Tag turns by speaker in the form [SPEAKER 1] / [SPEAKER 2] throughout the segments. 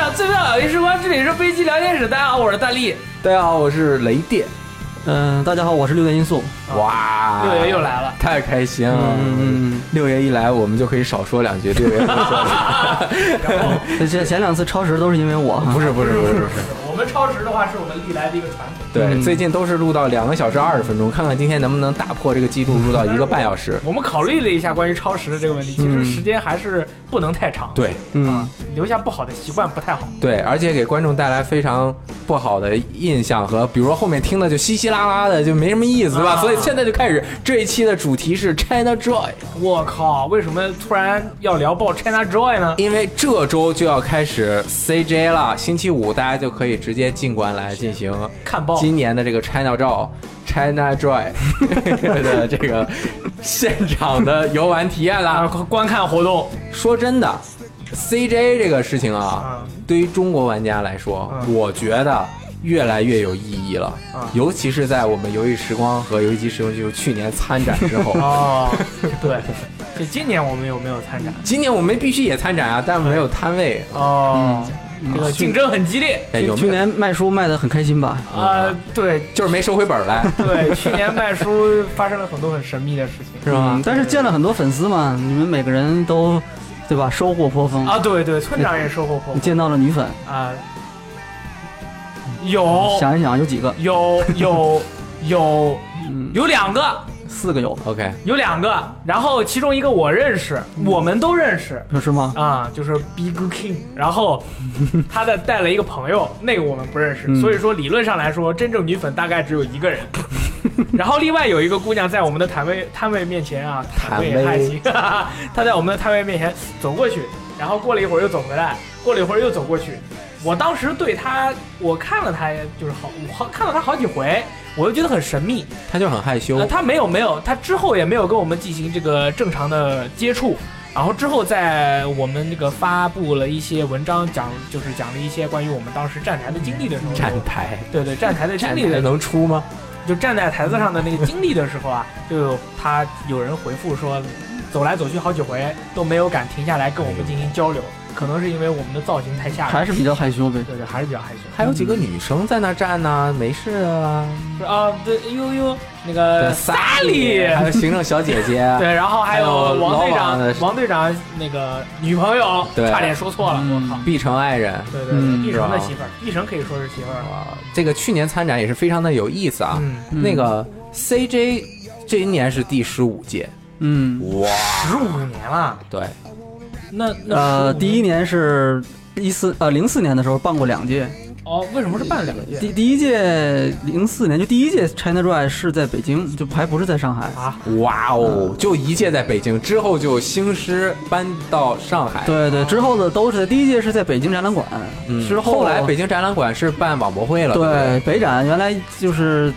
[SPEAKER 1] 到最妙友谊时光之旅是飞机聊天室，大家好，我是大力，
[SPEAKER 2] 大家好，我是雷电。
[SPEAKER 3] 嗯，大家好，我是六点音速。
[SPEAKER 2] 啊哇，
[SPEAKER 1] 六哎爷又来了，
[SPEAKER 2] 太开心了！嗯，六爷一来，我们就可以少说两句。六爷不 说，
[SPEAKER 3] 这这前两次超时都是因为我哈。
[SPEAKER 2] 不是不是不是不是，嗯
[SPEAKER 1] 我们超时的话是我们历来的一个传统，
[SPEAKER 2] 对，最近都是录到两个小时二十分钟，看看今天能不能打破这个记录，录到一个半小时。
[SPEAKER 1] 我们考虑了一下关于超时的这个问题，其实时间还是不能太长，
[SPEAKER 2] 对
[SPEAKER 3] 嗯，
[SPEAKER 1] 留下不好的习惯不太好。
[SPEAKER 2] 对，而且给观众带来非常不好的印象和，比如说后面听的就稀稀拉拉的，就没什么意思吧。
[SPEAKER 1] 啊
[SPEAKER 2] 所以现在就开始，这一期的主题是 China Joy，
[SPEAKER 1] 我靠，为什么突然要聊爆 China Joy 呢？
[SPEAKER 2] 因为这周就要开始 CJ 了，星期五大家就可以直接尽管来进行
[SPEAKER 1] 看爆
[SPEAKER 2] 今年的这个 China Joy。China Joy 的这个现场的游玩体验啦
[SPEAKER 1] 啊，，观看活动，
[SPEAKER 2] 说真的，CJ 这个事情啊，
[SPEAKER 1] 嗯
[SPEAKER 2] 对于中国玩家来说，
[SPEAKER 1] 嗯
[SPEAKER 2] 我觉得越来越有意义了。
[SPEAKER 1] 嗯，
[SPEAKER 2] 尤其是在我们《游戏时光》和《游戏机时光秀》去年参展之 后
[SPEAKER 1] 哦， 对，这今年我们有没有参展？
[SPEAKER 2] 今年我们必须也参展啊，但没有摊位。
[SPEAKER 1] 哦，这个竞争很激烈。
[SPEAKER 2] 哎，有
[SPEAKER 3] 去
[SPEAKER 2] 没有？
[SPEAKER 3] 年卖书卖的很开心吧？
[SPEAKER 2] 呃嗯
[SPEAKER 1] 啊，对
[SPEAKER 2] 就是没收回本儿来，
[SPEAKER 1] 对，去年卖书发生了很多很神秘的事情
[SPEAKER 2] 是吧
[SPEAKER 3] 嗯？但是见了很多粉丝嘛，你们每个人都，对吧？收获颇丰。
[SPEAKER 1] 啊，对对，村长也收获颇
[SPEAKER 3] 你见到了女粉，
[SPEAKER 1] 丰啊，有
[SPEAKER 3] 想一想有几个？
[SPEAKER 1] 有有有
[SPEAKER 3] 嗯，
[SPEAKER 1] 有两个，
[SPEAKER 3] 四个有，
[SPEAKER 2] OK，
[SPEAKER 1] 有两个，然后其中一个我认识，
[SPEAKER 3] 嗯
[SPEAKER 1] 我们都认识。
[SPEAKER 3] 是吗？
[SPEAKER 1] 啊、就是 Big King，然后他的带了一个朋友，那个我们不认识，所以说理论上来说，真正女粉大概只有一个 人。然后另外有一个姑娘在我们的摊位摊位面前啊，摊位也
[SPEAKER 2] 摊位
[SPEAKER 1] 还行， 她在我们的摊位面前走过去，然后过了一会儿又走回来，过了一会儿又走过去。我当时对她，我看了她就是好，我好看了她好几回，我就觉得很神秘。
[SPEAKER 2] 他就很害羞
[SPEAKER 1] 呃，，他没有没有，他之后也没有跟我们进行这个正常的接触。然后之后，在我们那个发布了一些文章讲，就是讲了一些关于我们当时站台的经历的时候，
[SPEAKER 2] 站台，
[SPEAKER 1] 对对站台的经
[SPEAKER 2] 站
[SPEAKER 1] 历
[SPEAKER 2] 台
[SPEAKER 1] 的，
[SPEAKER 2] 能出吗？
[SPEAKER 1] 就站在台子上的那个经历的时候啊，就有他有人回复说，走来走去好几回都没有敢停下来跟我们进行交流，可能是因为我们的造型太吓人，
[SPEAKER 3] 还是比较害羞呗。
[SPEAKER 1] 对对，还是比较害羞。
[SPEAKER 2] 还有几个女生在那站呢，没事啊。
[SPEAKER 1] 是啊，对，呦呦，那
[SPEAKER 3] 呃
[SPEAKER 1] 个
[SPEAKER 2] 萨
[SPEAKER 1] 莉
[SPEAKER 2] 还有行政小姐姐，
[SPEAKER 3] 啊
[SPEAKER 1] 对，然后还有
[SPEAKER 2] 还有
[SPEAKER 1] 王队
[SPEAKER 2] 老王的
[SPEAKER 1] 长，王队长那个女朋友，
[SPEAKER 2] 对
[SPEAKER 1] 差点说错了，我靠！
[SPEAKER 2] 碧城爱人，
[SPEAKER 1] 对对对，
[SPEAKER 3] 嗯
[SPEAKER 1] 碧城的媳妇儿，碧城可以说是媳妇儿了。
[SPEAKER 2] 哇，这个去年参展也是非常的有意思啊。
[SPEAKER 1] 嗯，
[SPEAKER 3] 嗯
[SPEAKER 2] 那，个 CJ 这一年是第十五届，
[SPEAKER 3] 嗯，
[SPEAKER 2] 哇，
[SPEAKER 1] 十五年了，
[SPEAKER 2] 对，
[SPEAKER 1] 那那
[SPEAKER 3] 呃，
[SPEAKER 1] 15
[SPEAKER 3] 第一年是一四呃零四年的时候办过两届，
[SPEAKER 1] 哦，为什么是办两届
[SPEAKER 3] 第第一届零四年就第一届 China Drive 是在北京，就还不是在上海。
[SPEAKER 1] 啊？
[SPEAKER 2] 哇
[SPEAKER 3] 嗯
[SPEAKER 2] 哦，就一届在北京，之后就兴师搬到上海，
[SPEAKER 3] 对对，之后的都是在第一届是在北京展览馆，
[SPEAKER 2] 嗯，
[SPEAKER 3] 之
[SPEAKER 2] 后
[SPEAKER 3] 后
[SPEAKER 2] 来北京展览馆是办网博会了，不
[SPEAKER 3] 对北展原来就是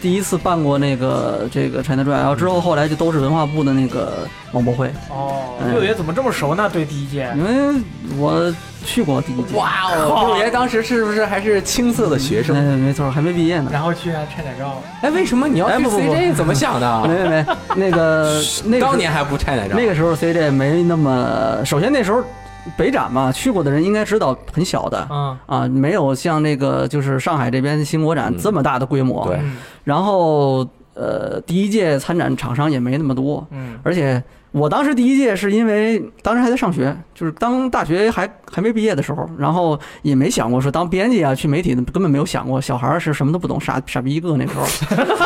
[SPEAKER 3] 第一次办过那个这个 China Drive，然后之
[SPEAKER 2] 嗯
[SPEAKER 3] 后后来就都是文化部的那个网博会，
[SPEAKER 1] 哦，
[SPEAKER 3] 嗯
[SPEAKER 1] 六爷怎么这么熟呢？对第一届，
[SPEAKER 3] 因为我去过第一届。
[SPEAKER 2] 哇哦，六爷当时是不是还是青涩的学生？
[SPEAKER 3] 哎，没错，还没毕业呢。
[SPEAKER 1] 然后去啊拆奶照，
[SPEAKER 2] 哎，为什么你要
[SPEAKER 3] 哎
[SPEAKER 2] 去
[SPEAKER 3] 不不不
[SPEAKER 2] CJ？怎么想
[SPEAKER 3] 没
[SPEAKER 2] 的？
[SPEAKER 3] 没没，那个那个
[SPEAKER 2] 啊当年还不拆奶罩，
[SPEAKER 3] 那个时候 CJ 没那么，首先那时候北展嘛，去过的人应该知道很小的。
[SPEAKER 1] 嗯
[SPEAKER 3] 啊，没有像那个就是上海这边新国展这么大的规模，
[SPEAKER 2] 嗯对
[SPEAKER 1] 嗯
[SPEAKER 3] 然后呃，第一届参展厂商也没那么多，
[SPEAKER 1] 嗯
[SPEAKER 3] 而且我当时第一届是因为当时还在上学，就是当大学还还没毕业的时候，然后也没想过说当编辑啊，去媒体的根本没有想过，小孩儿是什么都不懂，傻傻逼一个那时候。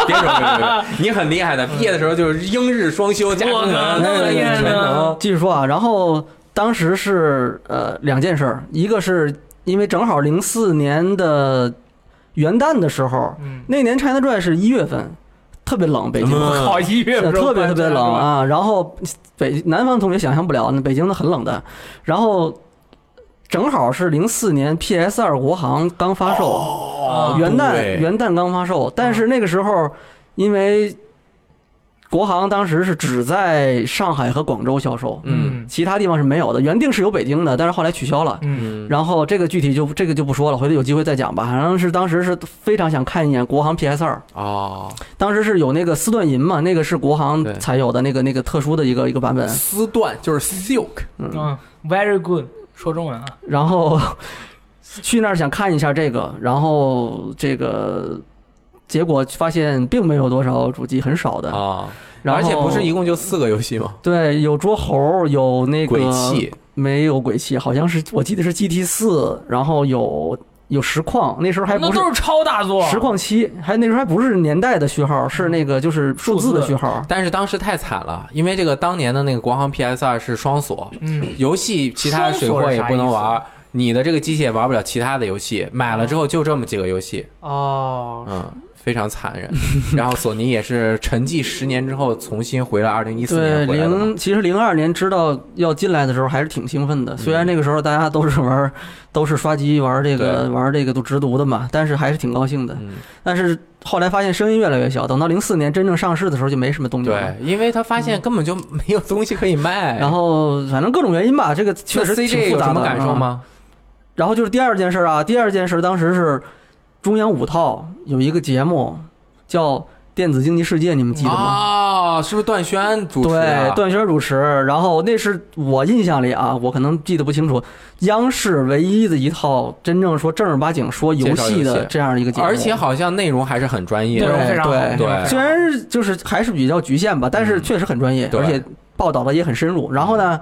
[SPEAKER 2] 别说别说，别说你很厉害的，毕业的时候就是英日双修，加
[SPEAKER 1] 我
[SPEAKER 2] 上
[SPEAKER 1] 靠
[SPEAKER 3] 那么厉害呢
[SPEAKER 2] 全能，
[SPEAKER 3] 继续说啊，然后当时是呃两件事儿，一个是因为正好零四年的元旦的时候，
[SPEAKER 1] 嗯，
[SPEAKER 3] 那年 China Drive 是一月份，特别冷，北京。
[SPEAKER 2] 嗯
[SPEAKER 1] 考一月
[SPEAKER 3] 是
[SPEAKER 1] 份
[SPEAKER 3] 呃特别特别冷，啊！然后北南方同学想象不了，那北京的很冷的。然后正好是零四年 PS 二国行刚发售，
[SPEAKER 1] 啊
[SPEAKER 3] 元旦
[SPEAKER 2] 对
[SPEAKER 3] 元旦刚发售，但
[SPEAKER 2] 嗯
[SPEAKER 3] 是那个时候因为国行当时是只在上海和广州销售，
[SPEAKER 2] 嗯
[SPEAKER 1] 嗯
[SPEAKER 3] 其他地方是没有的。原定是有北京的，但是后来取消了。
[SPEAKER 1] 嗯
[SPEAKER 2] 嗯，
[SPEAKER 3] 然后这个具体就这个就不说了，回头有机会再讲吧。反正是当时是非常想看一眼国行 PS 二，
[SPEAKER 2] 哦，
[SPEAKER 3] 当时是有那个丝缎银嘛，那个是国行
[SPEAKER 2] 对
[SPEAKER 3] 才有的那个那个特殊的一个一个版本。嗯
[SPEAKER 2] 丝缎就是 silk，
[SPEAKER 1] 嗯嗯，very good，说中文啊，
[SPEAKER 3] 然后 去那儿想看一下这个，然后这个结果发现并没有多少主机，很少的，
[SPEAKER 2] 啊，
[SPEAKER 3] 然后
[SPEAKER 2] 而且不是一共就四个游戏吗？
[SPEAKER 3] 对，有捉猴，有那个
[SPEAKER 2] 鬼泣，
[SPEAKER 3] 没有鬼泣，好像是我记得是 GT 四，然后有有实况，那时候还
[SPEAKER 4] 那
[SPEAKER 3] 不是
[SPEAKER 4] 都是超大作，
[SPEAKER 3] 实况七，还那时候还不是年代的序号，是那个就是数字的序号。
[SPEAKER 2] 但是当时太惨了，因为这个当年的那个国行 PS 二是双锁，
[SPEAKER 4] 嗯，
[SPEAKER 2] 游戏其他水货也不能玩，你的这个机器也玩不了其他的游戏，买了之后就这么几个游戏，
[SPEAKER 4] 哦，
[SPEAKER 2] 嗯，非常残 忍。然后索尼也是沉寂十年之后重新回来，二零一四
[SPEAKER 3] 对，
[SPEAKER 2] 年回来的嘛。
[SPEAKER 3] 零其实零二年知道要进来的时候还是挺兴奋
[SPEAKER 2] 嗯
[SPEAKER 3] 的，虽然那个时候大家都是玩，都是刷机玩这个
[SPEAKER 2] 对
[SPEAKER 3] 玩这个都直读的嘛，但是还是挺高兴的。
[SPEAKER 2] 嗯，
[SPEAKER 3] 但是后来发现声音越来越小，等到零四年真正上市的时候就没什么动静了
[SPEAKER 2] 对。，因为他发现根本就没有东西可以卖。
[SPEAKER 3] 嗯然后反正各种原因吧，这个确实
[SPEAKER 2] 那
[SPEAKER 3] 挺
[SPEAKER 2] CJ
[SPEAKER 3] 复
[SPEAKER 2] 有
[SPEAKER 3] 杂
[SPEAKER 2] 什
[SPEAKER 3] 的。啊
[SPEAKER 2] 么感受？吗？
[SPEAKER 3] 然后就是第二件事啊，第二件事当时是中央五套有一个节目叫《电子竞技世界》，你们记得吗？
[SPEAKER 2] 啊，是不是段轩主持啊的？
[SPEAKER 3] 啊对，段轩主持。然后那是我印象里啊，我可能记得不清楚，央视唯一的一套真正说正儿八经说游戏
[SPEAKER 2] 介绍游
[SPEAKER 3] 的
[SPEAKER 2] 戏
[SPEAKER 3] 这样一个节目，
[SPEAKER 2] 而且好像内容还是很专业
[SPEAKER 4] 内
[SPEAKER 2] 的。
[SPEAKER 4] 容非常好，
[SPEAKER 3] 对
[SPEAKER 2] 对
[SPEAKER 3] 虽然是就是还是比较局限吧，但是确实很专业，
[SPEAKER 2] 嗯对嗯
[SPEAKER 3] 而且报道的也很深入。然后呢，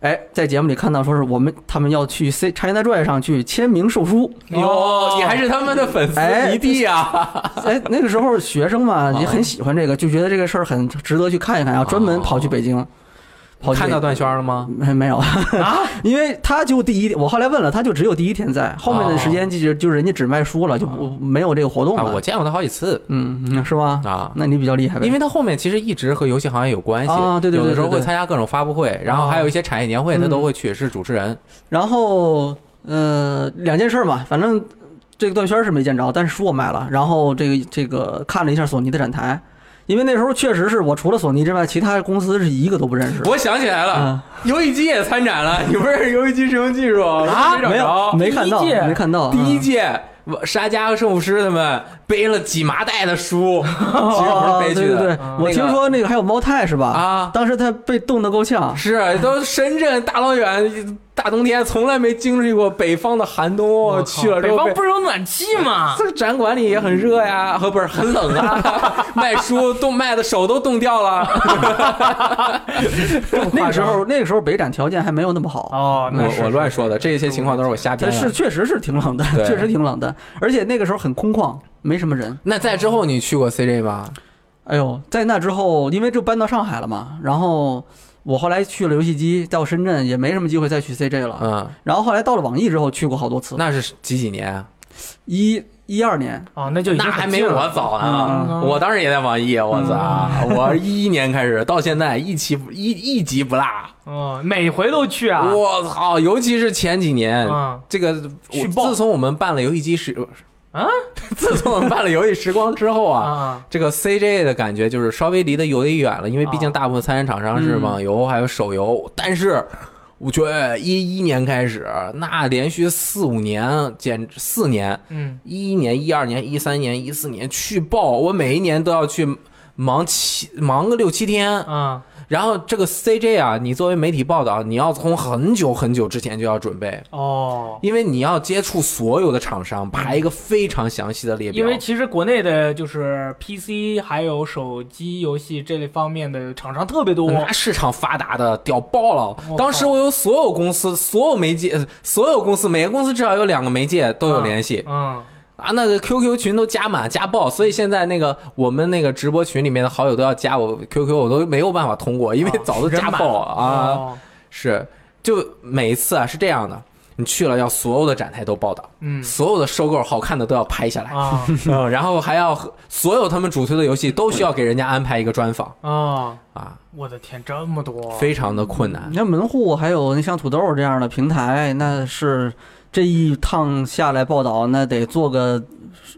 [SPEAKER 3] 哎，在节目里看到说是我们他们要去 C China Joy 上去签名 售书，
[SPEAKER 2] 哟，哦你还是他们的粉丝
[SPEAKER 3] 哎
[SPEAKER 2] 迷弟啊！
[SPEAKER 3] 哎，那个时候学生嘛也很喜欢这个，就觉得这个事儿很值得去看一看，然后专门跑去北京，跑去
[SPEAKER 2] 哦看到段轩了吗？
[SPEAKER 3] 没没有，
[SPEAKER 4] 啊，
[SPEAKER 3] 因为他就第一，我后来问了，他就只有第一天在，后面的时间就就人家只卖书了，就不没有这个活动
[SPEAKER 2] 啊，
[SPEAKER 3] 了
[SPEAKER 2] 我。见过他好几次
[SPEAKER 3] 嗯，嗯是吗？
[SPEAKER 2] 啊。
[SPEAKER 3] 那你比较厉害呗，
[SPEAKER 2] 因为他后面其实一直和游戏行业有关系
[SPEAKER 3] 啊对对对
[SPEAKER 2] 有的时候
[SPEAKER 3] 对对
[SPEAKER 2] 会参加各种发布会，然后还有一些产业年会，
[SPEAKER 3] 嗯
[SPEAKER 2] 他都会去，是主持人。
[SPEAKER 3] 然后呃，两件事儿嘛，反正这个段轩是没见着，但是书我买了。然后这个这个看了一下索尼的展台，因为那时候确实是我除了索尼之外，其他公司是一个都不认识。
[SPEAKER 2] 我想起来了，
[SPEAKER 3] 啊，
[SPEAKER 2] 游戏机也参展了，你不认识游戏机什么技术
[SPEAKER 4] 啊
[SPEAKER 2] 我都
[SPEAKER 3] 没
[SPEAKER 2] 找着
[SPEAKER 3] 有，没看到，
[SPEAKER 4] 第一届
[SPEAKER 3] 没看到。
[SPEAKER 2] 第一届，沙加和圣武师他们背了几麻袋的 书，其实不是
[SPEAKER 3] 啊，
[SPEAKER 2] 背
[SPEAKER 3] 对
[SPEAKER 2] 去
[SPEAKER 3] 对对
[SPEAKER 2] 的，
[SPEAKER 4] 嗯，
[SPEAKER 3] 我听说那个还有猫太是吧？，
[SPEAKER 2] 啊。
[SPEAKER 3] 当时他被冻得够呛。
[SPEAKER 2] 是，都深圳大老远，大冬天从来没经历过北方的寒冬，
[SPEAKER 4] 我靠
[SPEAKER 2] 去了之
[SPEAKER 4] 北
[SPEAKER 2] 后
[SPEAKER 4] 方
[SPEAKER 2] 被
[SPEAKER 4] 不是有啊暖气吗？
[SPEAKER 2] 这个展馆里也很热呀， 和不是很冷啊，卖书冻卖的手都冻掉 了。
[SPEAKER 3] 那个时候，那个时候北展条件还没有那么好，
[SPEAKER 4] 哦，那是
[SPEAKER 2] 我我乱说的，这些情况都是我瞎编
[SPEAKER 3] 但是
[SPEAKER 2] 的。
[SPEAKER 3] 确实是挺冷的，
[SPEAKER 2] 对
[SPEAKER 3] 确实挺冷的，而且那个时候很空旷，没什么人。
[SPEAKER 2] 那在之后你去过 CJ 吗？
[SPEAKER 3] 哎呦，在那之后，因为就搬到上海了嘛，然后我后来去了游戏机，到深圳也没什么机会再去 CJ 了。
[SPEAKER 4] 啊
[SPEAKER 2] 嗯，
[SPEAKER 3] 然后后来到了网易之后，去过好多次，
[SPEAKER 2] 那是几几年啊？
[SPEAKER 3] 一一二年，
[SPEAKER 4] 哦，那就已经
[SPEAKER 2] 那还
[SPEAKER 4] 很
[SPEAKER 2] 没
[SPEAKER 4] 近
[SPEAKER 2] 我
[SPEAKER 4] 了
[SPEAKER 2] 早呢
[SPEAKER 4] 嗯，
[SPEAKER 2] 我当时也在网易，我操， 我一一年开始到现在一期一一集不落，
[SPEAKER 4] 哦，每回都去啊，
[SPEAKER 2] 我操，尤其是前几年。
[SPEAKER 4] 嗯，
[SPEAKER 2] 这个
[SPEAKER 4] 续
[SPEAKER 2] 我
[SPEAKER 4] 报
[SPEAKER 2] 自从我们办了游戏机时
[SPEAKER 4] 啊，
[SPEAKER 2] 自从我们办了游戏时光之后啊，
[SPEAKER 4] 啊，
[SPEAKER 2] 这个 CJ 的感觉就是稍微离得有点远了，因为毕
[SPEAKER 4] 啊
[SPEAKER 2] 竟大部分参展厂商
[SPEAKER 4] 嗯
[SPEAKER 2] 是网游还有手游，但是我觉得一一年开始，那连续四五年，简直四年，
[SPEAKER 4] 嗯，
[SPEAKER 2] 一一年、一二年、一三年、一四年去报，我每一年都要去忙七忙个六七天，
[SPEAKER 4] 啊，
[SPEAKER 2] 然后这个 CJ 啊，你作为媒体报道，你要从很久很久之前就要准备。
[SPEAKER 4] 哦，
[SPEAKER 2] 因为你要接触所有的厂商，排一个非常详细的列表。
[SPEAKER 4] 因为其实国内的就是 PC 还有手机游戏这类方面的厂商特别多，
[SPEAKER 2] 那市场发达的屌爆
[SPEAKER 4] 我靠
[SPEAKER 2] 了。当时我有所有公司、所有媒介、呃所有公司，每个公司至少有两个媒介都有联系
[SPEAKER 4] 嗯，
[SPEAKER 2] 啊。那个 QQ 群都加满加爆，所以现在那个我们那个直播群里面的好友都要加我 QQ，我都没有办法通过，因为
[SPEAKER 4] 啊
[SPEAKER 2] 早都加爆
[SPEAKER 4] 人满
[SPEAKER 2] 啊。
[SPEAKER 4] 哦
[SPEAKER 2] 是，就每一次啊是这样的，你去了要所有的展台都报道，
[SPEAKER 4] 嗯
[SPEAKER 2] 所有的收购好看的都要拍下来。
[SPEAKER 4] 啊
[SPEAKER 2] 嗯，然后还要和所有他们主推的游戏都需要给人家安排一个专访
[SPEAKER 4] 啊，
[SPEAKER 2] 啊，
[SPEAKER 4] 我的天，这么多，
[SPEAKER 2] 非常的困难
[SPEAKER 1] 嗯
[SPEAKER 3] 你。看门户还有那像土豆这样的平台，那是这一趟下来报道，那得做个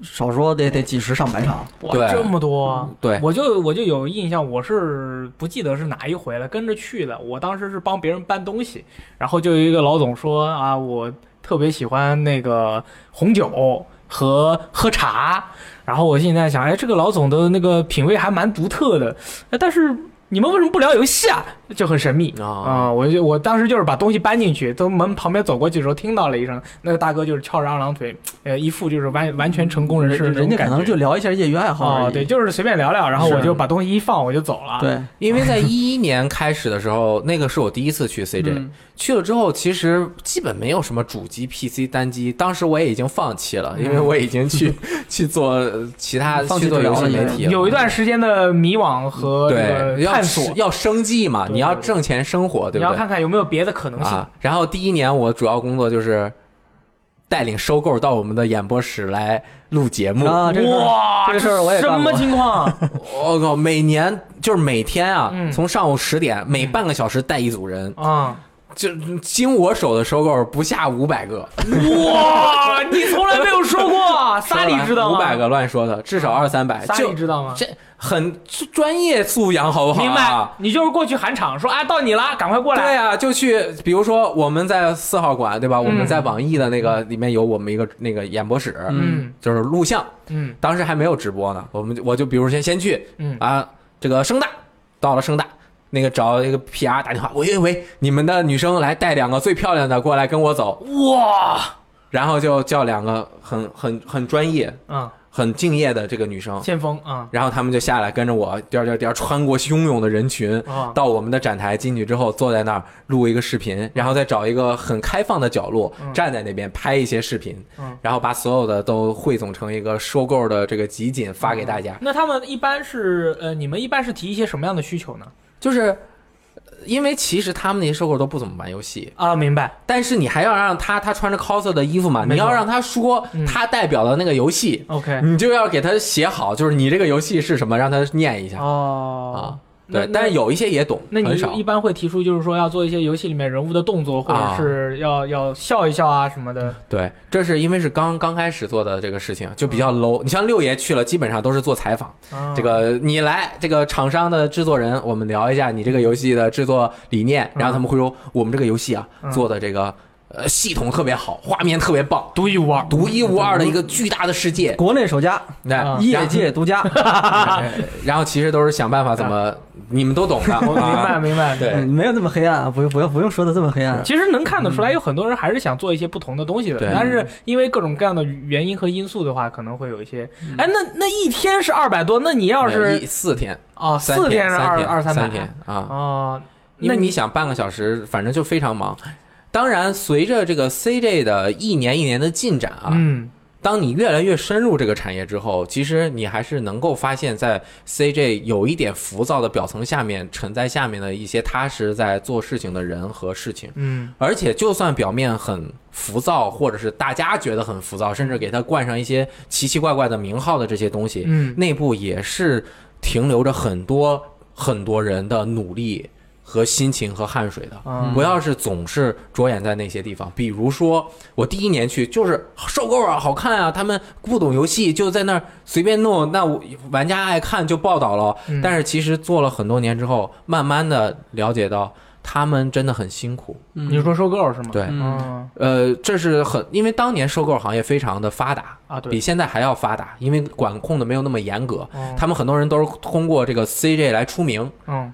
[SPEAKER 3] 少说得得几十上百场。
[SPEAKER 4] 哇，
[SPEAKER 2] 对
[SPEAKER 4] 这么多，
[SPEAKER 2] 对
[SPEAKER 4] 我就我就有印象，我是不记得是哪一回了，跟着去的。我当时是帮别人搬东西，然后就有一个老总说啊，我特别喜欢那个红酒和喝茶，然后我现在想，哎，这个老总的那个品味还蛮独特的，哎但是
[SPEAKER 1] 你们为什么不聊游戏啊？就很神秘
[SPEAKER 2] 啊，
[SPEAKER 1] 啊、我就我当时就是把东西搬进去，从门旁边走过去的时候，听到了一声，那个大哥就是翘着二郎腿，呃，一副就是完完全成功人士的
[SPEAKER 3] 人
[SPEAKER 1] 那种
[SPEAKER 3] 人家
[SPEAKER 1] 感
[SPEAKER 3] 可
[SPEAKER 1] 觉
[SPEAKER 3] 能就聊一下业余爱好而
[SPEAKER 1] 哦
[SPEAKER 3] 已，
[SPEAKER 1] 对，就是随便聊聊，然后
[SPEAKER 3] 是
[SPEAKER 1] 我就把东西一放，我就走了。
[SPEAKER 3] 对，
[SPEAKER 2] 因为在一一年开始的时候，那个是我第一次去 CJ，、
[SPEAKER 1] 嗯
[SPEAKER 2] 去了之后，其实基本没有什么主机、PC、单机。当时我也已经放弃了，因为
[SPEAKER 1] 嗯
[SPEAKER 2] 我已经 去去做呃其他
[SPEAKER 3] 放弃
[SPEAKER 2] 去做
[SPEAKER 3] 不
[SPEAKER 2] 游
[SPEAKER 3] 了
[SPEAKER 2] 戏
[SPEAKER 3] 了
[SPEAKER 2] 媒
[SPEAKER 3] 已
[SPEAKER 2] 体了，
[SPEAKER 1] 有一段时间的迷惘和这
[SPEAKER 2] 对
[SPEAKER 1] 个
[SPEAKER 2] 要
[SPEAKER 1] 探索，
[SPEAKER 2] 要生计嘛，
[SPEAKER 1] 对
[SPEAKER 2] 你要挣钱生活，对
[SPEAKER 1] 你
[SPEAKER 2] 不
[SPEAKER 1] 要
[SPEAKER 2] 对？
[SPEAKER 1] 看看有没有别的可能性。
[SPEAKER 2] 啊，然后第一年我主要工作就是带领收购到我们的演播室来录节目。
[SPEAKER 3] 啊，这个事儿
[SPEAKER 1] 哇，
[SPEAKER 3] 这个事儿我也
[SPEAKER 1] 什
[SPEAKER 3] 干过
[SPEAKER 1] 么情 况啊？
[SPEAKER 2] 我靠，每年就是每天啊，
[SPEAKER 1] 嗯
[SPEAKER 2] 从上午十点每半个小时带一组人，
[SPEAKER 1] 啊
[SPEAKER 2] 就经我手的收购不下五百个。
[SPEAKER 1] 哇，你从来没有说过啊，萨里知道吗？
[SPEAKER 2] 五百个，乱说的，至少二三百，
[SPEAKER 1] 萨
[SPEAKER 2] 就
[SPEAKER 1] 里知道吗？
[SPEAKER 2] 这很专业素养，好不好、啊？
[SPEAKER 1] 明白，你就是过去喊场，说啊，到你了，赶快过来。
[SPEAKER 2] 对啊，就去，比如说我们在四号馆，对吧？我们在网易的那个里面有我们一个那个演播室，
[SPEAKER 1] 嗯
[SPEAKER 2] 就是录像，
[SPEAKER 1] 嗯
[SPEAKER 2] 当时还没有直播呢。我们就我就比如先先去
[SPEAKER 1] 嗯
[SPEAKER 2] 啊，这个声大到了声大，那个找一个 PR 打电话，喂喂喂，你们的女生来带两个最漂亮的过来跟我走，
[SPEAKER 1] 哇，
[SPEAKER 2] 然后就叫两个很很很专业、
[SPEAKER 1] 嗯，
[SPEAKER 2] 很敬业的这个女生，
[SPEAKER 1] 先锋啊
[SPEAKER 2] 然后他们就下来跟着我颠儿颠儿颠儿穿过汹涌的人群，
[SPEAKER 1] 啊
[SPEAKER 2] 到我们的展台进去之后，坐在那儿录一个视频，然后再找一个很开放的角落，
[SPEAKER 1] 嗯
[SPEAKER 2] 站在那边拍一些视频，
[SPEAKER 1] 嗯
[SPEAKER 2] 然后把所有的都汇总成一个收购的这个集锦发给大家。
[SPEAKER 1] 那他们一般是呃，你们一般是提一些什么样的需求呢？
[SPEAKER 2] 就是呃因为其实他们那些收购都不怎么玩游戏，
[SPEAKER 1] 啊，明白。
[SPEAKER 2] 但是你还要让他他穿着 coser 的衣服嘛，
[SPEAKER 1] 没错
[SPEAKER 2] 你要让他说
[SPEAKER 1] 嗯
[SPEAKER 2] 他代表的那个游戏，
[SPEAKER 1] OK，
[SPEAKER 2] 你就要给他写好，就是你这个游戏是什么，让他念一下
[SPEAKER 1] 哦
[SPEAKER 2] 啊。对，但是
[SPEAKER 1] 有。
[SPEAKER 2] 有一些也懂，
[SPEAKER 1] 那
[SPEAKER 2] 很
[SPEAKER 1] 你
[SPEAKER 2] 少
[SPEAKER 1] 一。般会提出，就是说要做一些游戏里面人物的动作，或者
[SPEAKER 2] 啊
[SPEAKER 1] 是要、要笑一笑啊什么的。
[SPEAKER 2] 对，这是因为是刚刚开始做的这个事情，就比较
[SPEAKER 1] 嗯
[SPEAKER 2] low。你像六爷去了，基本上都是做采访。
[SPEAKER 1] 啊、
[SPEAKER 2] 这个你来，这个厂商的制作人，我们聊一下你这个游戏的制作理念，然后他们会说我们这个游戏啊
[SPEAKER 1] 嗯
[SPEAKER 2] 做的这个呃系统特别好，画面特别棒，
[SPEAKER 1] 独一无二，
[SPEAKER 2] 独一无二的一个巨大的世
[SPEAKER 1] 嗯
[SPEAKER 2] 界。
[SPEAKER 3] 国内首家，
[SPEAKER 2] 那
[SPEAKER 1] 啊
[SPEAKER 3] 业界独家，
[SPEAKER 2] 然后其实都是想办法怎么，你们都懂的，
[SPEAKER 1] 嗯我明白
[SPEAKER 2] 啊。
[SPEAKER 1] 明白。
[SPEAKER 2] 对
[SPEAKER 3] 嗯 没有那么黑暗啊，不用不用不用说的这么黑暗，啊
[SPEAKER 1] 其实能看得出来，有很多人还是想做一些不同的东西的，
[SPEAKER 2] 嗯对
[SPEAKER 1] 但是因为各种各样的原因和因素的话，可能会有一些。哎，那那一天是二百多，那你要
[SPEAKER 2] 嗯一
[SPEAKER 1] 是
[SPEAKER 2] 四天，
[SPEAKER 1] 哦
[SPEAKER 2] 三
[SPEAKER 1] 四天
[SPEAKER 2] 天
[SPEAKER 1] 是
[SPEAKER 2] 三
[SPEAKER 1] 二
[SPEAKER 2] 天
[SPEAKER 1] 二百
[SPEAKER 2] 三天啊，
[SPEAKER 1] 哦，
[SPEAKER 2] 因为
[SPEAKER 1] 那
[SPEAKER 2] 你想半个小时，反正就非常忙。当然，随着这个 CJ 的一年一年的进展啊，
[SPEAKER 1] 嗯
[SPEAKER 2] 当你越来越深入这个产业之后，其实你还是能够发现，在 CJ 有一点浮躁的表层下面，沉在下面的一些踏实在做事情的人和事情。
[SPEAKER 1] 嗯
[SPEAKER 2] 而且，就算表面很浮躁，或者是大家觉得很浮躁，甚至给它冠上一些奇奇怪怪的名号的这些东西，
[SPEAKER 1] 嗯
[SPEAKER 2] 内部也是停留着很多很多人的努力和辛勤和汗水的。
[SPEAKER 1] 嗯
[SPEAKER 2] 不要是总是着眼在那些地方，比如说我第一年去就是受够啊，好看啊，他们不懂游戏就在那儿随便弄，那我玩家爱看就报道了。
[SPEAKER 1] 嗯
[SPEAKER 2] 但是其实做了很多年之后，慢慢的了解到他们真的很辛苦。
[SPEAKER 3] 嗯
[SPEAKER 1] 你说收购是吗？
[SPEAKER 2] 对，
[SPEAKER 3] 嗯
[SPEAKER 1] 嗯
[SPEAKER 2] 呃，这是很因为当年收购行业非常的发达，
[SPEAKER 1] 啊
[SPEAKER 2] 比
[SPEAKER 1] 对，
[SPEAKER 2] 现在还要发达，因为管控的没有那么严格。
[SPEAKER 1] 哦
[SPEAKER 2] 他们很多人都是通过这个 CJ 来出名，
[SPEAKER 1] 嗯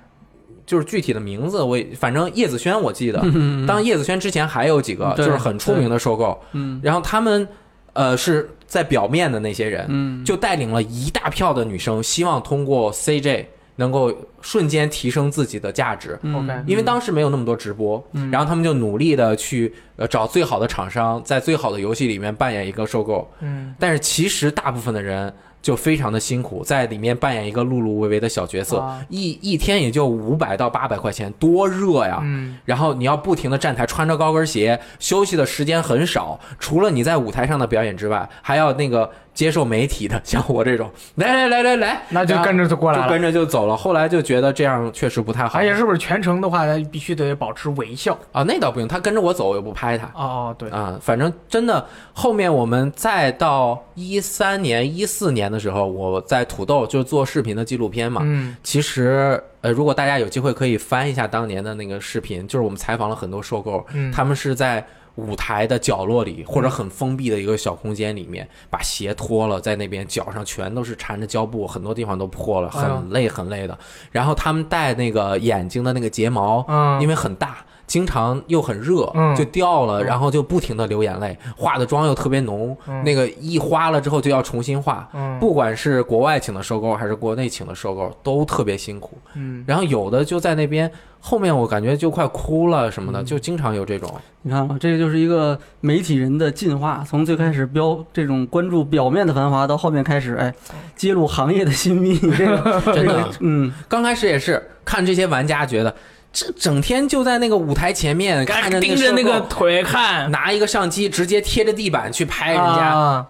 [SPEAKER 2] 就是具体的名字我也反正叶子轩我记得，当叶子轩之前还有几个就
[SPEAKER 3] 嗯对
[SPEAKER 2] 是很出名的收购，
[SPEAKER 3] 嗯
[SPEAKER 2] 然后他们呃是在表面的那些人，
[SPEAKER 3] 嗯
[SPEAKER 2] 就带领了一大票的女生，希望通过 CJ 能够瞬间提升自己的价值。
[SPEAKER 3] 嗯
[SPEAKER 1] OK
[SPEAKER 2] 因为当时没有那么多直播，
[SPEAKER 3] 嗯
[SPEAKER 2] 然后他们就努力的去呃找最好的厂商，在最好的游戏里面扮演一个收购，
[SPEAKER 1] 嗯
[SPEAKER 2] 但是其实大部分的人就非常的辛苦，在里面扮演一个碌碌无为的小角色，
[SPEAKER 1] 啊
[SPEAKER 2] 一一天也就五百到八百块钱，多热呀！
[SPEAKER 1] 嗯
[SPEAKER 2] 然后你要不停的站台，穿着高跟鞋，休息的时间很少。除了你在舞台上的表演之外，还要那个接受媒体的，像我这种， 来来来来来，
[SPEAKER 1] 那就
[SPEAKER 2] 然后
[SPEAKER 1] 跟着就过来了
[SPEAKER 2] 就跟着就走了。后来就觉得这样确实不太好。
[SPEAKER 1] 而且是不是全程的话，必须得保持微笑？
[SPEAKER 2] 啊，那倒不用，他跟着我走，我又不拍他。
[SPEAKER 1] 哦，对，
[SPEAKER 2] 啊，反正真的，后面我们再到一三年、一四年的时候，我在土豆就做视频的纪录片嘛。
[SPEAKER 1] 嗯
[SPEAKER 2] 其实，呃，如果大家有机会可以翻一下当年的那个视频，就是我们采访了很多收购，
[SPEAKER 1] 嗯，
[SPEAKER 2] 他们是在舞台的角落里，或者很封闭的一个小空间里面，把鞋脱了，在那边脚上全都是缠着胶布，很多地方都破了，
[SPEAKER 4] 哎呦
[SPEAKER 2] 很累很累的。然后他们戴那个眼睛的那个睫毛，
[SPEAKER 4] 嗯
[SPEAKER 2] 因为很大，经常又很热，
[SPEAKER 4] 嗯
[SPEAKER 2] 就掉了，
[SPEAKER 4] 嗯
[SPEAKER 2] 然后就不停的流眼泪，化的妆又特别浓，
[SPEAKER 4] 嗯
[SPEAKER 2] 那个一花了之后就要重新化。
[SPEAKER 4] 嗯
[SPEAKER 2] 不管是国外请的收购还是国内请的收购，都特别辛苦。
[SPEAKER 4] 嗯，
[SPEAKER 2] 然后有的就在那边，后面我感觉就快哭了什么的，
[SPEAKER 4] 嗯
[SPEAKER 2] 就经常有 这种。
[SPEAKER 3] 你看啊吧，这个就是一个媒体人的进化，从最开始标这种关注表面的繁华，到后面开始哎揭露行业的新秘， 这个
[SPEAKER 2] 真的
[SPEAKER 3] 这个嗯，
[SPEAKER 2] 刚开始也是看这些玩家觉得，这整天就在那个舞台前面看着
[SPEAKER 4] 哎盯着那个腿看，
[SPEAKER 2] 拿一个相机直接贴着地板去拍哎人家，
[SPEAKER 4] 啊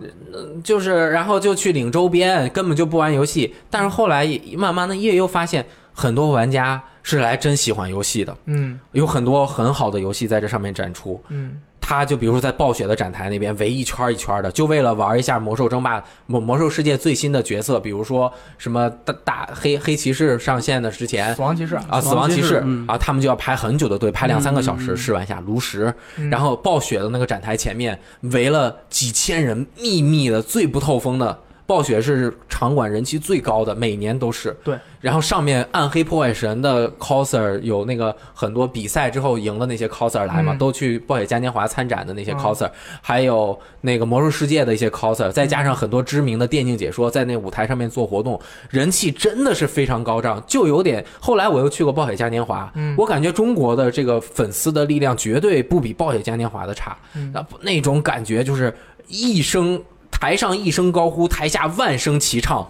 [SPEAKER 2] 就是然后就去领周边，根本就不玩游戏。但是后来也慢慢的也又发现，很多玩家是来真喜欢游戏的，
[SPEAKER 4] 嗯
[SPEAKER 2] 有很多很好的游戏在这上面展出。
[SPEAKER 4] 嗯
[SPEAKER 2] 他就比如说在暴雪的展台那边围一圈儿一圈儿的，就为了玩一下魔兽争霸、魔魔兽世界最新的角色，比如说什么大大黑黑骑士上线的之前，
[SPEAKER 4] 死亡骑士，
[SPEAKER 2] 啊，
[SPEAKER 3] 死
[SPEAKER 2] 死
[SPEAKER 3] 亡
[SPEAKER 2] 亡
[SPEAKER 3] 骑
[SPEAKER 2] 骑
[SPEAKER 3] 士
[SPEAKER 2] 士
[SPEAKER 3] 嗯
[SPEAKER 2] 啊，他们就要排很久的队，排两三个小
[SPEAKER 3] 嗯嗯
[SPEAKER 2] 时
[SPEAKER 3] 嗯
[SPEAKER 2] 试玩一下炉石，
[SPEAKER 4] 嗯
[SPEAKER 2] 然后暴雪的那个展台前面围了几千人，密密的，最不透风的。暴雪是场馆人气最高的，每年都是。
[SPEAKER 4] 对，
[SPEAKER 2] 然后上面暗黑破坏神的 coser 有那个很多比赛之后赢的那些 coser 来嘛，
[SPEAKER 4] 嗯
[SPEAKER 2] 都去暴雪嘉年华参展的那些
[SPEAKER 4] 嗯
[SPEAKER 2] coser，、还有那个魔兽世界的一些 coser，再加上很多知名的电竞解说在那舞台上面做活动，人气真的是非常高涨，就有点。后来我又去过暴雪嘉年华，
[SPEAKER 4] 嗯
[SPEAKER 2] 我感觉中国的这个粉丝的力量绝对不比暴雪嘉年华的差，
[SPEAKER 4] 嗯
[SPEAKER 2] 那那种感觉就是一声台上一声高呼，台下万声齐唱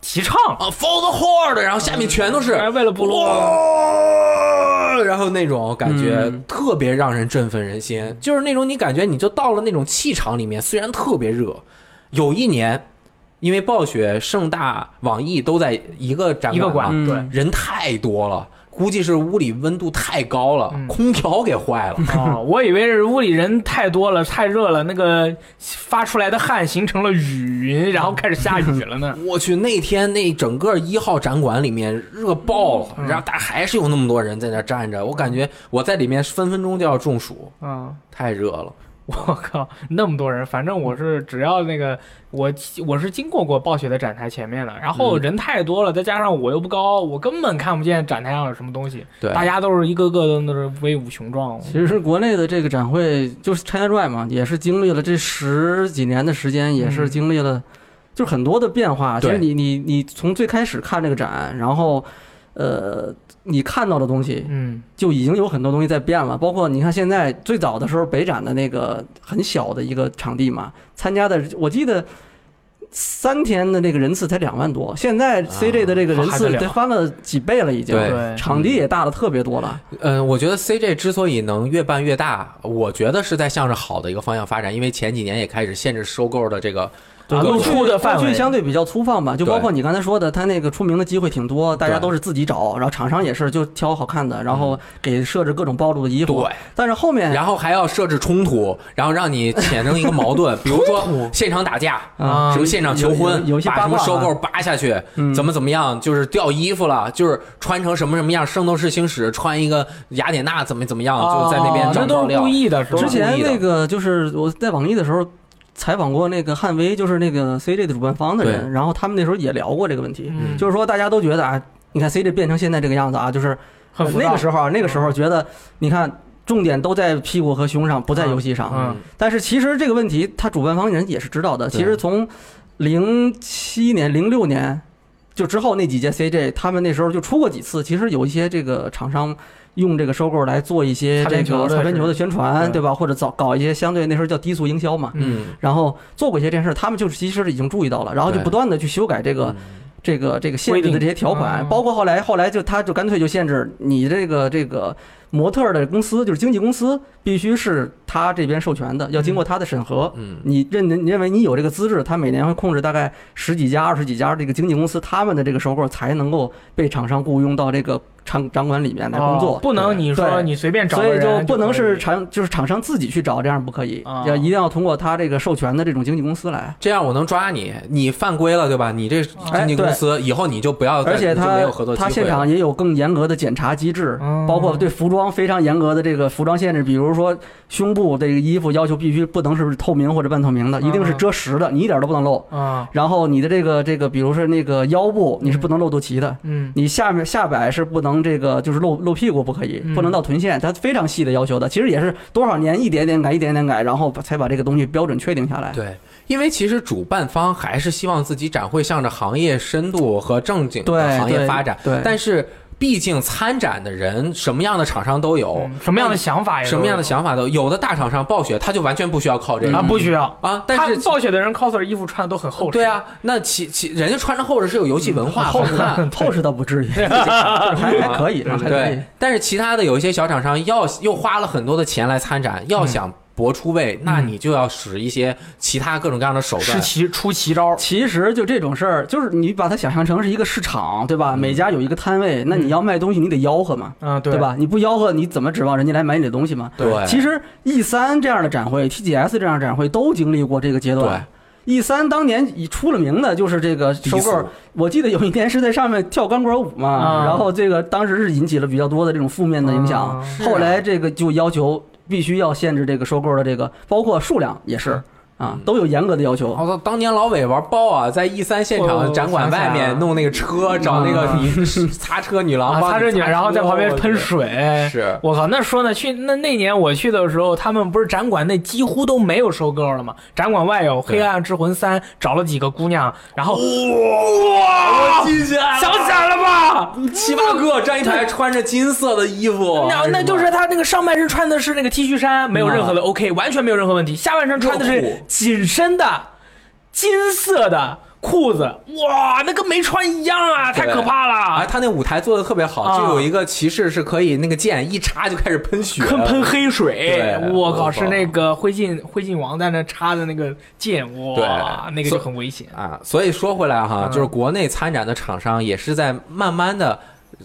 [SPEAKER 4] 齐唱，
[SPEAKER 2] 啊，For the Horde，然后下面全都是
[SPEAKER 4] 哎为了部落，
[SPEAKER 2] 哇，然后那种感觉
[SPEAKER 3] 嗯
[SPEAKER 2] 特别让人振奋人心，就是那种你感觉你就到了那种气场里面，虽然特别热。有一年，因为暴雪、盛大、网易都在一个展
[SPEAKER 4] 一个馆
[SPEAKER 2] 嘛
[SPEAKER 3] 嗯
[SPEAKER 4] 对。
[SPEAKER 2] 人太多了，估计是屋里温度太高了，
[SPEAKER 4] 嗯
[SPEAKER 2] 空调给坏了。
[SPEAKER 4] 哦，我以为是屋里人太多了，太热了，那个发出来的汗形成了雨云，然后开始下雨了呢。
[SPEAKER 2] 我去，那天那整个一号展馆里面热爆了，
[SPEAKER 4] 嗯
[SPEAKER 2] 然后但还是有那么多人在那站着，我感觉我在里面分分钟就要中暑，
[SPEAKER 4] 嗯，
[SPEAKER 2] 太热了。
[SPEAKER 4] 我靠，那么多人，反正我是只要那个我我是经过过暴雪的展台前面的，然后
[SPEAKER 2] 嗯
[SPEAKER 4] 人太多了，再加上我又不高，我根本看不见展台上有什么东西，
[SPEAKER 2] 对，
[SPEAKER 4] 大家都是一个个都那是威武雄壮。
[SPEAKER 3] 其实国内的这个展会就是 China Drive 嘛，也是经历了这十几年的
[SPEAKER 1] 嗯
[SPEAKER 3] 时间，也是经历了就很多的变化。其
[SPEAKER 2] 对
[SPEAKER 3] 实你你你从最开始看这个展，然后呃你看到的东西，
[SPEAKER 4] 嗯
[SPEAKER 3] 就已经有很多东西在变了。包括你看现在最早的时候，北展的那个很小的一个场地嘛，参加的我记得。三天的那个人次才两万多，现在 CJ 的这个人
[SPEAKER 4] 啊还
[SPEAKER 3] 次
[SPEAKER 4] 得了
[SPEAKER 3] 得翻了几倍了，已经。
[SPEAKER 2] 对
[SPEAKER 4] 对
[SPEAKER 3] 场地也大了特别多了。
[SPEAKER 2] 嗯，我觉得 CJ 之所以能越办越大，我觉得是在向着好的一个方向发展，因为前几年也开始限制收购的这个
[SPEAKER 4] 啊
[SPEAKER 2] 各种
[SPEAKER 4] 露出的范围
[SPEAKER 3] 过去相对比较粗放吧，就
[SPEAKER 2] 对
[SPEAKER 3] 包括你刚才说的，他那个出名的机会挺多，大家
[SPEAKER 2] 对
[SPEAKER 3] 都是自己找，然后厂商也是就挑好看的，然
[SPEAKER 4] 嗯
[SPEAKER 3] 后给设置各种暴露的衣服。
[SPEAKER 2] 对，
[SPEAKER 3] 但是后面
[SPEAKER 2] 然后还要设置冲突，然后让你产生一个矛盾，比如说现场打架。
[SPEAKER 4] 啊
[SPEAKER 2] 什么现场求婚，
[SPEAKER 3] 有有有些
[SPEAKER 2] 把
[SPEAKER 3] 八
[SPEAKER 2] 什么
[SPEAKER 3] 卦啊嗯
[SPEAKER 2] 收购扒下去，怎么怎么样，就是掉衣服了，就是穿成什么什么样，《圣斗士星矢》穿一个雅典娜怎么怎么样，
[SPEAKER 3] 啊
[SPEAKER 2] 就在那边
[SPEAKER 4] 啊
[SPEAKER 2] 找
[SPEAKER 4] 那
[SPEAKER 2] 爆
[SPEAKER 4] 都是
[SPEAKER 2] 料
[SPEAKER 4] 故。意的，是吧
[SPEAKER 2] 都
[SPEAKER 3] 之
[SPEAKER 2] 是故
[SPEAKER 3] 前
[SPEAKER 2] 意的
[SPEAKER 3] 那个就是我在网易的时候采访过那个汉威，就是那个 CJ 的主办方的人，
[SPEAKER 2] 对
[SPEAKER 3] 然后他们那时候也聊过这个问题，
[SPEAKER 4] 嗯
[SPEAKER 3] 就是说大家都觉得啊，你看 CJ 变成现在这个样子啊，就是
[SPEAKER 4] 很浮躁
[SPEAKER 3] 那个时候啊，那个时
[SPEAKER 2] 嗯
[SPEAKER 3] 候觉得你看。重点都在屁股和胸上，不在游戏上。
[SPEAKER 4] 嗯
[SPEAKER 3] 但是其实这个问题，他主办方人也是知道的。
[SPEAKER 2] 对
[SPEAKER 3] 其实从零七年、零六年就之后那几届 CJ，他们那时候就出过几次。其实有一些这个厂商用这个收购来做一些
[SPEAKER 4] 擦
[SPEAKER 3] 这
[SPEAKER 4] 边球
[SPEAKER 3] 个
[SPEAKER 4] 的
[SPEAKER 3] 擦边球的宣传，
[SPEAKER 4] 对
[SPEAKER 3] 对吧？或者搞搞一些相对那时候叫低俗营销嘛。
[SPEAKER 2] 嗯，
[SPEAKER 3] 然后做过一些这件事，他们就是其实已经注意到了，然后就
[SPEAKER 2] 对
[SPEAKER 3] 不断的去修改这
[SPEAKER 4] 嗯
[SPEAKER 3] 个这个这个限制的这些条
[SPEAKER 4] 规定
[SPEAKER 3] 款，
[SPEAKER 4] 嗯
[SPEAKER 3] 包括后来后来就他就干脆就限制你这个这个模特儿的公司，就是经纪公司，必须是他这边授权的，要经过他的审核。
[SPEAKER 2] 嗯
[SPEAKER 3] 你认你认为你有这个资质，他每年会控制大概十几家、二十几家这个经纪公司，他们的这个收购才能够被厂商雇佣到这个厂掌管里面来工
[SPEAKER 4] 哦
[SPEAKER 3] 作。
[SPEAKER 4] 不能你说
[SPEAKER 3] 对
[SPEAKER 4] 你随便找
[SPEAKER 3] 所
[SPEAKER 4] 个
[SPEAKER 3] 以
[SPEAKER 4] 人
[SPEAKER 3] 就
[SPEAKER 4] 可以，
[SPEAKER 3] 不能是厂，就是厂商自己去找，这样不可以
[SPEAKER 4] 啊，
[SPEAKER 3] 要一定要通过他这个授权的这种经纪公司来。
[SPEAKER 2] 这样我能抓你，你犯规了对吧？你这经纪公司以后你就不要再，
[SPEAKER 3] 哎而且
[SPEAKER 2] 你就
[SPEAKER 3] 他
[SPEAKER 2] 没有合作机
[SPEAKER 3] 他
[SPEAKER 2] 会
[SPEAKER 3] 现
[SPEAKER 2] 了。
[SPEAKER 3] 场也有更严格的检查机制，
[SPEAKER 4] 嗯
[SPEAKER 3] 包括对服装非常严格的这个服装限制，比如说胸部这个衣服要求必须不能是透明或者半透明的，一定
[SPEAKER 4] 哦
[SPEAKER 3] 是遮实的，你一点都不能露。
[SPEAKER 4] 啊，
[SPEAKER 3] 然后你的这个这个，比如说那个腰部，你是不能露肚脐的，
[SPEAKER 4] 嗯
[SPEAKER 3] 你下面下摆是不能这个就是露露屁股不可以
[SPEAKER 4] 嗯，
[SPEAKER 3] 不能到臀线，它非常细的要求的。其实也是多少年一点点改，一点点改，然后把才把这个东西标准确定下来。
[SPEAKER 2] 对，因为其实主办方还是希望自己展会向着行业深度和正经的
[SPEAKER 3] 对，
[SPEAKER 2] 行业
[SPEAKER 3] 对
[SPEAKER 2] 发展，
[SPEAKER 3] 对，
[SPEAKER 2] 但是毕竟参展的人什么样的厂商都有，
[SPEAKER 4] 嗯什么样的想法也
[SPEAKER 2] 哦什么样的
[SPEAKER 4] 想
[SPEAKER 2] 想法都有，有的大厂商暴雪他就完全不需要靠这个
[SPEAKER 4] 啊？不需要，
[SPEAKER 2] 啊，但
[SPEAKER 4] 他
[SPEAKER 2] 是
[SPEAKER 4] 们暴雪的人 coser 衣服穿的都很厚实，
[SPEAKER 2] 对啊，那其其人家穿着厚着是有游戏文化
[SPEAKER 3] 嗯厚
[SPEAKER 2] 好
[SPEAKER 3] 实
[SPEAKER 2] 看。
[SPEAKER 3] 的厚实倒 不至于，还还可以，还可以
[SPEAKER 2] 对。，但是其他的有一些小厂商要又花了很多的钱来参展，要
[SPEAKER 3] 嗯
[SPEAKER 2] 想博出位，那你就要使一些其他各种各样的手
[SPEAKER 4] 是
[SPEAKER 2] 段。
[SPEAKER 4] 奇出奇招，
[SPEAKER 3] 其实就这种事儿，就是你把它想象成是一个市场，对
[SPEAKER 2] 嗯
[SPEAKER 3] 吧？每家有一个摊位，那你要卖东西，你得吆喝嘛，
[SPEAKER 4] 嗯，
[SPEAKER 3] 对？吧？你不吆喝，你怎么指望人家来买你的东西嘛？
[SPEAKER 2] 对，
[SPEAKER 3] 其实 E 三这样的展会，TGS 这样的展会都经历过这个阶
[SPEAKER 2] 对
[SPEAKER 3] 段。E 三当年以出了名的就是这个收
[SPEAKER 2] 低俗
[SPEAKER 3] 购，我记得有一年是在上面跳钢管舞嘛
[SPEAKER 4] 啊，
[SPEAKER 3] 然后这个当时是引起了比较多的这种负面的影响
[SPEAKER 4] 啊。
[SPEAKER 2] 是啊
[SPEAKER 3] 后来这个就要求必须要限制这个收购的这个，包括数量也是啊
[SPEAKER 2] 嗯，
[SPEAKER 3] 都有严格的要求。
[SPEAKER 2] 我操！当年老伟玩包啊，在 E 三现场展馆外
[SPEAKER 4] 哦我想起来
[SPEAKER 2] 面
[SPEAKER 4] 了
[SPEAKER 2] 弄那个车，找那个
[SPEAKER 4] 嗯
[SPEAKER 2] 女 擦车哦女郎
[SPEAKER 4] 啊，
[SPEAKER 2] 帮
[SPEAKER 4] 擦着你，然后在旁边喷。水。哎
[SPEAKER 2] 是，
[SPEAKER 4] 我靠，那说呢，去那那年我去的时候，他们不是展馆内几乎都没有收购了吗？展馆外有《黑暗之魂三》，找了几个姑娘，然后
[SPEAKER 2] 哇！我记起来
[SPEAKER 4] 想
[SPEAKER 2] 了，
[SPEAKER 4] 起来了吧？
[SPEAKER 2] 七八个站一排，穿着金色的衣服，哎
[SPEAKER 4] 那那就是他那个上半身穿的是那个 T 恤衫，没有任何的 OK，完全没有任何问题。下半身穿的
[SPEAKER 2] 热
[SPEAKER 4] 是
[SPEAKER 2] 裤
[SPEAKER 4] 紧身的金色的裤子，哇，那跟没穿一样啊，太
[SPEAKER 2] 对
[SPEAKER 4] 可怕
[SPEAKER 2] 啊，
[SPEAKER 4] 了！
[SPEAKER 2] 他那舞台做的特别好，
[SPEAKER 4] 啊
[SPEAKER 2] 就有一个骑士是可以那个剑一插就开始喷血，
[SPEAKER 4] 喷喷黑水
[SPEAKER 2] 对，
[SPEAKER 4] 我
[SPEAKER 2] 我靠
[SPEAKER 4] 靠，是那个灰烬灰烬王在那插的那个剑，哇，
[SPEAKER 2] 对
[SPEAKER 4] 那个就
[SPEAKER 2] 所
[SPEAKER 4] 很危险。
[SPEAKER 2] 啊。所以说回来哈，
[SPEAKER 4] 嗯
[SPEAKER 2] 就是国内参展的厂商也是在慢慢的。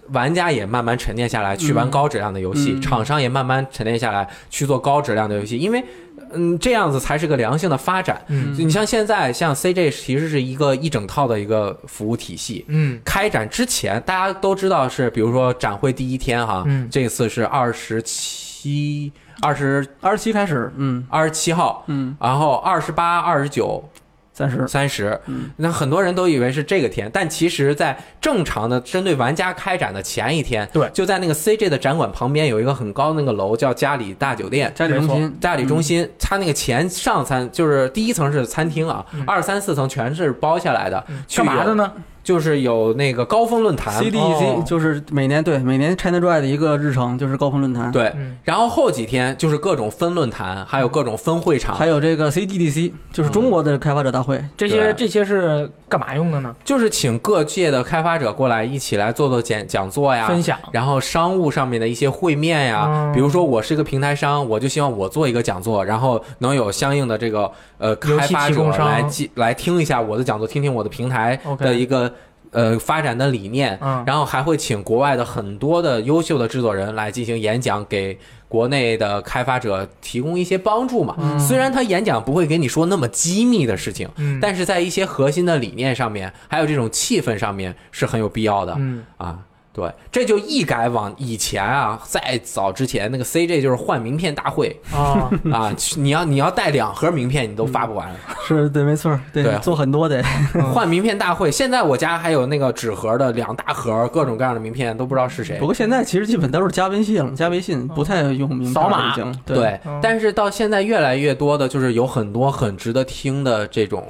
[SPEAKER 2] 玩家也慢慢沉淀下来，去玩高质量的游戏；
[SPEAKER 3] 嗯
[SPEAKER 2] 厂商也慢慢沉淀下来，去做高质量的游戏。因为，嗯，这样子才是个良性的发展。
[SPEAKER 4] 嗯
[SPEAKER 2] 你像现在，像 CJ 其实是一个一整套的一个服务体系，
[SPEAKER 4] 嗯
[SPEAKER 2] 开展之前，大家都知道是，比如说展会第一天哈，
[SPEAKER 4] 嗯
[SPEAKER 2] 这次是二十七、二十
[SPEAKER 3] 二十七开始，嗯
[SPEAKER 2] 二十七号，
[SPEAKER 3] 嗯，
[SPEAKER 2] 然后二十八、二十九、
[SPEAKER 3] 暂时
[SPEAKER 2] 三十
[SPEAKER 3] 嗯，
[SPEAKER 2] 那很多人都以为是这个天，但其实，在正常的针对玩家开展的前一天，
[SPEAKER 4] 对
[SPEAKER 2] 就在那个 CJ 的展馆旁边有一个很高的那个楼，叫嘉里大酒店。
[SPEAKER 3] 家里中
[SPEAKER 4] 嗯
[SPEAKER 3] 心，
[SPEAKER 2] 大理中心，它那个前上餐就是第一层是餐厅啊
[SPEAKER 4] 嗯，
[SPEAKER 2] 二三四层全是包下来的。
[SPEAKER 3] 嗯
[SPEAKER 2] 去
[SPEAKER 4] 干嘛的
[SPEAKER 2] 有？
[SPEAKER 4] 呢？
[SPEAKER 2] 就是有那个高峰论坛
[SPEAKER 3] CDEC、
[SPEAKER 4] 哦
[SPEAKER 3] 就是每年对每年 China Joy 的一个日程，就是高峰论坛，，
[SPEAKER 2] 对，
[SPEAKER 4] 嗯
[SPEAKER 2] 然后后几天就是各种分论坛，还有各种分会场
[SPEAKER 3] 还，有这个 CDDC，就是中国的开发者大会，
[SPEAKER 4] 这些
[SPEAKER 2] 对
[SPEAKER 4] 这些是干嘛用的呢？
[SPEAKER 2] 就是请各界的开发者过来一起来做做讲讲座哎呀。
[SPEAKER 4] 分享
[SPEAKER 2] 然后商务上面的一些会面呀，
[SPEAKER 4] 嗯
[SPEAKER 2] 比如说我是一个平台商，我就希望我做一个讲座，然后能有相应的这个呃
[SPEAKER 4] 游
[SPEAKER 2] 开
[SPEAKER 4] 戏
[SPEAKER 2] 发
[SPEAKER 4] 提
[SPEAKER 2] 者
[SPEAKER 4] 供商
[SPEAKER 2] 来记来听一下我的讲座，听听我的平台
[SPEAKER 4] OK
[SPEAKER 2] 的一个呃发展的理念，
[SPEAKER 4] 嗯
[SPEAKER 2] 然后还会请国外的很多的优秀的制作人来进行演讲，给国内的开发者提供一些帮助嘛。
[SPEAKER 4] 嗯
[SPEAKER 2] 虽然他演讲不会给你说那么机密的事情，
[SPEAKER 4] 嗯
[SPEAKER 2] 但是在一些核心的理念上面，还有这种气氛上面是很有必要的、
[SPEAKER 4] 嗯
[SPEAKER 2] 啊。对，这就一改往以前啊，再早之前那个 CJ 就是换名片大 会
[SPEAKER 4] 啊，
[SPEAKER 2] 啊，你要你要带两盒名片你都发不完，
[SPEAKER 3] 是对，没错，对，
[SPEAKER 2] 对
[SPEAKER 3] 做很多的，
[SPEAKER 4] 嗯
[SPEAKER 2] 换名片大会。现在我家还有那个纸盒的两大盒，各种各样的名片都不知道是谁
[SPEAKER 3] 不。过现在其实基本都是加微信了，加微信不太用名片
[SPEAKER 4] 扫码
[SPEAKER 3] 了已经，
[SPEAKER 2] 对，
[SPEAKER 4] 嗯
[SPEAKER 2] 但是到现在越来越多的就是有很多很值得听的这种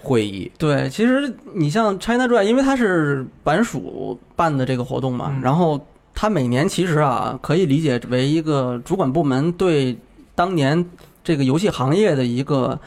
[SPEAKER 2] 会议，
[SPEAKER 3] 对，其实你像 China Joy，因为它是版属办的这个活动嘛，
[SPEAKER 4] 嗯
[SPEAKER 3] 然后它每年其实啊，可以理解为一个主管部门对当年这个游戏行业的一个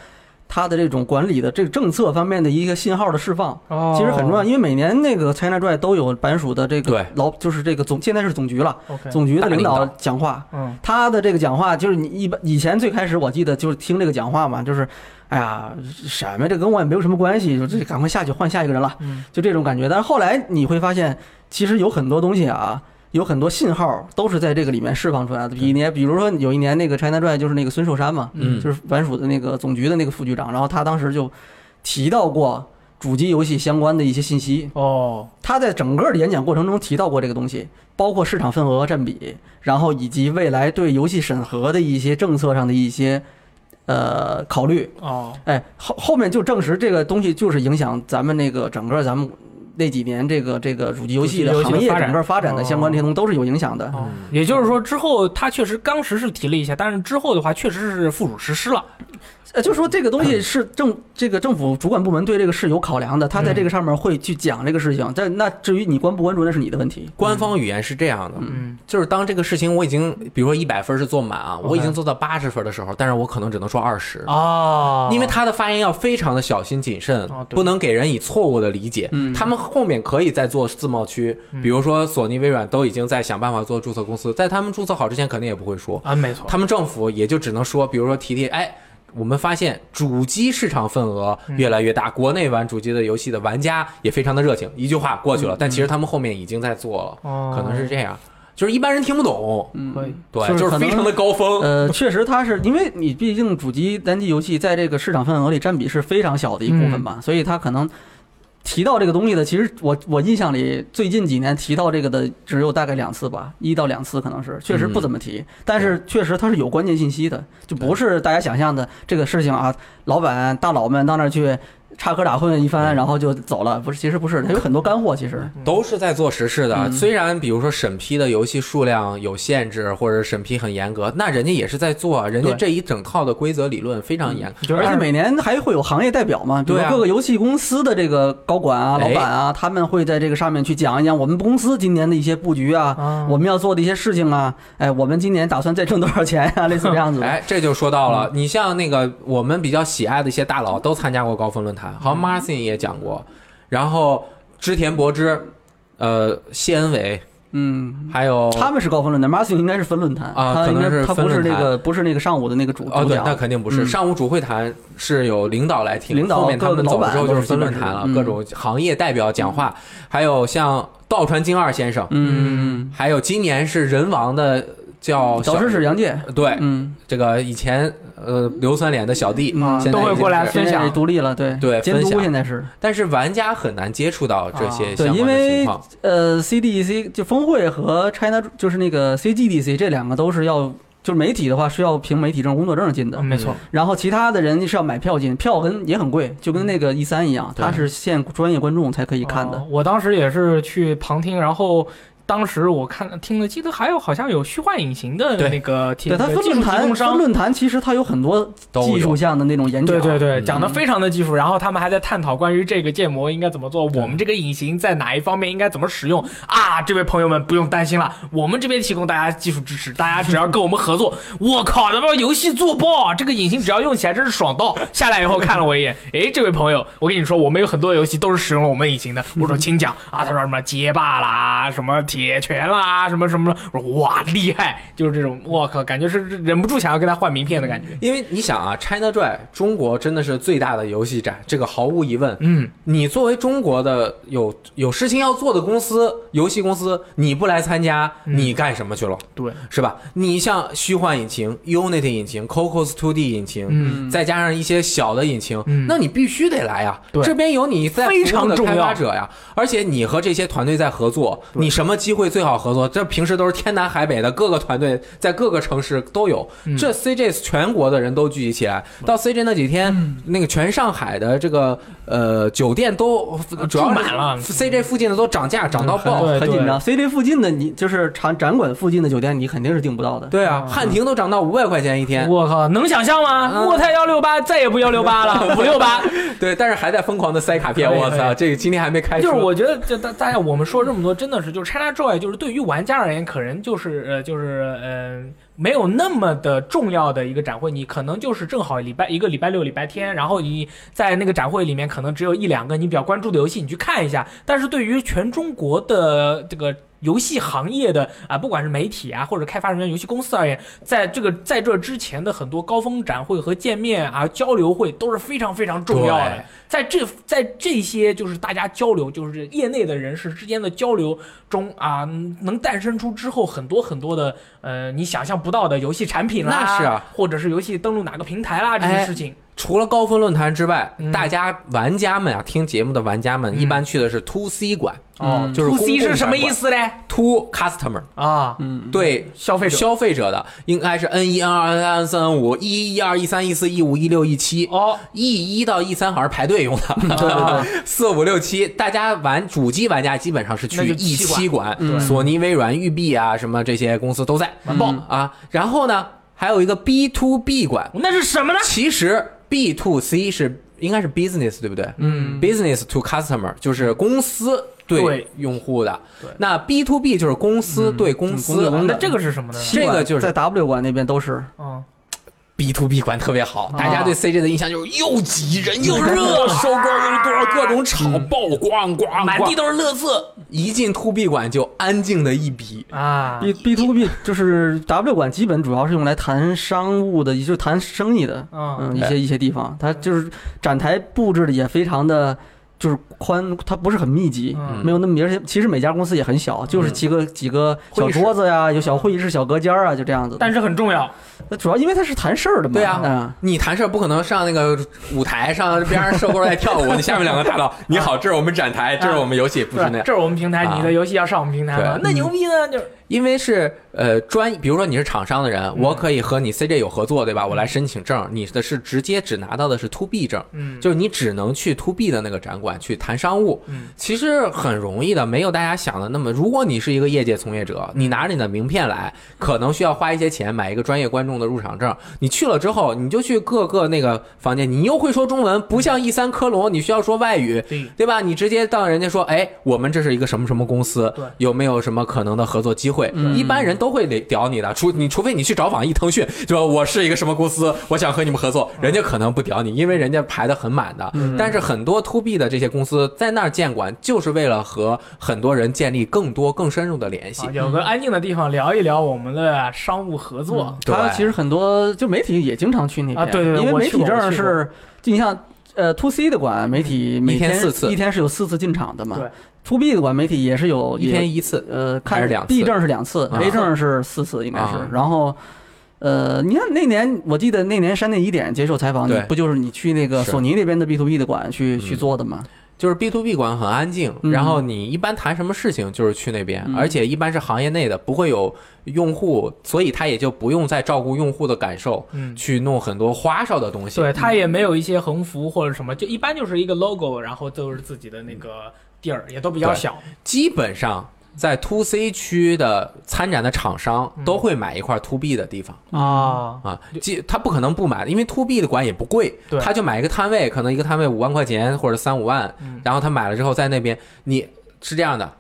[SPEAKER 3] 它的这种管理的这个政策方面的一个信号的释放。
[SPEAKER 4] 哦
[SPEAKER 3] 其实很重要，因为每年那个 China Joy 都有版属的这
[SPEAKER 2] 对
[SPEAKER 3] 个老，就是这个总，现在是总局了，
[SPEAKER 4] OK，
[SPEAKER 3] 总局的领
[SPEAKER 2] 大
[SPEAKER 3] 导
[SPEAKER 2] 领
[SPEAKER 3] 讲话，
[SPEAKER 4] 嗯
[SPEAKER 3] 他的这个讲话就是你一般以前最开始我记得就是听这个讲话嘛，就是哎呀什么这跟我也没有什么关系，就这赶快下去换下一个人了，
[SPEAKER 4] 嗯
[SPEAKER 3] 就这种感觉。但是后来你会发现，其实有很多东西啊，有很多信号都是在这个里面释放出来的。比年比如说有一年那个 China Joy 就是那个孙寿山嘛，
[SPEAKER 2] 嗯
[SPEAKER 3] 就是反属的那个总局的那个副局长，然后他当时就提到过。主机游戏相关的一些信息。
[SPEAKER 1] 哦，
[SPEAKER 3] 他在整个的演讲过程中提到过这个东西，包括市场份额占比，然后以及未来对游戏审核的一些政策上的一些呃考虑。
[SPEAKER 1] 哦，
[SPEAKER 3] 哎，后后面就证实这个东西就是影响咱们那个整个咱们那几年这个这个主机游
[SPEAKER 1] 主机
[SPEAKER 3] 戏
[SPEAKER 1] 游戏
[SPEAKER 3] 的
[SPEAKER 1] 的
[SPEAKER 3] 行业
[SPEAKER 1] 发展
[SPEAKER 3] 整个发展的相关这些东西都是有影响的。
[SPEAKER 1] 哦，
[SPEAKER 2] 嗯
[SPEAKER 1] 也就是说，之后他确实当时是提了一下，但是之后的话确实是附属实施了。
[SPEAKER 3] 呃，就说这个 东西是政这个政府主管部门对这个是有考量的，他在这个
[SPEAKER 1] 嗯
[SPEAKER 3] 上面会去讲这个事情。但那至于你关不关注，那是你的问题。
[SPEAKER 2] 官方语言是这样的，
[SPEAKER 1] 嗯，
[SPEAKER 2] 就是当这个事情我已经，比如说一百分是做满啊，
[SPEAKER 1] OK
[SPEAKER 2] 我已经做到八十分的时候，但是我可能只能说二十。
[SPEAKER 4] 啊
[SPEAKER 1] 哦，
[SPEAKER 2] 因为他的发言要非常的小心谨慎
[SPEAKER 1] 哦，对
[SPEAKER 2] 不能给人以错误的理解。
[SPEAKER 3] 嗯
[SPEAKER 2] 他们后面可以再做自贸区，比如说索尼、微软都已经在想办法做注册公司，在他们注册好之前，肯定也不会说。
[SPEAKER 1] 啊，
[SPEAKER 3] 哦
[SPEAKER 1] 没错，
[SPEAKER 2] 他们政府也就只能说，比如说提提，哎，我们发现主机市场份额
[SPEAKER 3] 嗯
[SPEAKER 2] 越来越大，国内玩主机的游戏的玩家也非常的热情，一句话过
[SPEAKER 3] 嗯
[SPEAKER 2] 去了。但其实他们后面已经在做了，
[SPEAKER 1] 哦
[SPEAKER 2] 可能是这样，就是一般人听不懂，
[SPEAKER 3] 嗯
[SPEAKER 1] 可以，
[SPEAKER 2] 对，
[SPEAKER 3] 就是
[SPEAKER 2] 就是
[SPEAKER 3] 可能
[SPEAKER 2] 非常的高峰。
[SPEAKER 3] 呃，确实，它是因为你毕竟主机单机游戏在这个市场份额里占比是非常小的一部分吧，所以它可能提到这个东西的，其实我我印象里最近几年提到这个的只有大概两次吧，一到两次可能是，确实不怎么提，但是确实它是有关键信息的，就不是大家想象的这个事情啊，老板大佬们到那儿去插科打诨一番，然后就走了，不是，其实不是，它有很多干货，其实，
[SPEAKER 2] 都是在做实事的，
[SPEAKER 3] 嗯
[SPEAKER 2] 虽然比如说审批的游戏数量有限制，或者审批很严格，那人家也是在做啊，人家
[SPEAKER 3] 对嗯
[SPEAKER 2] 这一整套的规则理论非常严格。哎
[SPEAKER 1] 就是
[SPEAKER 3] 而且每年还会有行业代表嘛，比如
[SPEAKER 2] 对啊
[SPEAKER 3] 各个游戏公司的这个高管啊、
[SPEAKER 2] 哎
[SPEAKER 3] 老板啊，他们会在这个上面去讲一讲我们公司今年的一些布局
[SPEAKER 2] 嗯
[SPEAKER 3] 啊，
[SPEAKER 1] 啊
[SPEAKER 3] 我们要做的一些事情啊，哎，我们今年打算再挣多少钱 呀、类似这样子的。嗯
[SPEAKER 2] 哎，这就说到了，你像那个我们比较喜爱的一些大佬都参加过高峰论
[SPEAKER 3] 嗯
[SPEAKER 2] 坛，好像 Marcin 也讲过，然后织田博之，呃，谢恩伟，
[SPEAKER 3] 嗯，
[SPEAKER 2] 还有
[SPEAKER 3] 他们是高分论坛 m a r c i n 应该是分论坛
[SPEAKER 2] 啊
[SPEAKER 3] 他
[SPEAKER 2] 可
[SPEAKER 3] 应
[SPEAKER 2] 能
[SPEAKER 3] 该
[SPEAKER 2] 是
[SPEAKER 3] 他
[SPEAKER 2] 分
[SPEAKER 3] 不是
[SPEAKER 2] 论坛
[SPEAKER 3] 那个不是那个上午的那个主
[SPEAKER 2] 哦，
[SPEAKER 3] 主
[SPEAKER 2] 对，那
[SPEAKER 3] 讲。
[SPEAKER 2] 肯定不是。
[SPEAKER 3] 嗯
[SPEAKER 2] 上午主会谈是有领导来听，
[SPEAKER 3] 领导
[SPEAKER 2] 后面他
[SPEAKER 3] 各
[SPEAKER 2] 们
[SPEAKER 3] 个
[SPEAKER 2] 走
[SPEAKER 3] 老
[SPEAKER 2] 了
[SPEAKER 3] 板
[SPEAKER 2] 之后就是分论坛
[SPEAKER 3] 都
[SPEAKER 2] 了，
[SPEAKER 3] 是基本
[SPEAKER 2] 各
[SPEAKER 3] 上
[SPEAKER 2] 种
[SPEAKER 3] 嗯
[SPEAKER 2] 行业代表讲话，还有像道川京二先生，
[SPEAKER 3] 嗯，
[SPEAKER 2] 还有今年是人王的叫
[SPEAKER 3] 导
[SPEAKER 2] 小
[SPEAKER 3] 师是杨介，
[SPEAKER 2] 对，
[SPEAKER 3] 嗯，
[SPEAKER 2] 这个以前呃硫酸脸的小弟
[SPEAKER 3] 嗯，
[SPEAKER 2] 现在
[SPEAKER 1] 都会
[SPEAKER 2] 已经
[SPEAKER 1] 过来
[SPEAKER 2] 是
[SPEAKER 1] 分
[SPEAKER 3] 现在
[SPEAKER 1] 享
[SPEAKER 3] 独立了，对
[SPEAKER 2] 对
[SPEAKER 3] 监
[SPEAKER 2] 分
[SPEAKER 3] 督
[SPEAKER 2] 享
[SPEAKER 3] 现在是。
[SPEAKER 2] 但是玩家很难接触到这些
[SPEAKER 1] 啊
[SPEAKER 2] 相
[SPEAKER 3] 对因
[SPEAKER 2] 关的
[SPEAKER 3] 为
[SPEAKER 2] 情况。
[SPEAKER 3] 呃，CDC 就峰会和 China 就是那个 CGDC 这两个都是要，就是媒体的话是要凭媒体证、工作证进的
[SPEAKER 1] 嗯，没错，
[SPEAKER 3] 然后其他的人是要买票进，票跟也很贵，就跟那个 E 三一样，
[SPEAKER 2] 对
[SPEAKER 3] 它是限专业观众才可以看的
[SPEAKER 1] 哦。我当时也是去旁听，然后。当时我看听了，记得还有好像有虚幻隐形的
[SPEAKER 2] 对
[SPEAKER 1] 那个提
[SPEAKER 3] 对，它分
[SPEAKER 1] 技术
[SPEAKER 3] 论
[SPEAKER 1] 提
[SPEAKER 3] 坛，
[SPEAKER 1] 供
[SPEAKER 3] 分
[SPEAKER 1] 商，
[SPEAKER 3] 论坛其实它有很多
[SPEAKER 2] 都有
[SPEAKER 3] 技术项的那种演
[SPEAKER 1] 对
[SPEAKER 3] 讲，
[SPEAKER 1] 对对，
[SPEAKER 2] 嗯
[SPEAKER 1] 讲的非常的技术，然后他们还在探讨关于这个建模应该怎么做，我们这个隐形在哪一方面应该怎么使用啊？这位朋友们不用担心了，我们这边提供大家技术支持，大家只要跟我们合作， 我靠，他妈游戏做爆啊！这个隐形只要用起来真是爽到。下来以后看了我一眼， 诶，这位朋友，我跟你说，我们有很多游戏都是使用了我们隐形的。我说请讲啊，他说什么街霸啦，什么铁拳啦，什么什么，我说哇厉害，就是这种，我靠，感觉是忍不住想要跟他换名片的感觉。
[SPEAKER 2] 因为你想啊，China Joy 中国真的是最大的游戏展，这个毫无疑问。
[SPEAKER 1] 嗯，
[SPEAKER 2] 你作为中国的有有事情要做的公司，游戏公司，你不来参加，你干什么去了？
[SPEAKER 1] 对，
[SPEAKER 2] 是吧？你像虚幻引擎、Unity 引擎、Cocos 2D 引擎，
[SPEAKER 1] 嗯
[SPEAKER 2] 再加上一些小的引擎，
[SPEAKER 1] 嗯
[SPEAKER 2] 那你必须得来呀。
[SPEAKER 1] 对
[SPEAKER 2] 这边有你在
[SPEAKER 1] 非常
[SPEAKER 2] 服务的
[SPEAKER 1] 重要
[SPEAKER 2] 开发者呀，而且你和这些团队在合作，你什么机会最好合作？这平时都是天南海北的各个团队，在各个城市都有。
[SPEAKER 1] 嗯
[SPEAKER 2] 这 CJ 全国的人都聚集起来，到 CJ 那几天，
[SPEAKER 1] 嗯
[SPEAKER 2] 那个全上海的这个呃酒店都主要
[SPEAKER 1] 啊住满了嗯
[SPEAKER 2] 是 CJ 附近的都涨价涨到爆。
[SPEAKER 1] 对
[SPEAKER 3] 哦很紧张。CJ 附近的你就是展展馆附近的酒店，你肯定是订不到的。
[SPEAKER 2] 对
[SPEAKER 1] 嗯
[SPEAKER 2] 啊，汉庭都涨到五百块钱一天。
[SPEAKER 1] 我靠，能想象吗？
[SPEAKER 2] 嗯
[SPEAKER 1] 渥太幺六八再也不幺六八了，五六八。
[SPEAKER 2] 对，但是还在疯狂的塞卡片，
[SPEAKER 1] 可以
[SPEAKER 2] 我
[SPEAKER 1] 可
[SPEAKER 2] 操，
[SPEAKER 1] 以
[SPEAKER 2] 这个今天还没开出。
[SPEAKER 1] 就是我觉得，这大大家我们说这么多，真的是就是 China Joy，就是对于玩家而言，可能就是呃就是呃没有那么的重要的一个展会，你可能就是正好礼拜一个礼拜六、礼拜天，然后你在那个展会里面可能只有一两个你比较关注的游戏，你去看一下。但是对于全中国的这个。游戏行业的啊，不管是媒体啊，或者开发人员、游戏公司而言，在这个在这之前的很多高峰展会和见面啊、交流会都是非常非常重要的
[SPEAKER 2] 对。
[SPEAKER 1] 在这在这些就是大家交流，就是业内的人士之间的交流中啊，能诞生出之后很多很多的呃你想象不到的游戏产品啦，
[SPEAKER 2] 那是啊，
[SPEAKER 1] 或者是游戏登录哪个平台啦这
[SPEAKER 2] 哎
[SPEAKER 1] 些事情。
[SPEAKER 2] 除了高分论坛之外，
[SPEAKER 4] 嗯
[SPEAKER 2] 大家玩家们啊，听节目的玩家们一般去的是 To C 馆，
[SPEAKER 4] 哦
[SPEAKER 1] 嗯
[SPEAKER 2] 就是
[SPEAKER 4] to C
[SPEAKER 2] 公共嗯
[SPEAKER 4] 是什么
[SPEAKER 2] 场
[SPEAKER 4] 意
[SPEAKER 2] 馆
[SPEAKER 4] 思嘞？
[SPEAKER 2] ？To customer，
[SPEAKER 4] 啊，
[SPEAKER 2] 对
[SPEAKER 4] 消费者
[SPEAKER 2] 消费者的应该是 N 一、N 二、N 三、N 五、一一、二、一三、一四、一五、一六、一七。
[SPEAKER 4] 哦，
[SPEAKER 2] E 一到 E 三好像是排队用的，
[SPEAKER 3] 对对
[SPEAKER 2] 四五六七，大家玩主机玩家基本上是
[SPEAKER 4] 那
[SPEAKER 2] 去
[SPEAKER 4] 就
[SPEAKER 2] E
[SPEAKER 4] 七馆
[SPEAKER 2] 七馆
[SPEAKER 3] 嗯，
[SPEAKER 2] 索尼、微软、育碧啊什么这些公司都在
[SPEAKER 4] 完爆
[SPEAKER 2] 啊。然后呢，还有一个 B to B 馆，
[SPEAKER 4] 那是什么呢？
[SPEAKER 2] 其实 B to C 是应该是 business 对不对？嗯，business to customer 就是公司对
[SPEAKER 4] 对
[SPEAKER 2] 用户的
[SPEAKER 4] 对。
[SPEAKER 2] 那 B to B 就是公司对公司。
[SPEAKER 3] 嗯公司
[SPEAKER 4] 那这个是什么呢？
[SPEAKER 2] 这个就是
[SPEAKER 3] 在 W 馆那边都是，
[SPEAKER 4] 嗯，
[SPEAKER 2] B to B 管特别好，大家对 CJ 的印象就是又挤人又热，哦 收购又多，各种吵爆咣咣，
[SPEAKER 4] 满地
[SPEAKER 2] 都是乐色。一进 to B 馆就安静的一逼，
[SPEAKER 4] 啊，
[SPEAKER 3] B B to B 就是 W 馆，基本主要是用来谈商务的，也就是谈生意的，
[SPEAKER 4] 嗯
[SPEAKER 3] 嗯，一些一些地方，它就是展台布置的也非常的就是宽，它不是很密集，
[SPEAKER 4] 嗯
[SPEAKER 3] 没有那么，而且其实每家公司也很小，就是几个几个小桌子呀，有小会议室、小隔间儿啊，就这样子的。
[SPEAKER 4] 但是很重要。
[SPEAKER 3] 那主要因为它是谈事儿的嘛，
[SPEAKER 2] 对啊
[SPEAKER 3] 嗯，
[SPEAKER 2] 你谈事儿不可能上那个舞台上边上收购在跳舞，你下面两个大佬，你好，这是我们展台，这是我们游戏，不是那样。
[SPEAKER 4] 这是我们平台，
[SPEAKER 2] 啊
[SPEAKER 4] 你的游戏要上我们平台吗
[SPEAKER 2] 对？
[SPEAKER 4] 那牛逼呢，
[SPEAKER 3] 嗯
[SPEAKER 4] 就是
[SPEAKER 2] 因为是呃专，比如说你是厂商的人，我可以和你 CJ 有合作，对吧？我来申请证，你的是直接只拿到的是 to B 证，
[SPEAKER 4] 嗯
[SPEAKER 2] 就是你只能去 to B 的那个展馆去谈商务，
[SPEAKER 4] 嗯
[SPEAKER 2] 其实很容易的，没有大家想的那么。如果你是一个业界从业者，你拿着你的名片来，可能需要花一些钱买一个专业观众的入场证。你去了之后，你就去各个那个房间，你又会说中文，不像 E 三科隆，你需要说外语，
[SPEAKER 4] 对啊
[SPEAKER 2] 对吧？你直接到人家说，哎，我们这是一个什么什么公司
[SPEAKER 4] 对，嗯
[SPEAKER 2] 有没有什么可能的合作机会？一般人都会屌你的，除你除非你去找网易、腾讯，就说我是一个什么公司，我想和你们合作，
[SPEAKER 4] 嗯
[SPEAKER 2] 人家可能不屌你，因为人家排的很满的。但是很多 to B 的这些公司在那儿建馆，就是为了和很多人建立更多更深入的联系
[SPEAKER 4] 啊。有个安静的地方聊一聊我们的商务合作。
[SPEAKER 2] 嗯对
[SPEAKER 3] 它其实很多就媒体也经常去那边，
[SPEAKER 4] 啊对对对
[SPEAKER 3] 因为
[SPEAKER 4] 我
[SPEAKER 3] 媒体
[SPEAKER 4] 去过我
[SPEAKER 3] 证
[SPEAKER 4] 去过
[SPEAKER 3] 是，就你像呃 to C 的馆，媒体
[SPEAKER 2] 嗯
[SPEAKER 3] 每
[SPEAKER 2] 一天四次
[SPEAKER 3] 一天是有四次进场的嘛，
[SPEAKER 4] 对
[SPEAKER 3] to B 的馆媒体也是有
[SPEAKER 2] 一
[SPEAKER 3] 也
[SPEAKER 2] 天一次，
[SPEAKER 3] 呃，看
[SPEAKER 2] 还是两次
[SPEAKER 3] B 证是两次
[SPEAKER 2] 啊
[SPEAKER 3] ，A 证是四次，应该是
[SPEAKER 2] 啊。
[SPEAKER 3] 然后，呃，你看那年，我记得那年山内一点接受采访，你
[SPEAKER 2] 对
[SPEAKER 3] 不就是你去那个
[SPEAKER 2] 是
[SPEAKER 3] 索尼那边的 B to B 的馆去
[SPEAKER 2] 嗯
[SPEAKER 3] 去做的吗？
[SPEAKER 2] 就是 B to B 馆很安静，
[SPEAKER 3] 嗯
[SPEAKER 2] 然后你一般谈什么事情就是去那边，
[SPEAKER 3] 嗯
[SPEAKER 2] 而且一般是行业内的，不会有用户，所以他也就不用再照顾用户的感受，
[SPEAKER 4] 嗯，
[SPEAKER 2] 去弄很多花哨的东西。
[SPEAKER 4] 对，它也没有一些横幅或者什么，就一般就是一个 logo，然后都是自己的那个地儿，也都比较
[SPEAKER 2] 嗯对
[SPEAKER 4] 小。
[SPEAKER 2] 基本上在 to C 区的参展的厂商
[SPEAKER 4] 嗯
[SPEAKER 2] 都会买一块 to B 的地方
[SPEAKER 4] 啊，
[SPEAKER 2] 啊，即他不可能不买的，因为 to B 的馆也不贵
[SPEAKER 4] 对，
[SPEAKER 2] 他就买一个摊位，可能一个摊位五万块钱或者三五万
[SPEAKER 4] 嗯，
[SPEAKER 2] 然后他买了之后在那边，你是这样的。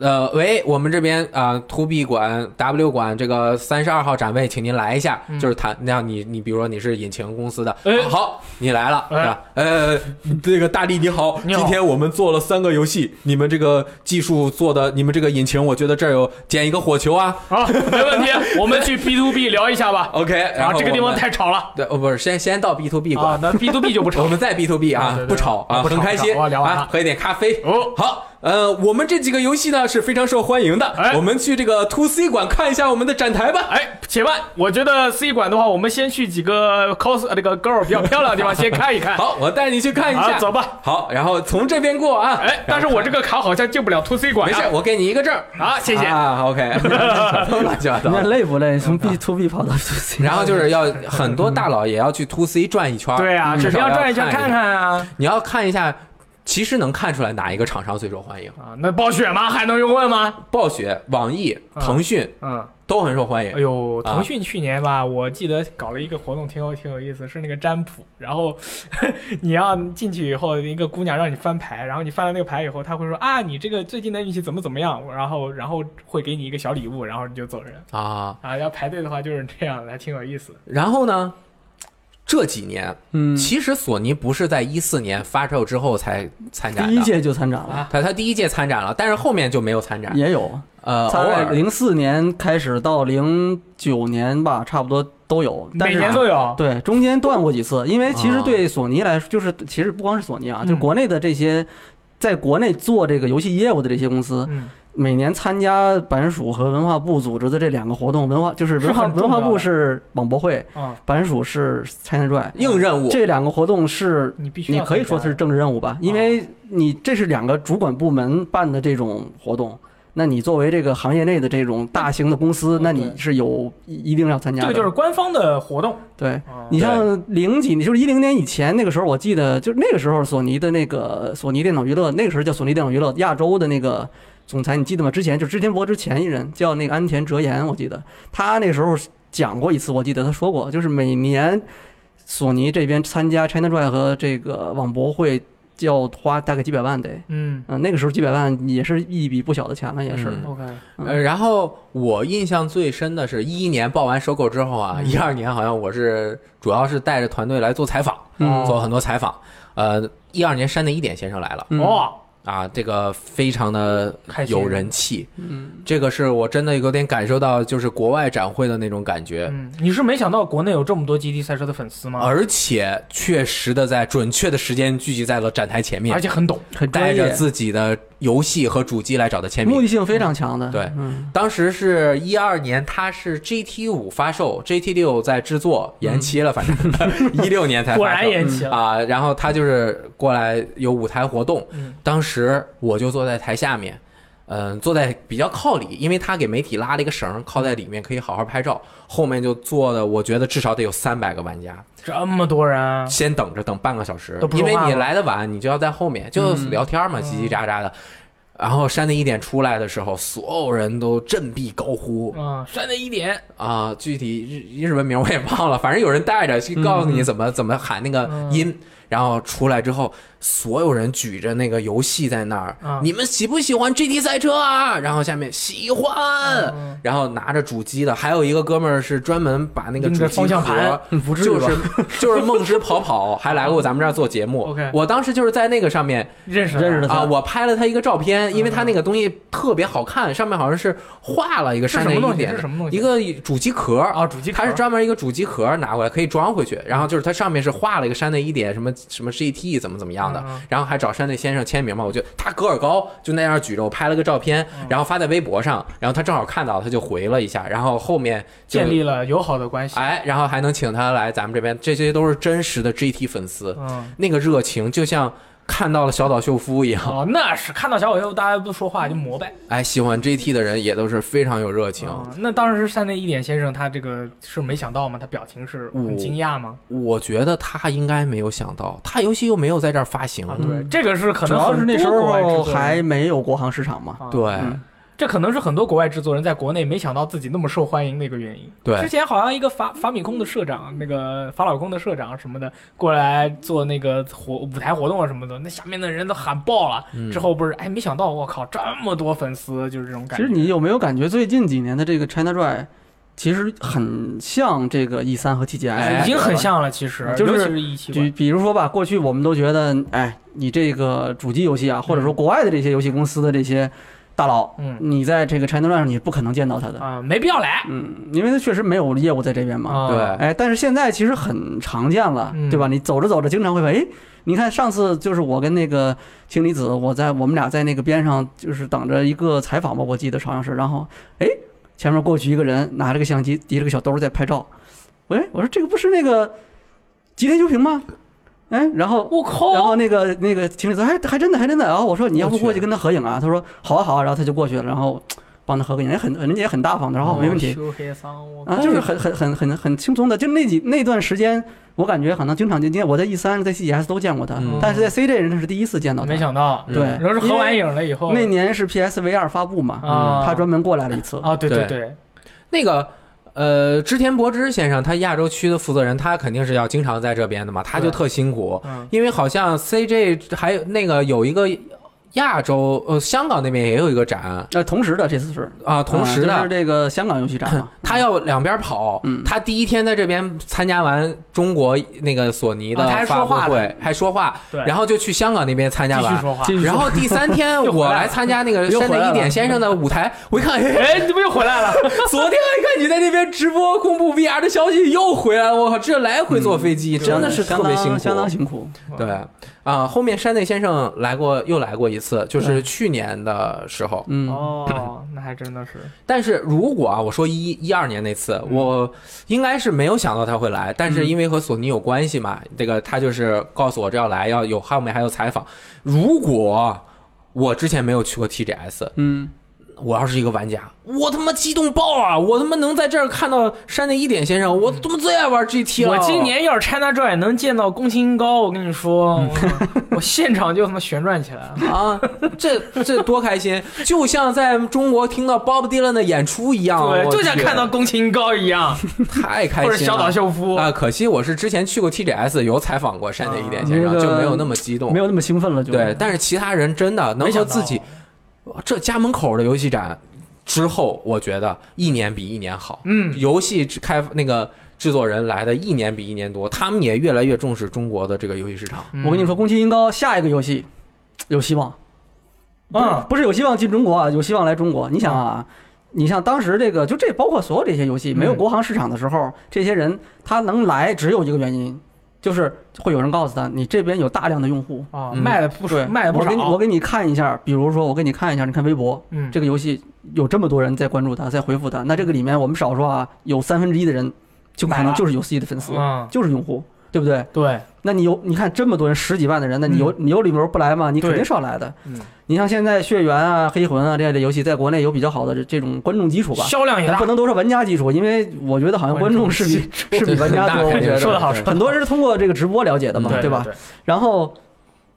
[SPEAKER 2] 呃，喂，我们这边啊，to B 馆、W 馆这个三十二号展位，请您来一下。
[SPEAKER 4] 嗯
[SPEAKER 2] 就是谈，那样你你比如说你是引擎公司的，
[SPEAKER 4] 哎
[SPEAKER 2] 好，你来了，
[SPEAKER 4] 哎
[SPEAKER 2] 是吧？呃，这个大力你好，
[SPEAKER 4] 你好
[SPEAKER 2] 今天我们做了三个游戏，你们这个技术做的，你们这个引擎，我觉得这儿有捡一个火球啊
[SPEAKER 4] 好，没问题，我们去 B to B 聊一下吧。
[SPEAKER 2] ，OK，然
[SPEAKER 4] 啊，
[SPEAKER 2] 后
[SPEAKER 4] 这个地
[SPEAKER 2] 我
[SPEAKER 4] 方
[SPEAKER 2] 们
[SPEAKER 4] 太吵了
[SPEAKER 2] 对，哦，不是，先先到 B to B 馆
[SPEAKER 4] 啊，，那 B to B 就不
[SPEAKER 2] 我
[SPEAKER 4] 吵。
[SPEAKER 2] 们在 B to B
[SPEAKER 4] 啊
[SPEAKER 2] 啊
[SPEAKER 4] 对对，
[SPEAKER 2] 不吵
[SPEAKER 4] 啊
[SPEAKER 2] 啊，
[SPEAKER 4] 不吵
[SPEAKER 2] 很开心
[SPEAKER 4] 不吵我聊完了
[SPEAKER 2] 啊，喝一点咖啡。
[SPEAKER 4] 哦
[SPEAKER 2] 好，呃，我们这几个游戏呢是非常受欢迎的
[SPEAKER 4] 哎，
[SPEAKER 2] 我们去这个 To C 馆看一下我们的展台吧。
[SPEAKER 4] 哎，且慢！我觉得 C 馆的话，我们先去几个 cos 呃这个 girl 比较漂亮的地方先看一看。
[SPEAKER 2] 好，我带你去看一
[SPEAKER 4] 啊，
[SPEAKER 2] 下。
[SPEAKER 4] 走 吧。
[SPEAKER 2] 好，然后从这边过啊。
[SPEAKER 4] 哎，但是我这个卡好像进不了 to C 馆
[SPEAKER 2] 没
[SPEAKER 4] 啊。
[SPEAKER 2] 事，我给你一个证。
[SPEAKER 4] 好，谢谢。
[SPEAKER 2] 啊，OK，都乱七八糟
[SPEAKER 3] 你。看累不累？
[SPEAKER 4] 嗯
[SPEAKER 3] 从 B to B 跑到 to C，
[SPEAKER 2] 然后就是要很多大佬也要去 To C 转一圈。
[SPEAKER 4] 对啊，
[SPEAKER 2] 至
[SPEAKER 4] 指
[SPEAKER 2] 少
[SPEAKER 4] 标转一圈
[SPEAKER 2] 看
[SPEAKER 4] 看。看啊。
[SPEAKER 2] 你要看一下，其实能看出来哪一个厂商最受欢迎。
[SPEAKER 4] 啊，那暴雪吗？还能用问吗？
[SPEAKER 2] 暴雪、网易、
[SPEAKER 4] 啊
[SPEAKER 2] 腾讯
[SPEAKER 4] 嗯，
[SPEAKER 2] 都很受欢迎
[SPEAKER 4] 哎。呦，
[SPEAKER 2] 啊
[SPEAKER 4] 腾讯去年吧，我记得搞了一个活动，挺有挺有意思，是那个占卜，然后 你要进去以后，一个姑娘让你翻牌，然后你翻了那个牌以后，她会说啊，你这个最近的运气怎么怎么样，然后然后会给你一个小礼物，然后你就走人。
[SPEAKER 2] 啊，
[SPEAKER 4] 啊，要排队的话就是这样，还挺有意思的。
[SPEAKER 2] 然后呢，这几年，
[SPEAKER 3] 嗯，
[SPEAKER 2] 其实索尼不是在一四年发售之后才参展的，
[SPEAKER 3] 第一届就参展了，
[SPEAKER 2] 它它第一届参展了，但是后面就没有参展，
[SPEAKER 3] 也有，
[SPEAKER 2] 呃，偶
[SPEAKER 3] 在
[SPEAKER 2] 尔
[SPEAKER 3] 零四年开始到零九年吧，差不多都有，但
[SPEAKER 4] 每
[SPEAKER 3] 是
[SPEAKER 4] 年都有。
[SPEAKER 3] 对，中间断过几次，因为其实
[SPEAKER 2] 啊
[SPEAKER 3] 对索尼来说，就是其实不光是索尼啊，就
[SPEAKER 4] 嗯
[SPEAKER 3] 国内的这些，在国内做这个游戏业务的这些公司，
[SPEAKER 4] 嗯，
[SPEAKER 3] 每年参加版署和文化部组织的这两个活动，文化 就是文化
[SPEAKER 4] 是很重
[SPEAKER 3] 文
[SPEAKER 4] 要的
[SPEAKER 3] 化部是网博会，
[SPEAKER 4] 啊，
[SPEAKER 3] 版署是 China Drive，
[SPEAKER 2] 硬任务，
[SPEAKER 3] 这两个活动是
[SPEAKER 4] 你必须
[SPEAKER 3] 你
[SPEAKER 4] 要
[SPEAKER 3] 可以
[SPEAKER 4] 参加啊
[SPEAKER 3] 说它是政治任务吧，因为你这是两个主管部门办的这种活动，那你作为这个行业内的这种大型的公司，那你是有一一定要参加
[SPEAKER 4] 这
[SPEAKER 3] 的。
[SPEAKER 4] 个就是官方的活动。
[SPEAKER 3] 哦对
[SPEAKER 4] 啊
[SPEAKER 3] 你像零几，就是一零年以前那个时候，我记得就是那个时候索尼的那个索尼电脑娱乐，那个时候叫索尼电脑娱乐亚洲的那个总裁，你记得吗？之前就之前博之前一人叫那个安田哲彦，我记得他那时候讲过一次，我记得他说过，就是每年索尼这边参加 China Drive 和这个网博会要花大概几百万得。
[SPEAKER 4] 嗯
[SPEAKER 3] 嗯，那个时候几百万也是一笔不小的钱了，也是。
[SPEAKER 2] 嗯
[SPEAKER 4] ，OK，
[SPEAKER 3] 嗯
[SPEAKER 2] 呃，然后我印象最深的是，一一年报完收购之后啊，
[SPEAKER 4] 嗯
[SPEAKER 2] 一二年好像我是主要是带着团队来做采访，
[SPEAKER 4] 嗯
[SPEAKER 2] 做很多采访。呃，一二年山内一点先生来了
[SPEAKER 3] 嗯
[SPEAKER 4] 哇，
[SPEAKER 2] 啊，这个非常的
[SPEAKER 4] 开心
[SPEAKER 2] 有人气，
[SPEAKER 3] 嗯，
[SPEAKER 2] 这个是我真的有点感受到，就是国外展会的那种感觉。
[SPEAKER 4] 嗯，你是没想到国内有这么多 GT 赛车的粉丝
[SPEAKER 1] 啊
[SPEAKER 4] 吗？
[SPEAKER 2] 而且确实的在准确的时间聚集在了展台前
[SPEAKER 4] 而
[SPEAKER 2] 面，
[SPEAKER 4] 且很懂，
[SPEAKER 3] 很
[SPEAKER 2] 带
[SPEAKER 3] 专
[SPEAKER 2] 着
[SPEAKER 3] 业，
[SPEAKER 2] 自己的游戏和主机来找他签名
[SPEAKER 3] 目。的性非常强的。
[SPEAKER 2] 对
[SPEAKER 3] 嗯，
[SPEAKER 2] 当时是一二年，它是 GT 五发售，GT 六在制作延期了，反正一六年才发售
[SPEAKER 4] 果然延期了。
[SPEAKER 2] 啊。然后他就是过来有舞台活动，
[SPEAKER 4] 嗯
[SPEAKER 2] 当时我就坐在台下面，嗯、坐在比较靠里，因为他给媒体拉了一个绳儿，靠在里面可以好好拍照。后面就坐的，我觉得至少得有三百个玩家，
[SPEAKER 4] 这么多人，
[SPEAKER 2] 先等着，等半个小时
[SPEAKER 4] 啊都，不
[SPEAKER 2] 因
[SPEAKER 4] 说话
[SPEAKER 2] 为
[SPEAKER 4] 吗嗯
[SPEAKER 2] 你来的晚，你就要在后面，就聊天嘛，叽叽喳喳的。然后山内一点出来的时候，所有人都振臂高呼
[SPEAKER 4] 嗯，山的一点，
[SPEAKER 2] 啊！具体日日文名我也忘了，反正有人带着去告诉
[SPEAKER 4] 嗯
[SPEAKER 2] 你怎么怎么喊那个音。然后出来之后，所有人举着那个游戏在那儿
[SPEAKER 4] 嗯，
[SPEAKER 2] 你们喜不喜欢 GT 赛车啊？然后下面喜欢，
[SPEAKER 4] 嗯
[SPEAKER 2] 然后拿着主机的，还有一个哥们儿是专门把那个
[SPEAKER 4] 拎
[SPEAKER 2] 主
[SPEAKER 4] 着
[SPEAKER 2] 机
[SPEAKER 4] 方向盘
[SPEAKER 2] 盒
[SPEAKER 3] 嗯不至于
[SPEAKER 2] 就
[SPEAKER 3] 吧
[SPEAKER 2] 是 就是梦之跑跑还来过咱们这儿做节目。
[SPEAKER 4] OK
[SPEAKER 2] 我当时就是在那个上面
[SPEAKER 4] 认识了
[SPEAKER 3] 认识的
[SPEAKER 2] 啊，
[SPEAKER 3] 他
[SPEAKER 2] 我拍了他一个照片，因为他那个东西特别好看，上面好像是画了一个
[SPEAKER 4] 是
[SPEAKER 2] 山
[SPEAKER 4] 什
[SPEAKER 2] 内
[SPEAKER 4] 么东
[SPEAKER 2] 一
[SPEAKER 4] 西？
[SPEAKER 2] 点
[SPEAKER 4] 是什么东西？
[SPEAKER 2] 一个主机壳啊。
[SPEAKER 4] 啊，主机壳
[SPEAKER 2] 它是专门一个主机壳拿过来可以装回去，然后就是它上面是画了一个山内一点什么什么 GT 怎么怎么样的
[SPEAKER 4] 嗯嗯，
[SPEAKER 2] 然后还找山内先生签名嘛。我觉得他个儿高，就那样举着，我拍了个照片，
[SPEAKER 4] 嗯
[SPEAKER 2] 然后发在微博上，然后他正好看到，他就回了一下，然后后面就
[SPEAKER 4] 建立了友好的关系。
[SPEAKER 2] 哎，然后还能请他来咱们这边，这些都是真实的 GT 粉丝，
[SPEAKER 4] 嗯，
[SPEAKER 2] 那个热情就像看到了小岛秀夫一样。
[SPEAKER 4] 哦，那是看到小火车大家不说话就膜拜。
[SPEAKER 2] 哎，喜欢 GT 的人也都是非常有热情。
[SPEAKER 4] 嗯那当时山内一点先生他这个是没想到吗？他表情是很惊讶吗？
[SPEAKER 2] 我觉得他应该没有想到，他游戏又没有在这儿发行，
[SPEAKER 4] 啊，
[SPEAKER 3] 嗯
[SPEAKER 4] 对，这个是可
[SPEAKER 3] 主
[SPEAKER 4] 能
[SPEAKER 3] 要是那
[SPEAKER 4] 很
[SPEAKER 3] 时
[SPEAKER 4] 多国外制
[SPEAKER 3] 候
[SPEAKER 4] 作人
[SPEAKER 3] 还没有国行市场嘛。
[SPEAKER 4] 啊
[SPEAKER 2] 对、
[SPEAKER 3] 嗯
[SPEAKER 4] 这可能是很多国外制作人在国内没想到自己那么受欢迎的一个原因。之
[SPEAKER 2] 对，
[SPEAKER 4] 前好像一个法法米空的社长，那个法老空的社长什么的过来做那个活舞台活动啊什么的，那下面的人都喊爆了。
[SPEAKER 2] 嗯
[SPEAKER 4] 之后不是，哎，没想到我靠，这么多粉丝，就是这种
[SPEAKER 3] 其
[SPEAKER 4] 感觉。
[SPEAKER 3] 实你有没有感觉最近几年的这个 China Drive，其实很像这个 E 三和 TGS，、
[SPEAKER 2] 哎
[SPEAKER 4] 已经很。像了，其实，
[SPEAKER 3] 啊就是
[SPEAKER 4] 尤其是一七
[SPEAKER 3] 比
[SPEAKER 4] 款
[SPEAKER 3] 比如说吧，过去我们都觉得，哎，你这个主机游戏啊，或者说国外的这些游戏公司的这些大佬，
[SPEAKER 4] 嗯
[SPEAKER 3] 你在这个 China Drive 上你不可能见到他的，
[SPEAKER 4] 啊，没必要来
[SPEAKER 3] 嗯，因为他确实没有业务在这边嘛。
[SPEAKER 4] 啊。
[SPEAKER 2] 对
[SPEAKER 3] 哎，但是现在其实很常见了，
[SPEAKER 4] 嗯
[SPEAKER 3] 对吧？你走着走着，经常会发现，哎，你看上次就是我跟那个氢离子，我在我们俩在那个边上，就是等着一个采访吧，我记得好像是，然后哎，前面过去一个人拿着个相机，提着个小兜在拍照，喂，我说这个不是那个吉田修平吗？哎，然后
[SPEAKER 4] 我靠，
[SPEAKER 3] 然后那个那个情侣说，哎还还真的还真的。然后我说你要不过去跟他合影啊？他说好啊好啊。然后他就过去了，然后嘖帮他合个影，也很人家也很大方的，然后没问题
[SPEAKER 4] 修黑桑，我
[SPEAKER 3] 啊，就是很很很很很轻松的。就那几那段时间，我感觉可能经常今天我在 E 三在 CES 都见过他
[SPEAKER 2] 嗯，
[SPEAKER 3] 但是在 CJ 人是第一次见到他
[SPEAKER 4] 没。想到，
[SPEAKER 2] 嗯
[SPEAKER 3] 对，
[SPEAKER 4] 然后是合
[SPEAKER 3] 因
[SPEAKER 4] 完
[SPEAKER 3] 为
[SPEAKER 4] 影了以后，
[SPEAKER 3] 那年是 PSV 二发布嘛，
[SPEAKER 4] 啊，
[SPEAKER 3] 他专门过来了一次。
[SPEAKER 4] 啊，对
[SPEAKER 2] 对
[SPEAKER 4] 对，
[SPEAKER 2] 那个。呃，织田博之先生，他亚洲区的负责人，他肯定是要经常在这边的嘛，他就
[SPEAKER 4] 对
[SPEAKER 2] 特辛苦。
[SPEAKER 4] 嗯，
[SPEAKER 2] 因为好像 CJ 还有那个有一个亚洲呃香港那边也有一个展
[SPEAKER 3] 呃，同时的这次是
[SPEAKER 2] 啊，同时
[SPEAKER 3] 啊就
[SPEAKER 2] 的，
[SPEAKER 3] 是。这个香港游戏展嘛
[SPEAKER 2] 他要两边跑，
[SPEAKER 3] 嗯
[SPEAKER 2] 他第一天在这边参加完中国那个索尼的
[SPEAKER 4] 啊他还
[SPEAKER 2] 发
[SPEAKER 4] 说
[SPEAKER 2] 布
[SPEAKER 4] 话呢
[SPEAKER 2] 会，还说话，
[SPEAKER 4] 对
[SPEAKER 2] 然后就去香港那边参加
[SPEAKER 4] 继续
[SPEAKER 2] 完，
[SPEAKER 4] 说话，
[SPEAKER 3] 继续
[SPEAKER 2] 然后第三天
[SPEAKER 4] 又回来
[SPEAKER 2] 我
[SPEAKER 4] 了
[SPEAKER 2] 来参加那个
[SPEAKER 3] 又
[SPEAKER 2] 山
[SPEAKER 3] 回来
[SPEAKER 2] 内一点
[SPEAKER 3] 了
[SPEAKER 2] 先生的舞台，我一看，哎，
[SPEAKER 4] 哎，你怎么又回来了？
[SPEAKER 2] 昨天一看你在那边直播公布 VR 的消息，又回来了，我靠，这来回坐飞机、
[SPEAKER 3] 对
[SPEAKER 2] 真的是
[SPEAKER 3] 嗯相
[SPEAKER 2] 特别
[SPEAKER 3] 当
[SPEAKER 2] 辛苦，
[SPEAKER 3] 相当辛苦。
[SPEAKER 2] 对，啊、后面山内先生来过，又来过一次，就是去年的时候。
[SPEAKER 3] 嗯，
[SPEAKER 4] 哦，那还真的是，
[SPEAKER 2] 但是如果啊，我说一一二年那次，
[SPEAKER 3] 嗯
[SPEAKER 2] 我应该是没有想到他会来，但是因为和索尼有关系嘛，这个他就是告诉我这要来，要有后面还有采访。如果我之前没有去过 TGS，
[SPEAKER 3] 嗯，
[SPEAKER 2] 我要是一个玩家，我他妈激动爆啊！我他妈能在这儿看到山内一点先生，我他妈最爱玩 GT 了。
[SPEAKER 4] 我今年要是 China Joy 能见到宫崎英高，我跟你说，我我现场就他妈旋转起来了。
[SPEAKER 2] 啊，这这多开心！就像在中国听到 Bob Dylan 的演出一样，
[SPEAKER 4] 对，
[SPEAKER 2] 哦我
[SPEAKER 4] 就像
[SPEAKER 2] 去
[SPEAKER 4] 看到宫崎英高一样，
[SPEAKER 2] 太开
[SPEAKER 4] 或
[SPEAKER 2] 心
[SPEAKER 4] 者
[SPEAKER 2] 了。
[SPEAKER 4] 小岛秀夫。
[SPEAKER 2] 啊，可惜我是之前去过 TGS 有采访过山内一点先生，
[SPEAKER 3] 啊
[SPEAKER 2] 就没有那么激动
[SPEAKER 3] 没。有那么兴奋了就，
[SPEAKER 2] 对，但是其他人真的能
[SPEAKER 4] 没想
[SPEAKER 2] 和
[SPEAKER 4] 到
[SPEAKER 2] 自己这家门口的游戏展之后，我觉得一年比一年好。
[SPEAKER 4] 嗯，
[SPEAKER 2] 游戏制开那个制作人来的一年比一年多，他们也越来越重视中国的这个游戏市场。
[SPEAKER 4] 嗯
[SPEAKER 3] 我跟你，说，宫崎英高下一个游戏有希望，
[SPEAKER 4] 嗯，
[SPEAKER 3] 不是有希望进中国啊，有希望来中国。你想啊，你像当时这个，就这包括所有这些游戏没有
[SPEAKER 4] 嗯
[SPEAKER 3] 国行市场的时候，这些人他能来只有一个原因，就是会有人告诉他，你这边有大量的用户，
[SPEAKER 4] 啊，
[SPEAKER 2] 嗯
[SPEAKER 4] 卖的不
[SPEAKER 3] 对，
[SPEAKER 4] 少，卖的不
[SPEAKER 3] 我给你我
[SPEAKER 4] 少。
[SPEAKER 3] 给你看一下，比如说我给你看一下，你看微博，
[SPEAKER 4] 嗯，
[SPEAKER 3] 这个游戏有这么多人在关注它，在回复它，那这个里面我们少说啊，有三分之一的人就可
[SPEAKER 4] 买
[SPEAKER 3] 能
[SPEAKER 4] 了
[SPEAKER 3] 就是游戏的粉丝，
[SPEAKER 4] 嗯，
[SPEAKER 3] 就是用户，对不对？
[SPEAKER 4] 对，
[SPEAKER 3] 那你有你看这么多人十几万的人，那你有、你有理由不来吗？你肯
[SPEAKER 4] 对
[SPEAKER 3] 定是要来的。
[SPEAKER 4] 嗯，
[SPEAKER 3] 你像现在血缘啊、黑魂啊这类的游戏，在国内有比较好的这这种观众基础吧，
[SPEAKER 4] 销量也
[SPEAKER 3] 但
[SPEAKER 4] 大
[SPEAKER 3] 不。能都是玩家基础，因为我觉得好像观众是比是比玩家
[SPEAKER 2] 大
[SPEAKER 3] 多，我
[SPEAKER 2] 肯定
[SPEAKER 3] 觉
[SPEAKER 2] 是
[SPEAKER 3] 得
[SPEAKER 4] 说得好
[SPEAKER 2] 对
[SPEAKER 4] 说得
[SPEAKER 3] 很多人是通过这个直播了解的嘛，
[SPEAKER 4] 对
[SPEAKER 3] 吧？？然后，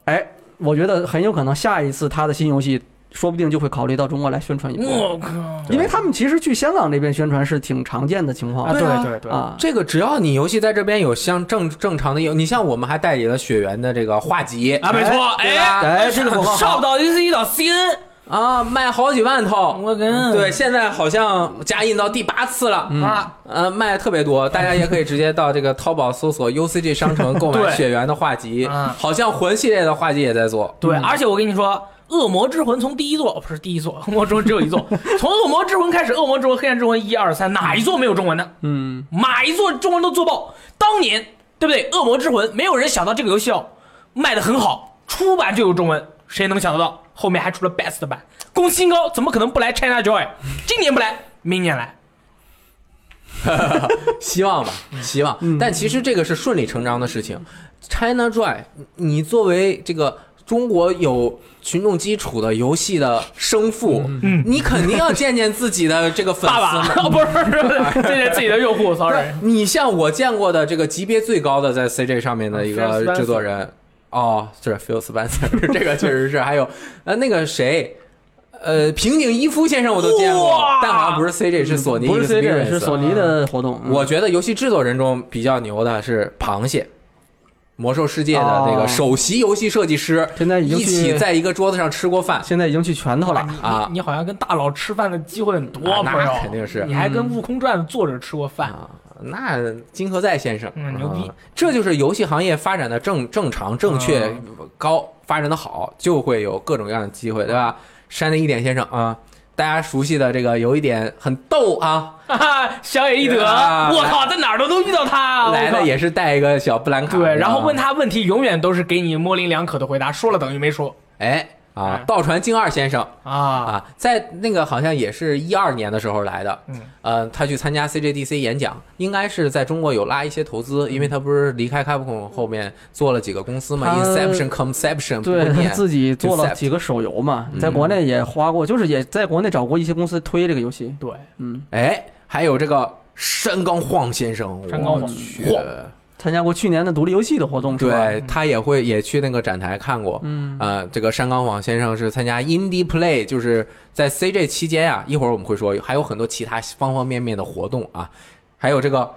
[SPEAKER 3] 哎，我觉得很有可能下一次他的新游戏，说不定就会考虑到中国来宣传一
[SPEAKER 4] 对
[SPEAKER 3] 波，
[SPEAKER 4] 我靠！
[SPEAKER 3] 因为他们其实去香港这边宣传是挺常见的情
[SPEAKER 4] 啊，
[SPEAKER 3] 况
[SPEAKER 2] 对啊
[SPEAKER 4] 对对，
[SPEAKER 3] 啊。
[SPEAKER 2] 这个只要你游戏在这边有相正正常的有，你像我们还代理了雪原的这个画集
[SPEAKER 4] 啊，没错，
[SPEAKER 2] 对吧
[SPEAKER 4] 哎，
[SPEAKER 3] 哎这个广告好
[SPEAKER 4] 上岛 E C 到 C N，
[SPEAKER 2] 啊，卖好几万套。
[SPEAKER 4] 我跟
[SPEAKER 2] 对，现在好像加印到第八次了、
[SPEAKER 4] 嗯
[SPEAKER 2] 啊，呃，卖得特别 多，大家也可以直接到这个淘宝搜索 UCG 商城购买
[SPEAKER 4] 对
[SPEAKER 2] 雪原的画集，
[SPEAKER 4] 嗯
[SPEAKER 2] 好像魂系列的画集也在做。
[SPEAKER 4] 对，而且我跟你说，《恶魔之魂》从第一座哦不是第一座，《恶魔之魂》只有一座，从《恶魔之魂》开始，《恶魔之魂》《黑暗之魂》一二三，哪一座没有中文的？
[SPEAKER 3] 嗯，
[SPEAKER 4] 哪一座中文都做爆？当年对不对？《恶魔之魂》没有人想到这个游戏要卖的很好，出版就有中文，谁能想得到？后面还出了 Best 版，宫崎英高怎么可能不来 China Joy？今年不来，明年来，
[SPEAKER 2] 希望吧，
[SPEAKER 4] 嗯
[SPEAKER 2] 希望。但其实这个是顺理成章的事情。China Joy，你作为这个中国有群众基础的游戏的生父，
[SPEAKER 4] 嗯
[SPEAKER 2] 你肯定要见见自己的这个粉
[SPEAKER 4] 爸
[SPEAKER 2] 丝
[SPEAKER 4] 爸
[SPEAKER 2] 们。
[SPEAKER 4] 哦，不是不是不是，这是自己的用户
[SPEAKER 2] 不是
[SPEAKER 4] ，sorry。
[SPEAKER 2] 你像我见过的这个级别最高的在 CJ 上面的一
[SPEAKER 4] 啊 Phil
[SPEAKER 2] 个
[SPEAKER 4] Spencer
[SPEAKER 2] 制作人，哦，是 Phil Spencer，这 个确实是。还有呃那个谁。呃，平井一夫先生我都见过
[SPEAKER 4] 哇，
[SPEAKER 2] 但好像不是 CJ，是索尼
[SPEAKER 3] 不是 CJ，
[SPEAKER 2] Experience
[SPEAKER 3] 是索尼的活动。嗯
[SPEAKER 2] 我觉得游戏制作人中比较牛的是螃蟹，《魔兽世界》的这个
[SPEAKER 3] 哦
[SPEAKER 2] 首席游戏设计师，
[SPEAKER 3] 现在已经
[SPEAKER 2] 一起
[SPEAKER 3] 去，
[SPEAKER 2] 在一个桌子上吃过饭。
[SPEAKER 3] 现在已经去拳头了。
[SPEAKER 4] 你
[SPEAKER 2] 啊
[SPEAKER 4] 你你好像跟大佬吃饭的机会很多，
[SPEAKER 2] 啊那
[SPEAKER 4] 朋友
[SPEAKER 2] 肯定是
[SPEAKER 4] 你还跟《悟空传》的作者吃过饭，
[SPEAKER 2] 啊，那金河在先生，
[SPEAKER 4] 嗯牛逼
[SPEAKER 2] 啊这就是游戏行业发展的正正常、正确、
[SPEAKER 4] 嗯
[SPEAKER 2] 高，发展的好，就会有各种各样的机会，对吧？山内一点先生啊，大家熟悉的这个有一点很逗啊，
[SPEAKER 4] 哈哈， 小野一德，
[SPEAKER 2] 啊
[SPEAKER 4] 我靠，在哪儿都能遇到他啊，
[SPEAKER 2] 来
[SPEAKER 4] 我
[SPEAKER 2] 了
[SPEAKER 4] 靠
[SPEAKER 2] 也是带一个小布兰卡，
[SPEAKER 4] 对，然后
[SPEAKER 2] 啊
[SPEAKER 4] 问他问题，永远都是给你模棱两可的回答，说了等于没说
[SPEAKER 2] 哎啊
[SPEAKER 4] 哎，
[SPEAKER 2] 道传敬二先生。
[SPEAKER 4] 啊。
[SPEAKER 2] 啊，在那个好像也是一二年的时候来的，
[SPEAKER 4] 嗯，
[SPEAKER 2] 呃，他去参加 CJDC 演讲，应该是在中国有拉一些投
[SPEAKER 3] 嗯
[SPEAKER 2] 资，因为他不是离开 Capcom 后面做了几个公司嘛
[SPEAKER 3] 他
[SPEAKER 2] ，Inception、Conception，不
[SPEAKER 3] 对
[SPEAKER 2] 会
[SPEAKER 3] 他
[SPEAKER 2] 念嗯
[SPEAKER 3] 自己做了
[SPEAKER 2] Concept
[SPEAKER 3] 几个手游嘛，在国内也花过，就是也在国内找过一些公司推这个游戏。
[SPEAKER 4] 对，
[SPEAKER 3] 嗯，
[SPEAKER 2] 哎，还有这个山冈晃先生，
[SPEAKER 4] 山冈晃
[SPEAKER 2] 我去
[SPEAKER 4] 晃
[SPEAKER 3] 参加过去年的独立游戏的活动是吧？
[SPEAKER 2] 对他也会也去那个展台看过，
[SPEAKER 3] 嗯，
[SPEAKER 2] 呃，这个山冈晃先生是参加 Indie Play，就是在 CJ 期间啊，一会儿我们会说还有很多其他方方面面的活动啊，还有这个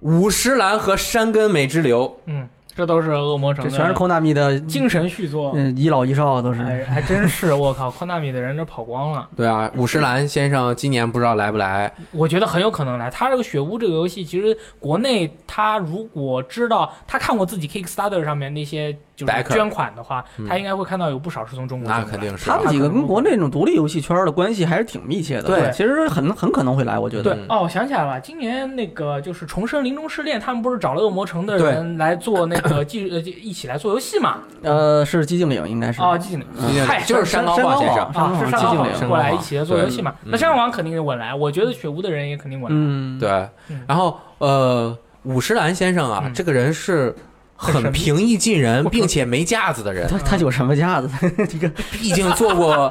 [SPEAKER 2] 五十岚和山根美之流，
[SPEAKER 4] 嗯，这都是恶魔城
[SPEAKER 3] 这
[SPEAKER 4] 的，
[SPEAKER 3] 全是 Konami 的，
[SPEAKER 4] 精神续作。
[SPEAKER 3] 嗯，一老一少都是。
[SPEAKER 4] 哎，还真是，我靠，宽纳米的人都跑光了。
[SPEAKER 2] 对啊，五十岚先生今年不知道来不来，
[SPEAKER 4] 我觉得很有可能来。他这个《雪屋》这个游戏，其实国内他如果知道他看过自己 Kickstarter 上面那些就是
[SPEAKER 2] ，Backer
[SPEAKER 4] 捐款的话，他应该会看到有不少是从中国捐
[SPEAKER 2] 那
[SPEAKER 4] 过来
[SPEAKER 2] 肯定是
[SPEAKER 3] 他们几个跟国内那种独立游戏圈的关系还是挺密切的。
[SPEAKER 2] 对
[SPEAKER 3] 其实很很可能会来，我觉得。
[SPEAKER 4] 对
[SPEAKER 2] 嗯
[SPEAKER 4] 哦，我想起来了，今年那个就是重生《林中试炼》，他们不是找了恶魔城的
[SPEAKER 2] 对
[SPEAKER 4] 人来做那个技呃一起来做游戏嘛？
[SPEAKER 3] 呃，是寂静岭应该是。
[SPEAKER 4] 哦，技
[SPEAKER 2] 嗯
[SPEAKER 4] 能嗨，
[SPEAKER 2] 就是山高
[SPEAKER 3] 山
[SPEAKER 2] 先
[SPEAKER 3] 高
[SPEAKER 2] 生
[SPEAKER 3] 网，
[SPEAKER 4] 啊，是
[SPEAKER 3] 山
[SPEAKER 4] 上
[SPEAKER 3] 高
[SPEAKER 4] 高
[SPEAKER 3] 网
[SPEAKER 4] 网
[SPEAKER 3] 寂静岭
[SPEAKER 4] 过来一起来做游戏嘛？
[SPEAKER 2] 对
[SPEAKER 4] 那山高网肯定稳来，我觉得雪屋的人也肯定稳来。
[SPEAKER 3] 嗯，
[SPEAKER 2] 对
[SPEAKER 4] 嗯，
[SPEAKER 2] 然后呃，五十岚先生啊
[SPEAKER 4] 嗯，
[SPEAKER 2] 这个人是
[SPEAKER 4] 很
[SPEAKER 2] 很
[SPEAKER 4] 神秘
[SPEAKER 2] 平易近人，并且没架子的人，
[SPEAKER 3] 他他有什么架子？ 这个
[SPEAKER 2] 毕竟做过，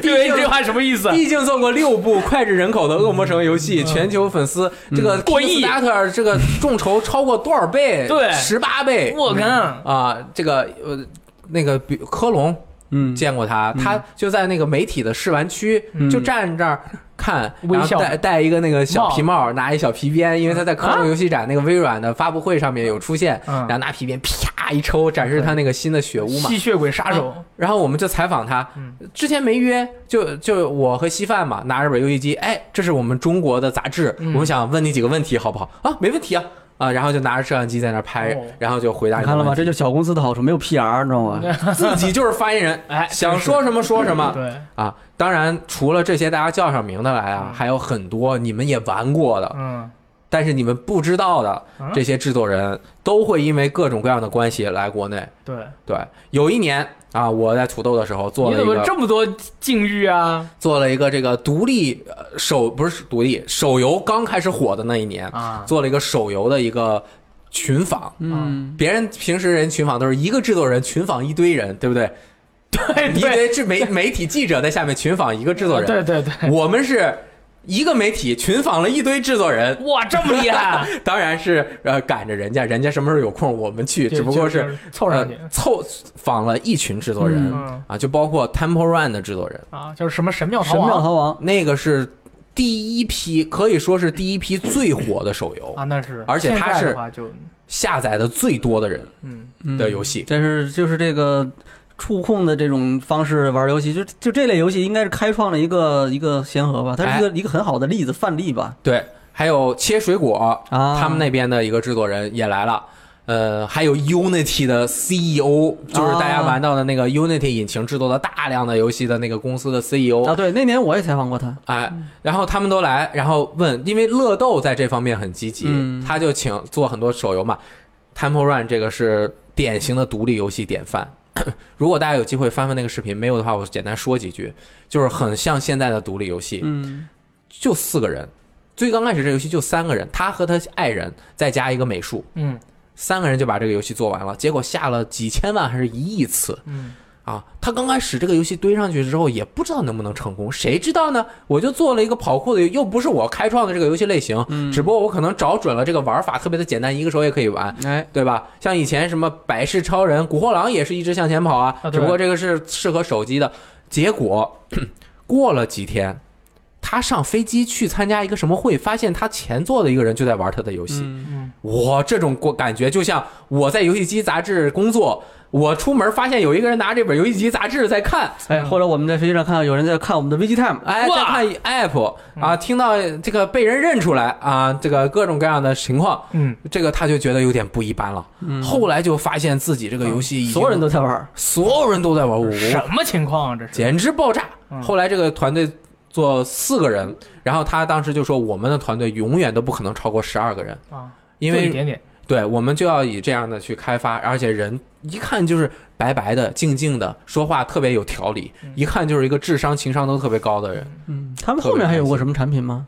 [SPEAKER 4] 对，为这句话什么意 思？啊
[SPEAKER 2] 毕竟做过六部脍炙人口的《恶魔城》游戏，全球粉丝这个
[SPEAKER 4] 嗯过亿
[SPEAKER 2] Kickstarter 这个众筹超过多少倍？
[SPEAKER 4] 对
[SPEAKER 2] 十八倍
[SPEAKER 4] 我跟
[SPEAKER 2] 啊！这个呃，那个比科隆
[SPEAKER 3] 嗯
[SPEAKER 2] 见过他，他就在那个媒体的试玩区
[SPEAKER 3] 嗯
[SPEAKER 2] 就站这儿看，
[SPEAKER 4] 微
[SPEAKER 2] 然后
[SPEAKER 4] 笑
[SPEAKER 2] 戴戴一个那个小皮帽，拿一小皮鞭，因为他在科
[SPEAKER 4] 啊
[SPEAKER 2] 隆游戏展那个微软的发布会上面有出现，
[SPEAKER 4] 嗯
[SPEAKER 2] 然后拿皮鞭啪一抽，展示他那个新的雪屋嘛
[SPEAKER 4] 吸。血鬼杀手，
[SPEAKER 2] 然后我们就采访他
[SPEAKER 4] 嗯，
[SPEAKER 2] 之前没约，就就我和稀饭嘛，拿着本游戏机，哎，这是我们中国的杂志，
[SPEAKER 4] 嗯
[SPEAKER 2] 我们想问你几个问题，好不好？啊，没问题啊，啊，然后就拿着摄像机在那儿拍
[SPEAKER 4] 哦，，
[SPEAKER 2] 然后就回答
[SPEAKER 3] 你
[SPEAKER 2] 你
[SPEAKER 3] 看了吗？这
[SPEAKER 2] 这
[SPEAKER 3] 就是小公司的好处，没有 PR，你知道吗？
[SPEAKER 2] 自己就是发言人
[SPEAKER 4] 哎，
[SPEAKER 2] 想说什么说什么
[SPEAKER 4] 对，
[SPEAKER 2] 啊。当然，除了这些大家叫上名的来啊，
[SPEAKER 4] 嗯
[SPEAKER 2] 还有很多你们也玩过的，
[SPEAKER 4] 嗯，
[SPEAKER 2] 但是你们不知道的
[SPEAKER 4] 嗯
[SPEAKER 2] 这些制作人，都会因为各种各样的关系来国内。
[SPEAKER 4] 对，
[SPEAKER 2] 对，有一年啊，我在土豆的时候做
[SPEAKER 4] 你
[SPEAKER 2] 了
[SPEAKER 4] 怎
[SPEAKER 2] 一
[SPEAKER 4] 么
[SPEAKER 2] 个
[SPEAKER 4] 这么多境遇啊？
[SPEAKER 2] 做了一个这个独立呃手不是独立手游刚开始火的那一年，
[SPEAKER 4] 啊，
[SPEAKER 2] 做了一个手游的一个群访。
[SPEAKER 4] 嗯
[SPEAKER 2] 别人平时人群访都是一个制作人群访一堆人，对不对？
[SPEAKER 4] 对
[SPEAKER 2] 一
[SPEAKER 4] 对
[SPEAKER 2] 堆这 媒媒体记者在下面群访一个制作人。
[SPEAKER 4] 对对 对，
[SPEAKER 2] 我们是一个媒体群访了一堆制作人，
[SPEAKER 4] 哇，这么厉害！
[SPEAKER 2] 当然是呃赶着人家，人家什么时候有空我们去， 只不过
[SPEAKER 4] 就是就 凑上去
[SPEAKER 2] 呃凑访了一群制作人、
[SPEAKER 4] 嗯
[SPEAKER 2] 啊，就包括 Temple Run 的制作人，
[SPEAKER 4] 啊，就是什么神庙
[SPEAKER 3] 神
[SPEAKER 4] 逃
[SPEAKER 3] 庙
[SPEAKER 4] 亡
[SPEAKER 3] 逃亡，
[SPEAKER 2] 那个是第一批，可以说是第一批最火的手游，
[SPEAKER 4] 啊，那是，
[SPEAKER 2] 而且他是
[SPEAKER 4] 现在的话就
[SPEAKER 2] 下载的最多的人
[SPEAKER 4] 嗯，
[SPEAKER 2] 的游戏。
[SPEAKER 3] 但是就是这个触控的这种方式玩游戏，就就这类游戏应该是开创了一个一个先河吧，它
[SPEAKER 2] 哎
[SPEAKER 3] 是一个、一个很好的例子范例吧。
[SPEAKER 2] 对，还有切水果，
[SPEAKER 3] 啊，
[SPEAKER 2] 他们那边的一个制作人也来了。呃，还有 Unity 的 CEO，就是大
[SPEAKER 4] 啊
[SPEAKER 2] 家玩到的那个 Unity 引擎制作的大量的游戏的那个公司的 E CEO，
[SPEAKER 3] 啊，对，那年我也采访过他，
[SPEAKER 2] 哎，然后他们都来，然后问，因为乐豆在这方面很积极，
[SPEAKER 3] 嗯
[SPEAKER 2] 他就请做很多手游嘛。Temple Run 这个是典型的独立游戏典范。 如果大家有机会翻翻那个视频，没有的话，我简单说几句，就是很像现在的独立游戏，
[SPEAKER 3] 嗯
[SPEAKER 2] 就四个人。最刚开始这游戏就三个人，他和他爱人再加一个美术，
[SPEAKER 4] 嗯
[SPEAKER 2] 三个人就把这个游戏做完了。结果下了几千万还是一亿次，
[SPEAKER 4] 嗯
[SPEAKER 2] 啊，他刚开始这个游戏堆上去之后，也不知道能不能成功，谁知道呢？我就做了一个跑酷的，又不是我开创的这个游戏类型，
[SPEAKER 3] 嗯，
[SPEAKER 2] 只不过我可能找准了这个玩法特别的简单，一个手也可以玩，
[SPEAKER 3] 哎，
[SPEAKER 2] 对吧？像以前什么百世超人、古惑狼也是一直向前跑啊，
[SPEAKER 4] 啊对
[SPEAKER 2] 只不过这个是适合手机的。结果 过了几天，他上飞机去参加一个什么会，发现他前座的一个人就在玩他的游戏，
[SPEAKER 3] 嗯
[SPEAKER 4] 嗯，
[SPEAKER 2] 我这种过感觉，就像我在游戏机杂志工作，我出门发现有一个人拿这本游戏机杂志在看，
[SPEAKER 3] 哎，或者我们在飞机上看到有人在看我们的 VGTime，
[SPEAKER 2] 哎，
[SPEAKER 4] 哇
[SPEAKER 2] 在看 app 啊，
[SPEAKER 3] 嗯
[SPEAKER 2] 听到这个被人认出来啊，这个各种各样的情况，
[SPEAKER 4] 嗯，
[SPEAKER 2] 这个他就觉得有点不一般了。后来就发现自己这个游戏已经
[SPEAKER 3] 嗯所有人都在玩，
[SPEAKER 2] 所有人都在玩，我
[SPEAKER 4] 什么情况啊？这是
[SPEAKER 2] 简直爆炸
[SPEAKER 4] 嗯。
[SPEAKER 2] 后来这个团队做四个人，然后他当时就说，我们的团队永远都不可能超过十二个人，
[SPEAKER 4] 啊，
[SPEAKER 2] 因
[SPEAKER 4] 就
[SPEAKER 2] 为
[SPEAKER 4] 一点点，
[SPEAKER 2] 对，我们就要以这样的去开发，而且人一看就是白白的、静静的，说话特别有条理，
[SPEAKER 4] 嗯
[SPEAKER 2] 一看就是一个智商、情商都特别高的人。
[SPEAKER 3] 嗯，他们后面还有过什么产品吗？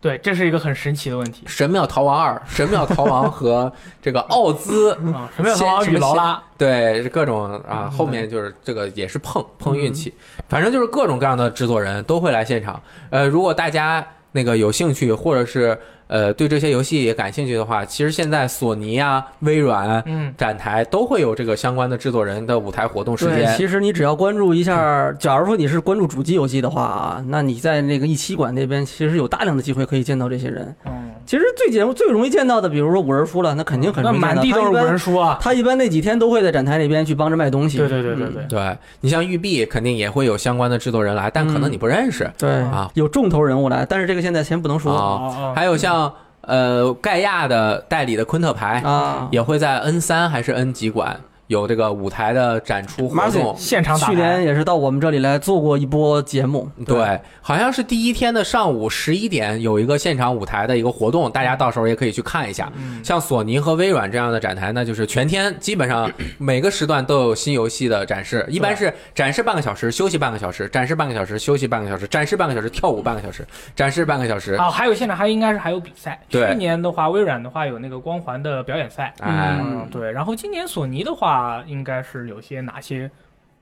[SPEAKER 4] 对，这是一个很神奇的问 题
[SPEAKER 2] 《神庙逃亡二》《神庙逃亡》和这个奥 兹，
[SPEAKER 4] 啊。神庙逃亡
[SPEAKER 2] 先
[SPEAKER 4] 与劳拉，嗯
[SPEAKER 2] 对各种啊，后面就是这个也是碰碰运气，反正就是各种各样的制作人都会来现场。呃，如果大家那个有兴趣，或者是呃对这些游戏也感兴趣的话，其实现在索尼啊、微软啊
[SPEAKER 4] 嗯，
[SPEAKER 2] 展台都会有这个相关的制作人的舞台活动时
[SPEAKER 3] 对，
[SPEAKER 2] 间。
[SPEAKER 3] 其实你只要关注一下，假如说你是关注主机游戏的话啊，那你在那个一七馆那边其实有大量的机会可以见到这些人。
[SPEAKER 4] 嗯，
[SPEAKER 3] 其实最简最容易见到的，比如说五人书了，那肯定很
[SPEAKER 4] 那
[SPEAKER 3] 容易见
[SPEAKER 4] 满
[SPEAKER 3] 到。
[SPEAKER 4] 地都
[SPEAKER 3] 他一
[SPEAKER 4] 是无
[SPEAKER 3] 般
[SPEAKER 4] 人书啊。
[SPEAKER 3] 他一般那几天都会在展台那边去帮着卖东西。
[SPEAKER 4] 对对对对
[SPEAKER 3] 嗯
[SPEAKER 4] 对，
[SPEAKER 2] 对你像育碧，肯定也会有相关的制作人来，但可能你不认识。
[SPEAKER 3] 对
[SPEAKER 2] 啊
[SPEAKER 3] 有重头人物来，但是这个现在先不能说
[SPEAKER 2] 啊
[SPEAKER 4] 哦
[SPEAKER 2] 还有像呃盖亚的代理的昆特牌，
[SPEAKER 3] 啊
[SPEAKER 2] 也会在 N 三还是 N 几馆有这个舞台的展出活
[SPEAKER 3] Marcy
[SPEAKER 2] 动。
[SPEAKER 4] 哦现场打
[SPEAKER 3] 去
[SPEAKER 4] 牌
[SPEAKER 3] 年也是到我们这里来做过一波节目，
[SPEAKER 2] 对，好像是第一天的上午十一点有一个现场舞台的一个活动，大家到时候也可以去看一下。像索尼和微软这样的展台呢，就是全天基本上每个时段都有新游戏的展示，一般是展示半个小时，休息半个小时，展示半个小时，休息半个小时，展示半个小时，跳舞半个小时，展示半个小时。
[SPEAKER 4] 啊，还有现场还应该是还有比赛。
[SPEAKER 2] 对
[SPEAKER 4] 去年的话，微软的话有那个光环的表演赛，
[SPEAKER 2] 哎，
[SPEAKER 4] 嗯，对。然后今年索尼的话，应该是有些哪些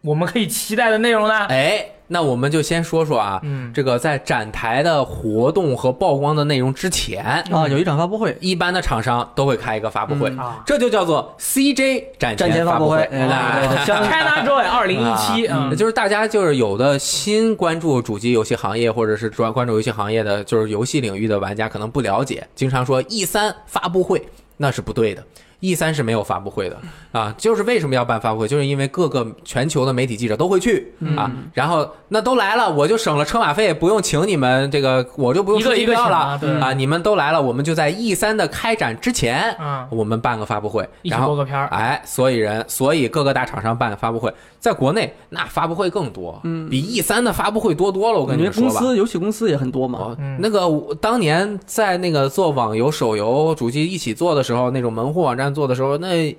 [SPEAKER 4] 我们可以期待的内容呢？
[SPEAKER 2] 哎，那我们就先说说啊，
[SPEAKER 4] 嗯
[SPEAKER 2] 这个在展台的活动和曝光的内容之前，
[SPEAKER 3] 啊，
[SPEAKER 4] 嗯
[SPEAKER 3] 有一场发布会，
[SPEAKER 2] 一般的厂商都会开一个发布会，
[SPEAKER 3] 嗯
[SPEAKER 4] 啊
[SPEAKER 2] 这就叫做 CJ 展
[SPEAKER 3] 战前
[SPEAKER 2] 发
[SPEAKER 3] 发布
[SPEAKER 2] 布
[SPEAKER 3] 会，
[SPEAKER 2] 会。
[SPEAKER 4] 嗯
[SPEAKER 3] 哎对对对，像
[SPEAKER 4] China Joy 二零一七，
[SPEAKER 2] 啊
[SPEAKER 4] 嗯，
[SPEAKER 2] 就是大家就是有的新关注主机游戏行业，或者是专关注游戏行业的，就是游戏领域的玩家可能不了解，经常说 E 三发布会那是不对的。E 三是没有发布会的
[SPEAKER 4] 嗯
[SPEAKER 2] 啊，就是为什么要办发布会，就是因为各个全球的媒体记者都会去
[SPEAKER 4] 嗯
[SPEAKER 2] 啊，然后那都来了，我就省了车马费，不用请你们这个，我就不用
[SPEAKER 4] 一个
[SPEAKER 2] 出机
[SPEAKER 4] 一个
[SPEAKER 2] 票
[SPEAKER 4] 请
[SPEAKER 2] 了
[SPEAKER 4] 啊对
[SPEAKER 2] 啊，你们都来了，我们就在 E 三的开展之前，
[SPEAKER 4] 嗯
[SPEAKER 2] 我们办个发布会，
[SPEAKER 4] 一起
[SPEAKER 2] 然后
[SPEAKER 4] 播个片儿。
[SPEAKER 2] 哎，所以人，所以各个大厂商办发布会，在国内那发布会更多，嗯，比 E 三的发布会多多了。我跟
[SPEAKER 3] 因
[SPEAKER 2] 你
[SPEAKER 3] 为
[SPEAKER 2] 们说
[SPEAKER 3] 公
[SPEAKER 2] 吧，
[SPEAKER 3] 司游戏公司也很多嘛，
[SPEAKER 2] 哦
[SPEAKER 4] 嗯
[SPEAKER 2] 那个我当年在那个做网游、手游主机一起做的时候，那种门户网站做的时候，那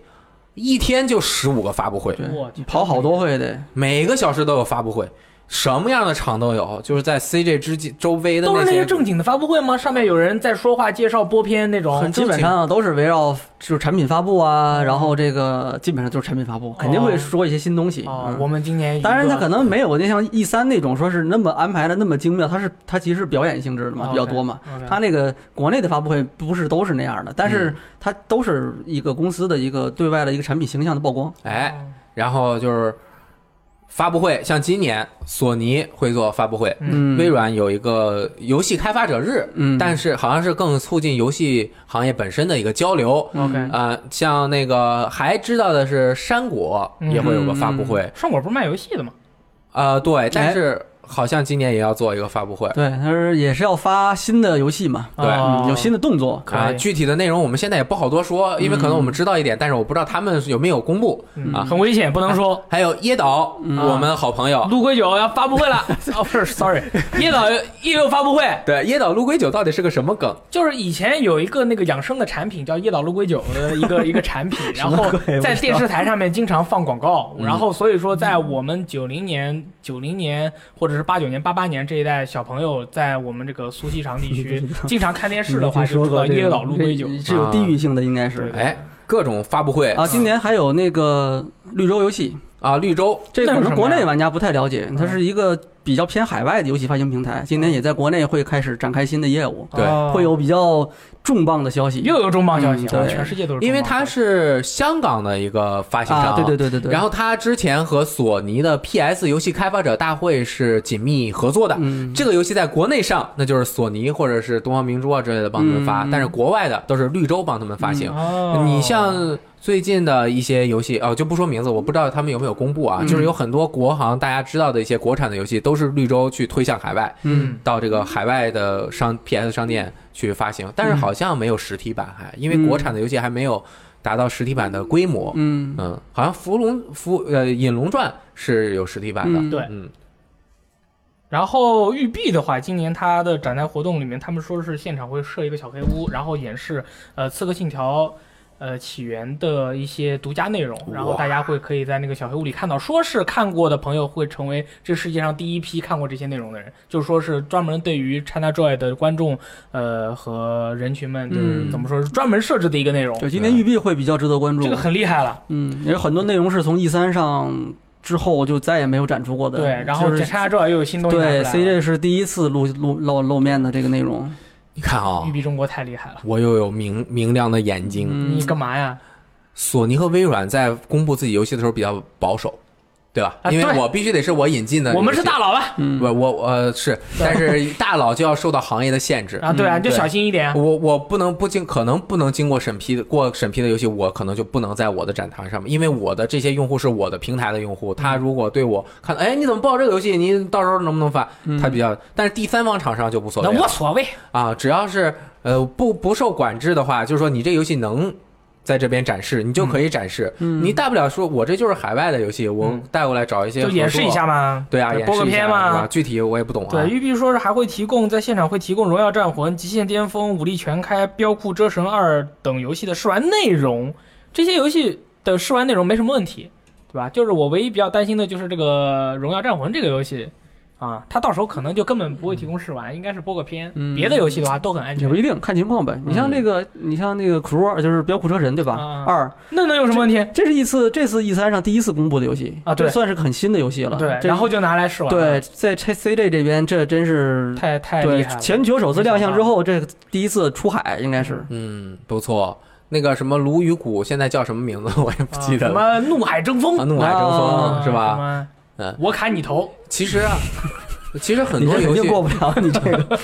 [SPEAKER 2] 一天就十五个发布会，
[SPEAKER 3] 对
[SPEAKER 4] 我去，
[SPEAKER 3] 跑好多会得，
[SPEAKER 2] 每个小时都有发布会，什么样的厂都有，就是在 CJ 之际周围的
[SPEAKER 4] 都是那
[SPEAKER 2] 些
[SPEAKER 4] 些正经的发布会吗？上面有人在说话、介绍、播片那种
[SPEAKER 2] 很。
[SPEAKER 3] 基本上啊都是围绕就是产品发布
[SPEAKER 4] 哦
[SPEAKER 3] 啊，然后这个基本上就是产品发布，肯定会说一些新东西。
[SPEAKER 4] 哦
[SPEAKER 3] 嗯，
[SPEAKER 4] 我们今年一个
[SPEAKER 3] 当然，它可能没有那像 E 三那种说是那么安排的那么精妙，它是它其实是表演性质的嘛，
[SPEAKER 4] OK，
[SPEAKER 3] 比较多嘛
[SPEAKER 4] OK。
[SPEAKER 3] 它那个国内的发布会不是都是那样的，但
[SPEAKER 4] 嗯
[SPEAKER 3] 是它都是一个公司的一个对外的一个产品形象的曝光。
[SPEAKER 2] 哎，
[SPEAKER 4] 嗯
[SPEAKER 2] 然后就是发布会，像今年索尼会做发布会，
[SPEAKER 3] 嗯
[SPEAKER 2] 微软有一个游戏开发者日，
[SPEAKER 3] 嗯
[SPEAKER 2] 但是好像是更促进游戏行业本身的一个交流。
[SPEAKER 4] OK。
[SPEAKER 2] 呃，像那个还知道的是山果
[SPEAKER 4] 嗯
[SPEAKER 2] 也会有个发布会，
[SPEAKER 4] 上果不是卖游戏的吗？
[SPEAKER 2] 呃，
[SPEAKER 4] 哎
[SPEAKER 2] 对，但是好像今年也要做一个发布会。
[SPEAKER 3] 对，它是也是要发新的游戏嘛，
[SPEAKER 2] 对
[SPEAKER 4] 哦
[SPEAKER 3] 嗯有新的动作。
[SPEAKER 4] 可以
[SPEAKER 2] 啊，具体的内容我们现在也不好多说，因为可能我们知道一点，但是我不知道他们有没有公布
[SPEAKER 4] 嗯
[SPEAKER 2] 啊。
[SPEAKER 4] 很危险，不能说。
[SPEAKER 2] 还有椰岛，我们好朋友，
[SPEAKER 4] 陆龟九要发布 会了，哦，不是，sorry，叶导也有发布会，
[SPEAKER 2] 对，椰岛陆龟酒到底是个什么梗？
[SPEAKER 4] 就是以前有一个那个养生的产品叫叶岛鹿龟酒的一 个一个产品，然后在电视台上面经常放广告，
[SPEAKER 3] 嗯
[SPEAKER 4] 然后所以说在我们九零年、九零年或者是八九年、八八年这一代小朋友，在我们这个苏锡常地区经常看电视的话，
[SPEAKER 3] 你
[SPEAKER 4] 就
[SPEAKER 3] 听
[SPEAKER 4] 知道
[SPEAKER 3] 过这个嗯
[SPEAKER 4] 叶岛鹿龟酒。啊
[SPEAKER 3] 这有地域性的应该是。
[SPEAKER 2] 哎，各种发布会
[SPEAKER 3] 啊，今年还有那个绿洲游戏，
[SPEAKER 2] 啊，绿洲
[SPEAKER 3] 这
[SPEAKER 4] 那
[SPEAKER 3] 可
[SPEAKER 4] 是
[SPEAKER 3] 能
[SPEAKER 4] 什么
[SPEAKER 3] 国内
[SPEAKER 4] 呀嗯
[SPEAKER 3] 玩家不太了解，它是一个比较偏海外的游戏发行平台，今年也在国内会开始展开新的业务，
[SPEAKER 2] 对
[SPEAKER 4] 哦
[SPEAKER 3] 会有比较重磅的消息。
[SPEAKER 4] 又有重磅消息，
[SPEAKER 3] 嗯对
[SPEAKER 4] 哇全世界都是重磅消息，
[SPEAKER 2] 因为它是香港的一个发行商，
[SPEAKER 3] 啊，对对对对对。
[SPEAKER 2] 然
[SPEAKER 3] 后
[SPEAKER 2] 后它之前和索尼的 PS 游戏开发者大会是紧密合作的。
[SPEAKER 3] 嗯
[SPEAKER 2] 这个游戏在国内上，那就是索尼或者是东方明珠啊之类的帮他们发，
[SPEAKER 3] 嗯
[SPEAKER 2] 但是国外的都是绿洲帮他们发行。
[SPEAKER 4] 哦
[SPEAKER 2] 你像最近的一些游戏哦，就不说名字，我不知道他们有没有公布啊。就是有很多国行大家知道的一些国产的游戏，都是绿洲去推向海外，
[SPEAKER 4] 嗯
[SPEAKER 2] 到这个海外的商 PS 商店去发行，但是好像没有实体版还，因为国产的游戏还没有达到实体版的规模。
[SPEAKER 3] 嗯，
[SPEAKER 2] 嗯，好像《伏龙》《伏呃《引龙传》是有实体版的，
[SPEAKER 3] 嗯
[SPEAKER 4] 对
[SPEAKER 2] 嗯，
[SPEAKER 4] 然后育碧的话，今年它的展台活动里面，他们说是现场会设一个小黑屋，然后演示呃《刺客信条》呃起源的一些独家内容，然后大家会可以在那个小黑屋里看到，说是看过的朋友会成为这世界上第一批看过这些内容的人，就是说是专门对于 ChinaJoy 的观众呃和人群们，就是
[SPEAKER 2] 嗯
[SPEAKER 4] 怎么说是专门设置的一个内容，
[SPEAKER 3] 对，今年育碧会比较值得关注
[SPEAKER 4] 这个。很厉害了。
[SPEAKER 3] 嗯，有很多内容是从 E 三上之后就再也没有展出过的。
[SPEAKER 4] 对，然后
[SPEAKER 3] 就是
[SPEAKER 4] ChinaJoy 又有新东西拿出
[SPEAKER 3] 对
[SPEAKER 4] 来了，
[SPEAKER 3] CJ 是第一次露露露露面的这个内容。
[SPEAKER 2] 你看啊、
[SPEAKER 4] 育碧中国太厉害了，
[SPEAKER 2] 我又有明明亮的眼睛。
[SPEAKER 3] 嗯
[SPEAKER 4] 你干嘛呀？
[SPEAKER 2] 索尼和微软在公布自己游戏的时候比较保守，对吧？
[SPEAKER 4] 啊
[SPEAKER 2] 因为
[SPEAKER 4] 对
[SPEAKER 2] 我必须得是我引进的游戏，
[SPEAKER 4] 我们是大佬了
[SPEAKER 3] 嗯
[SPEAKER 2] 不，我我呃是，但 是大佬就要受到行业的限制。
[SPEAKER 4] 啊，对啊，你就
[SPEAKER 2] 对
[SPEAKER 4] 小心一点啊。
[SPEAKER 2] 我我不能不经可能不能经过审批的过审批的游戏，我可能就不能在我的展台上面，因为我的这些用户是我的平台的用户，
[SPEAKER 4] 嗯
[SPEAKER 2] 他如果对我看，哎，你怎么报这个游戏？你到时候能不能发？他比较，但是第三方厂商就无所谓
[SPEAKER 4] 嗯那
[SPEAKER 2] 了
[SPEAKER 4] 无所谓，
[SPEAKER 2] 啊，只要是呃不不受管制的话，就是说你这游戏能在这边展示，你就可
[SPEAKER 4] 嗯
[SPEAKER 2] 以展示。你大不了说，我这就是海外的游戏，我带过来找一些
[SPEAKER 4] 就演示一
[SPEAKER 2] 合作。
[SPEAKER 4] 下嘛，
[SPEAKER 2] 对啊，
[SPEAKER 4] 对
[SPEAKER 2] 演
[SPEAKER 4] 播
[SPEAKER 2] 示
[SPEAKER 4] 个
[SPEAKER 2] 一下
[SPEAKER 4] 片
[SPEAKER 2] 是吧
[SPEAKER 4] 嘛。
[SPEAKER 2] 具体我也不懂啊
[SPEAKER 4] 对，。玉碧说是还会提供在现场会提供《荣耀战魂》《极限巅峰》《武力全开》《标酷遮神二》等游戏的试玩内容，这些游戏的试玩内容没什么问题，对吧？就是我唯一比较担心的就是这个《荣耀战魂》这个游戏。啊，它到时候可能就根本不会提供试玩，应该是播个片。
[SPEAKER 2] 嗯
[SPEAKER 4] 别的游戏的话都很安
[SPEAKER 3] 也
[SPEAKER 4] 全
[SPEAKER 3] 不，一定，看情况呗。你像这个，你像那个《苦肉二》，就是《标酷车神》，对吧
[SPEAKER 4] 嗯啊？
[SPEAKER 3] 二，
[SPEAKER 4] 那能有什么问题？
[SPEAKER 3] 这是一次这次 E 三上第一次公布的游戏
[SPEAKER 4] 啊对
[SPEAKER 3] 这算是很新的游戏了。
[SPEAKER 4] 对，
[SPEAKER 3] 这
[SPEAKER 4] 然后就拿来试玩。，
[SPEAKER 3] 对，在 CJ 这边，这真是
[SPEAKER 4] 太太厉
[SPEAKER 3] 对
[SPEAKER 4] 害了。
[SPEAKER 3] 全球首次亮相之后，这第一次出海应该是。
[SPEAKER 2] 嗯，不错。那个什么鲈鱼谷现在叫什么名字 我也不记得
[SPEAKER 4] 啊什
[SPEAKER 2] 了。
[SPEAKER 4] 么怒海争锋
[SPEAKER 2] 啊，怒海争锋
[SPEAKER 4] 啊
[SPEAKER 2] 是
[SPEAKER 4] 什
[SPEAKER 2] 吧？
[SPEAKER 4] 么
[SPEAKER 2] 嗯
[SPEAKER 4] 我砍你头，
[SPEAKER 2] 其实啊， 其实很
[SPEAKER 3] 你
[SPEAKER 2] 多
[SPEAKER 3] 这肯
[SPEAKER 2] 游戏
[SPEAKER 3] 定过不了，你这个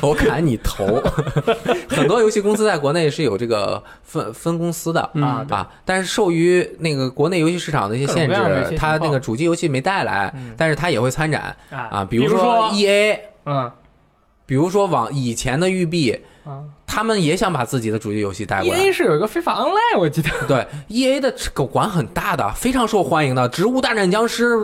[SPEAKER 2] 我砍你 头。很多游戏公司在国内是有这个分分公司的
[SPEAKER 4] 啊
[SPEAKER 3] 嗯
[SPEAKER 2] 啊，但是受于那个国内游戏市场的一些限
[SPEAKER 4] 各种各样的一
[SPEAKER 2] 制，
[SPEAKER 4] 些
[SPEAKER 2] 它
[SPEAKER 4] 情况
[SPEAKER 2] 那个主机游戏没带来
[SPEAKER 4] 嗯，
[SPEAKER 2] 但是它也会参展
[SPEAKER 4] 啊
[SPEAKER 2] 啊，比
[SPEAKER 4] 比如
[SPEAKER 2] 说 E A，
[SPEAKER 4] 嗯
[SPEAKER 2] 比如说往以前的育碧，
[SPEAKER 4] 嗯
[SPEAKER 2] 他们也想把自己的主机游戏带
[SPEAKER 4] ，E
[SPEAKER 2] 过来
[SPEAKER 4] A。是有一个非法 online，我记 得
[SPEAKER 2] 对，E A 的狗管很大的，非常受欢迎的，《植物大战僵尸》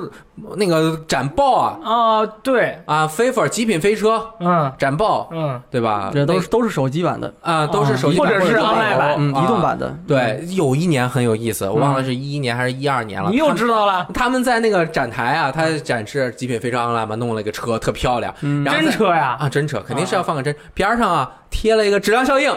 [SPEAKER 2] 那个展爆啊
[SPEAKER 4] 啊，对，
[SPEAKER 2] 啊，《FIFA 极品飞车》
[SPEAKER 4] 嗯
[SPEAKER 2] 展爆，
[SPEAKER 4] 嗯，
[SPEAKER 2] 对吧？
[SPEAKER 3] 这都
[SPEAKER 2] 啊那
[SPEAKER 3] 是都是手机版的，
[SPEAKER 4] 哦
[SPEAKER 2] 啊，都是手机
[SPEAKER 4] 或者
[SPEAKER 2] 版
[SPEAKER 4] 是
[SPEAKER 2] 动
[SPEAKER 4] online 版
[SPEAKER 2] 头
[SPEAKER 3] 嗯，
[SPEAKER 2] 啊
[SPEAKER 3] 移动版的。
[SPEAKER 2] 对，有一年很有意思，我忘了是一一年还是一二年了。
[SPEAKER 4] 你又知道了，
[SPEAKER 2] 他们在那个展台啊，他展示《极品飞车 online》嘛，弄了一个车，特漂亮。
[SPEAKER 3] 嗯
[SPEAKER 2] 然后
[SPEAKER 4] 真
[SPEAKER 2] 在
[SPEAKER 4] 车呀，
[SPEAKER 2] 啊，真车肯定是要放个真边儿上啊，贴了一个质量效 应，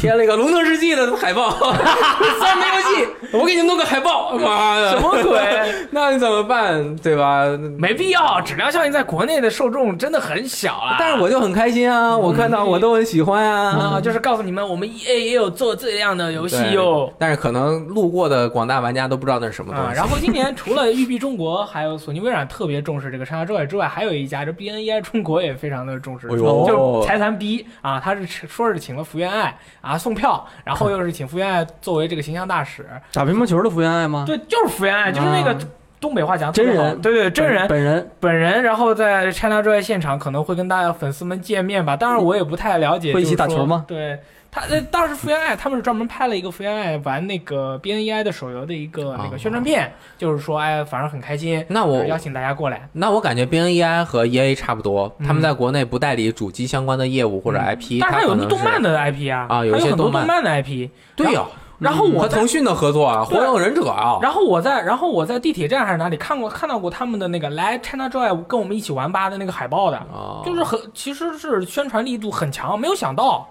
[SPEAKER 2] 贴了一个《龙腾世纪》的海报， 三 D 游戏，我给你弄个海报，妈的，
[SPEAKER 4] 嗯什么鬼？
[SPEAKER 2] 那你怎么办，对吧？
[SPEAKER 4] 没必要，质量效应在国内的受众真的很小了。
[SPEAKER 2] 但是我就很开心
[SPEAKER 4] 嗯
[SPEAKER 2] 啊，我看到我都很喜欢啊。
[SPEAKER 4] 啊，就是告诉你们，我们 E A 也有做这样的游戏
[SPEAKER 2] 对
[SPEAKER 4] 哟。
[SPEAKER 2] 但是可能路过的广大玩家都不知道那是什么东
[SPEAKER 4] 啊，
[SPEAKER 2] 西。
[SPEAKER 4] 然后今年除了育碧中国，还有索尼、微软特别重视这个《山下之外之外，还有一家这 BNEI 中国也非常的重视，
[SPEAKER 2] 哎呦
[SPEAKER 4] 就是财团 B 啊，他是请说是请了福原爱啊送票，然后又是请福原爱作为这个形象大使，
[SPEAKER 3] 打乒乓球的福原爱吗？
[SPEAKER 4] 对，就是福原爱，就是那个
[SPEAKER 3] 啊
[SPEAKER 4] 东北话讲
[SPEAKER 3] 真人
[SPEAKER 4] 特别好对对，真人
[SPEAKER 3] 本人
[SPEAKER 4] 本人，然后在 China Joy 现场可能会跟大家粉丝们见面吧。当然，我也不太了解。
[SPEAKER 3] 会一起
[SPEAKER 4] 就是
[SPEAKER 3] 打
[SPEAKER 4] 说
[SPEAKER 3] 球吗？
[SPEAKER 4] 对。他呃，当时福原爱他们是专门拍了一个福原爱玩那个 BNEI 的手游的一个
[SPEAKER 3] 啊
[SPEAKER 4] 那
[SPEAKER 2] 哦
[SPEAKER 4] 个宣传片，就是说哎，反正很开心，
[SPEAKER 2] 那我
[SPEAKER 4] 邀请大家过来。
[SPEAKER 2] 那我感觉 BNEI 和 EA 差不多，
[SPEAKER 4] 嗯
[SPEAKER 2] 他们在国内不代理主机相关的业务或者 IP，、
[SPEAKER 4] 但是它有
[SPEAKER 2] 可
[SPEAKER 4] 很
[SPEAKER 2] 能
[SPEAKER 4] 多
[SPEAKER 2] 是
[SPEAKER 4] 动漫的 IP 啊，
[SPEAKER 2] 啊
[SPEAKER 4] 还
[SPEAKER 2] 有
[SPEAKER 4] 有
[SPEAKER 2] 一些
[SPEAKER 4] 很多
[SPEAKER 2] 动漫
[SPEAKER 4] 动漫的 IP。
[SPEAKER 2] 对哦呀、
[SPEAKER 4] 然后我
[SPEAKER 2] 和腾讯的合作啊，《火
[SPEAKER 4] 对
[SPEAKER 2] 影忍者》啊，
[SPEAKER 4] 然后我在，然后我在地铁站还是哪里看过看到过他们的那个来 China Joy 跟我们一起玩吧的那个海报的，
[SPEAKER 2] 啊，
[SPEAKER 4] 就是很其实是宣传力度很强，没有想到，